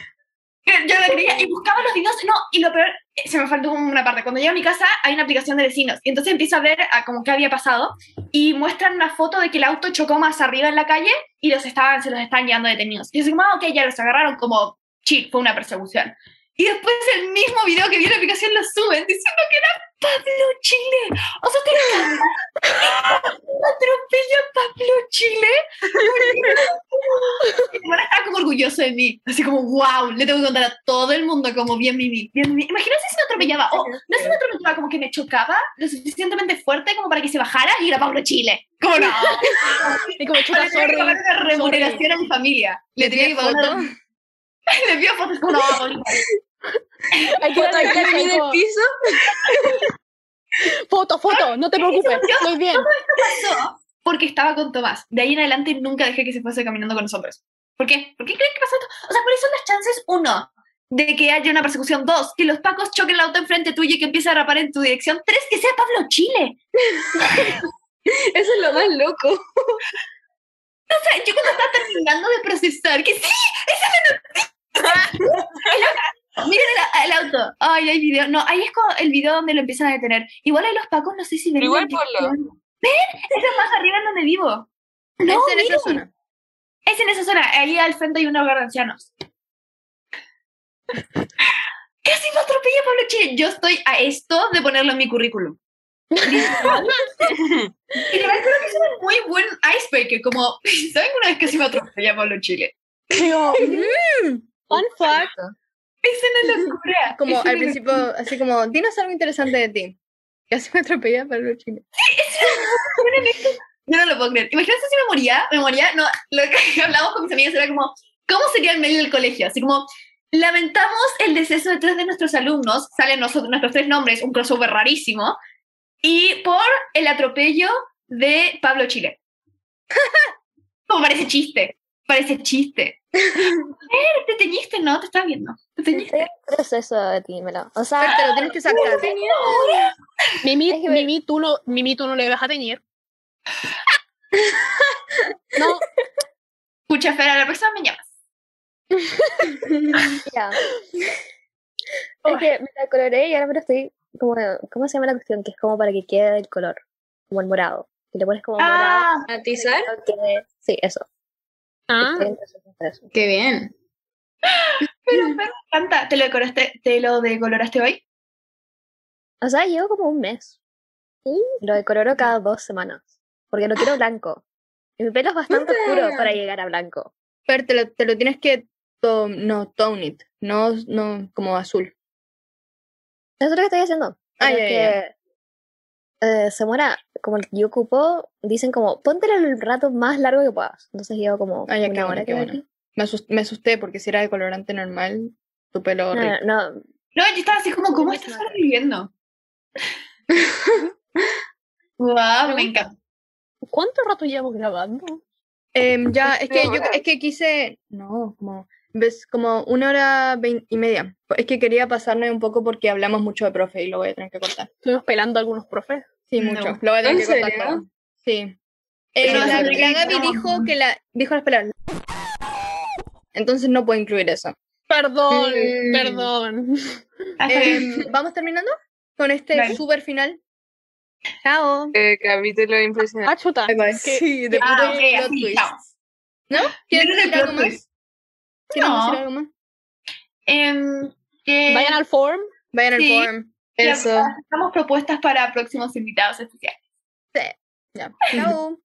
[SPEAKER 9] Yo lo creía y buscaba los videos, no, y lo peor, eh, se me faltó como una parte. Cuando llego a mi casa hay una aplicación de vecinos, y entonces empiezo a ver a como qué había pasado, y muestran una foto de que el auto chocó más arriba en la calle y los estaban, se los están llevando detenidos. Y yo digo, ah, ok, ya los agarraron como chill, fue una persecución. Y después el mismo video que vi en la aplicación lo suben diciendo que era Pablo Chile. O sea, te atropella a Pablo Chile. Y mi hermana estaba como orgullosa de mí. Así como, wow, le tengo que contar a todo el mundo como bien Mimi. Bien, Mimi. Imagínense si me atropellaba. O no si me atropellaba, como que me chocaba lo suficientemente fuerte como para que se bajara y era Pablo Chile. ¿Cómo no?
[SPEAKER 3] Y como, chuta,
[SPEAKER 9] Le tenía que
[SPEAKER 3] sorry,
[SPEAKER 9] pagar una remuneración a mi familia. Le tenía que pagar una- Le envió fotos como, no, Pablito,
[SPEAKER 3] Hay que darle
[SPEAKER 4] Foto
[SPEAKER 3] cacho,
[SPEAKER 4] aquí en el
[SPEAKER 3] como,
[SPEAKER 4] piso.
[SPEAKER 3] Foto, foto, no te preocupes, estoy bien.
[SPEAKER 9] pasó porque estaba con Tomás. De ahí en adelante nunca dejé que se fuese caminando con nosotros. ¿Por qué? ¿Por qué creen que pasó esto? O sea, ¿cuáles son las chances? Uno, de que haya una persecución. Dos, que los pacos choquen el auto enfrente tuyo y que empiece a rapar en tu dirección. Tres, que sea Pablo Chile.
[SPEAKER 10] Eso es lo más loco.
[SPEAKER 9] O sea, yo cuando estaba terminando de procesar, que sí, esa es la noticia. Miren el, el auto. Ay, hay video. No, ahí es como el video donde lo empiezan a detener. Igual hay los pacos, no sé si ven.
[SPEAKER 2] Pero
[SPEAKER 9] la
[SPEAKER 2] igual ponlo.
[SPEAKER 9] dirección. ¿Ven? Eso es más arriba en donde vivo. No,
[SPEAKER 1] es en esa
[SPEAKER 9] miren.
[SPEAKER 1] zona.
[SPEAKER 9] Es en esa zona, ahí al frente hay un hogar de ancianos. Casi me atropella Pablo Chile. Yo estoy a esto de ponerlo en mi currículum. y la verdad creo que es un muy buen icebreaker. Como, ¿saben una vez casi me atropella Pablo Chile?
[SPEAKER 3] Digo, fun fact.
[SPEAKER 9] Es una locura.
[SPEAKER 1] Como
[SPEAKER 9] es una
[SPEAKER 1] al principio, así como, dinos algo interesante de ti. Y así me atropellé para los chiles.
[SPEAKER 9] locura, neta. Yo no lo puedo creer. Imagínense si me moría, me moría. No, lo que hablábamos con mis amigas era como, ¿cómo sería el mail del colegio? Así como, lamentamos el deceso de tres de nuestros alumnos, salen nosotros, nuestros tres nombres, un crossover rarísimo, y por el atropello de Pablo Chile. como parece chiste, parece chiste. Eh, te teñiste, ¿no? Te estaba viendo. Te teñiste.
[SPEAKER 5] Estoy en proceso de ti, Melo. O sea,
[SPEAKER 1] Pero te lo tienes que sacar.
[SPEAKER 3] Mimi,
[SPEAKER 5] Es que-
[SPEAKER 3] Mimi, tú no, Mimi, tú no le vas a teñir. No,
[SPEAKER 9] Escucha, Fera, la próxima me llamas.
[SPEAKER 5] ya. Es que me la coloré y ahora me lo estoy. Como, ¿Cómo se llama la cuestión? Que es como para que quede el color. Como el morado. Que le pones como morado.
[SPEAKER 9] Ah,
[SPEAKER 10] ¿Atizar?
[SPEAKER 5] para que quede- Sí, eso.
[SPEAKER 3] ah,
[SPEAKER 5] Estoy en proceso de eso.
[SPEAKER 10] Qué bien.
[SPEAKER 9] pero Fer, me encanta. ¿Te lo decoraste, te lo decoloraste hoy?
[SPEAKER 5] O sea, llevo como un mes. Lo decoloro cada dos semanas. Porque lo
[SPEAKER 1] Ah.
[SPEAKER 5] quiero blanco. Y mi pelo es bastante oscuro para llegar a blanco.
[SPEAKER 1] Pero te lo, te lo tienes que. to- no, tone it. No, no, como azul.
[SPEAKER 5] Eso es lo que estoy haciendo.
[SPEAKER 1] Ah,
[SPEAKER 5] Pero
[SPEAKER 1] ya,
[SPEAKER 5] es
[SPEAKER 1] ya, ya.
[SPEAKER 5] que, eh, Zamora, como el que yo ocupo, dicen como, póntelo el rato más largo que puedas. Entonces llevo como
[SPEAKER 1] Ah, ya, qué
[SPEAKER 5] una
[SPEAKER 1] bueno,
[SPEAKER 5] hora
[SPEAKER 1] qué
[SPEAKER 5] que voy
[SPEAKER 1] bueno.
[SPEAKER 5] aquí.
[SPEAKER 1] Me asusté, me asusté porque si era de colorante normal, tu pelo.
[SPEAKER 9] Ah,
[SPEAKER 1] rico.
[SPEAKER 5] No, no,
[SPEAKER 9] No, yo estaba así como, ¿cómo estás sobreviviendo? wow, me encanta.
[SPEAKER 3] ¿cuánto rato llevamos grabando?
[SPEAKER 1] Em, ya, es que yo
[SPEAKER 9] Este,
[SPEAKER 2] horas.
[SPEAKER 1] es que quise. No, como. ¿Ves? Como una hora vein- y media. Pues Es que quería pasarme un poco porque hablamos mucho de profe y lo voy a tener que cortar.
[SPEAKER 3] Estuvimos pelando a algunos profes.
[SPEAKER 1] Sí,
[SPEAKER 9] No.
[SPEAKER 1] mucho. Lo voy a tener
[SPEAKER 10] ¿En
[SPEAKER 1] que cortar.
[SPEAKER 10] serio?
[SPEAKER 1] perdón. Sí. Eh,
[SPEAKER 10] Pero
[SPEAKER 1] la,
[SPEAKER 10] es
[SPEAKER 1] la Gaby
[SPEAKER 10] rico.
[SPEAKER 1] dijo que la. dijo las palabras. Entonces no puedo incluir eso.
[SPEAKER 3] Perdón,
[SPEAKER 1] Mm.
[SPEAKER 3] perdón.
[SPEAKER 1] Em, ¿Vamos terminando? Con este
[SPEAKER 2] Dale.
[SPEAKER 1] super final. Chao.
[SPEAKER 2] Eh, capítulo impresionante.
[SPEAKER 3] Ah, chuta.
[SPEAKER 1] Bye, bye.
[SPEAKER 3] que-
[SPEAKER 1] Sí, de
[SPEAKER 9] Ah,
[SPEAKER 1] puro
[SPEAKER 9] ok,
[SPEAKER 1] plot
[SPEAKER 9] así,
[SPEAKER 1] twist.
[SPEAKER 9] chao.
[SPEAKER 1] ¿No? ¿Quieren
[SPEAKER 9] Yo creo
[SPEAKER 1] decir
[SPEAKER 9] que
[SPEAKER 1] algo
[SPEAKER 9] plot
[SPEAKER 1] más?
[SPEAKER 9] twist.
[SPEAKER 1] ¿Quieren
[SPEAKER 9] No.
[SPEAKER 1] decir algo más?
[SPEAKER 9] Em, que
[SPEAKER 3] Vayan al forum.
[SPEAKER 1] Vayan al
[SPEAKER 9] Sí.
[SPEAKER 1] forum.
[SPEAKER 9] que
[SPEAKER 1] Eso.
[SPEAKER 9] hagamos propuestas para próximos invitados especiales.
[SPEAKER 1] Ya. Chao.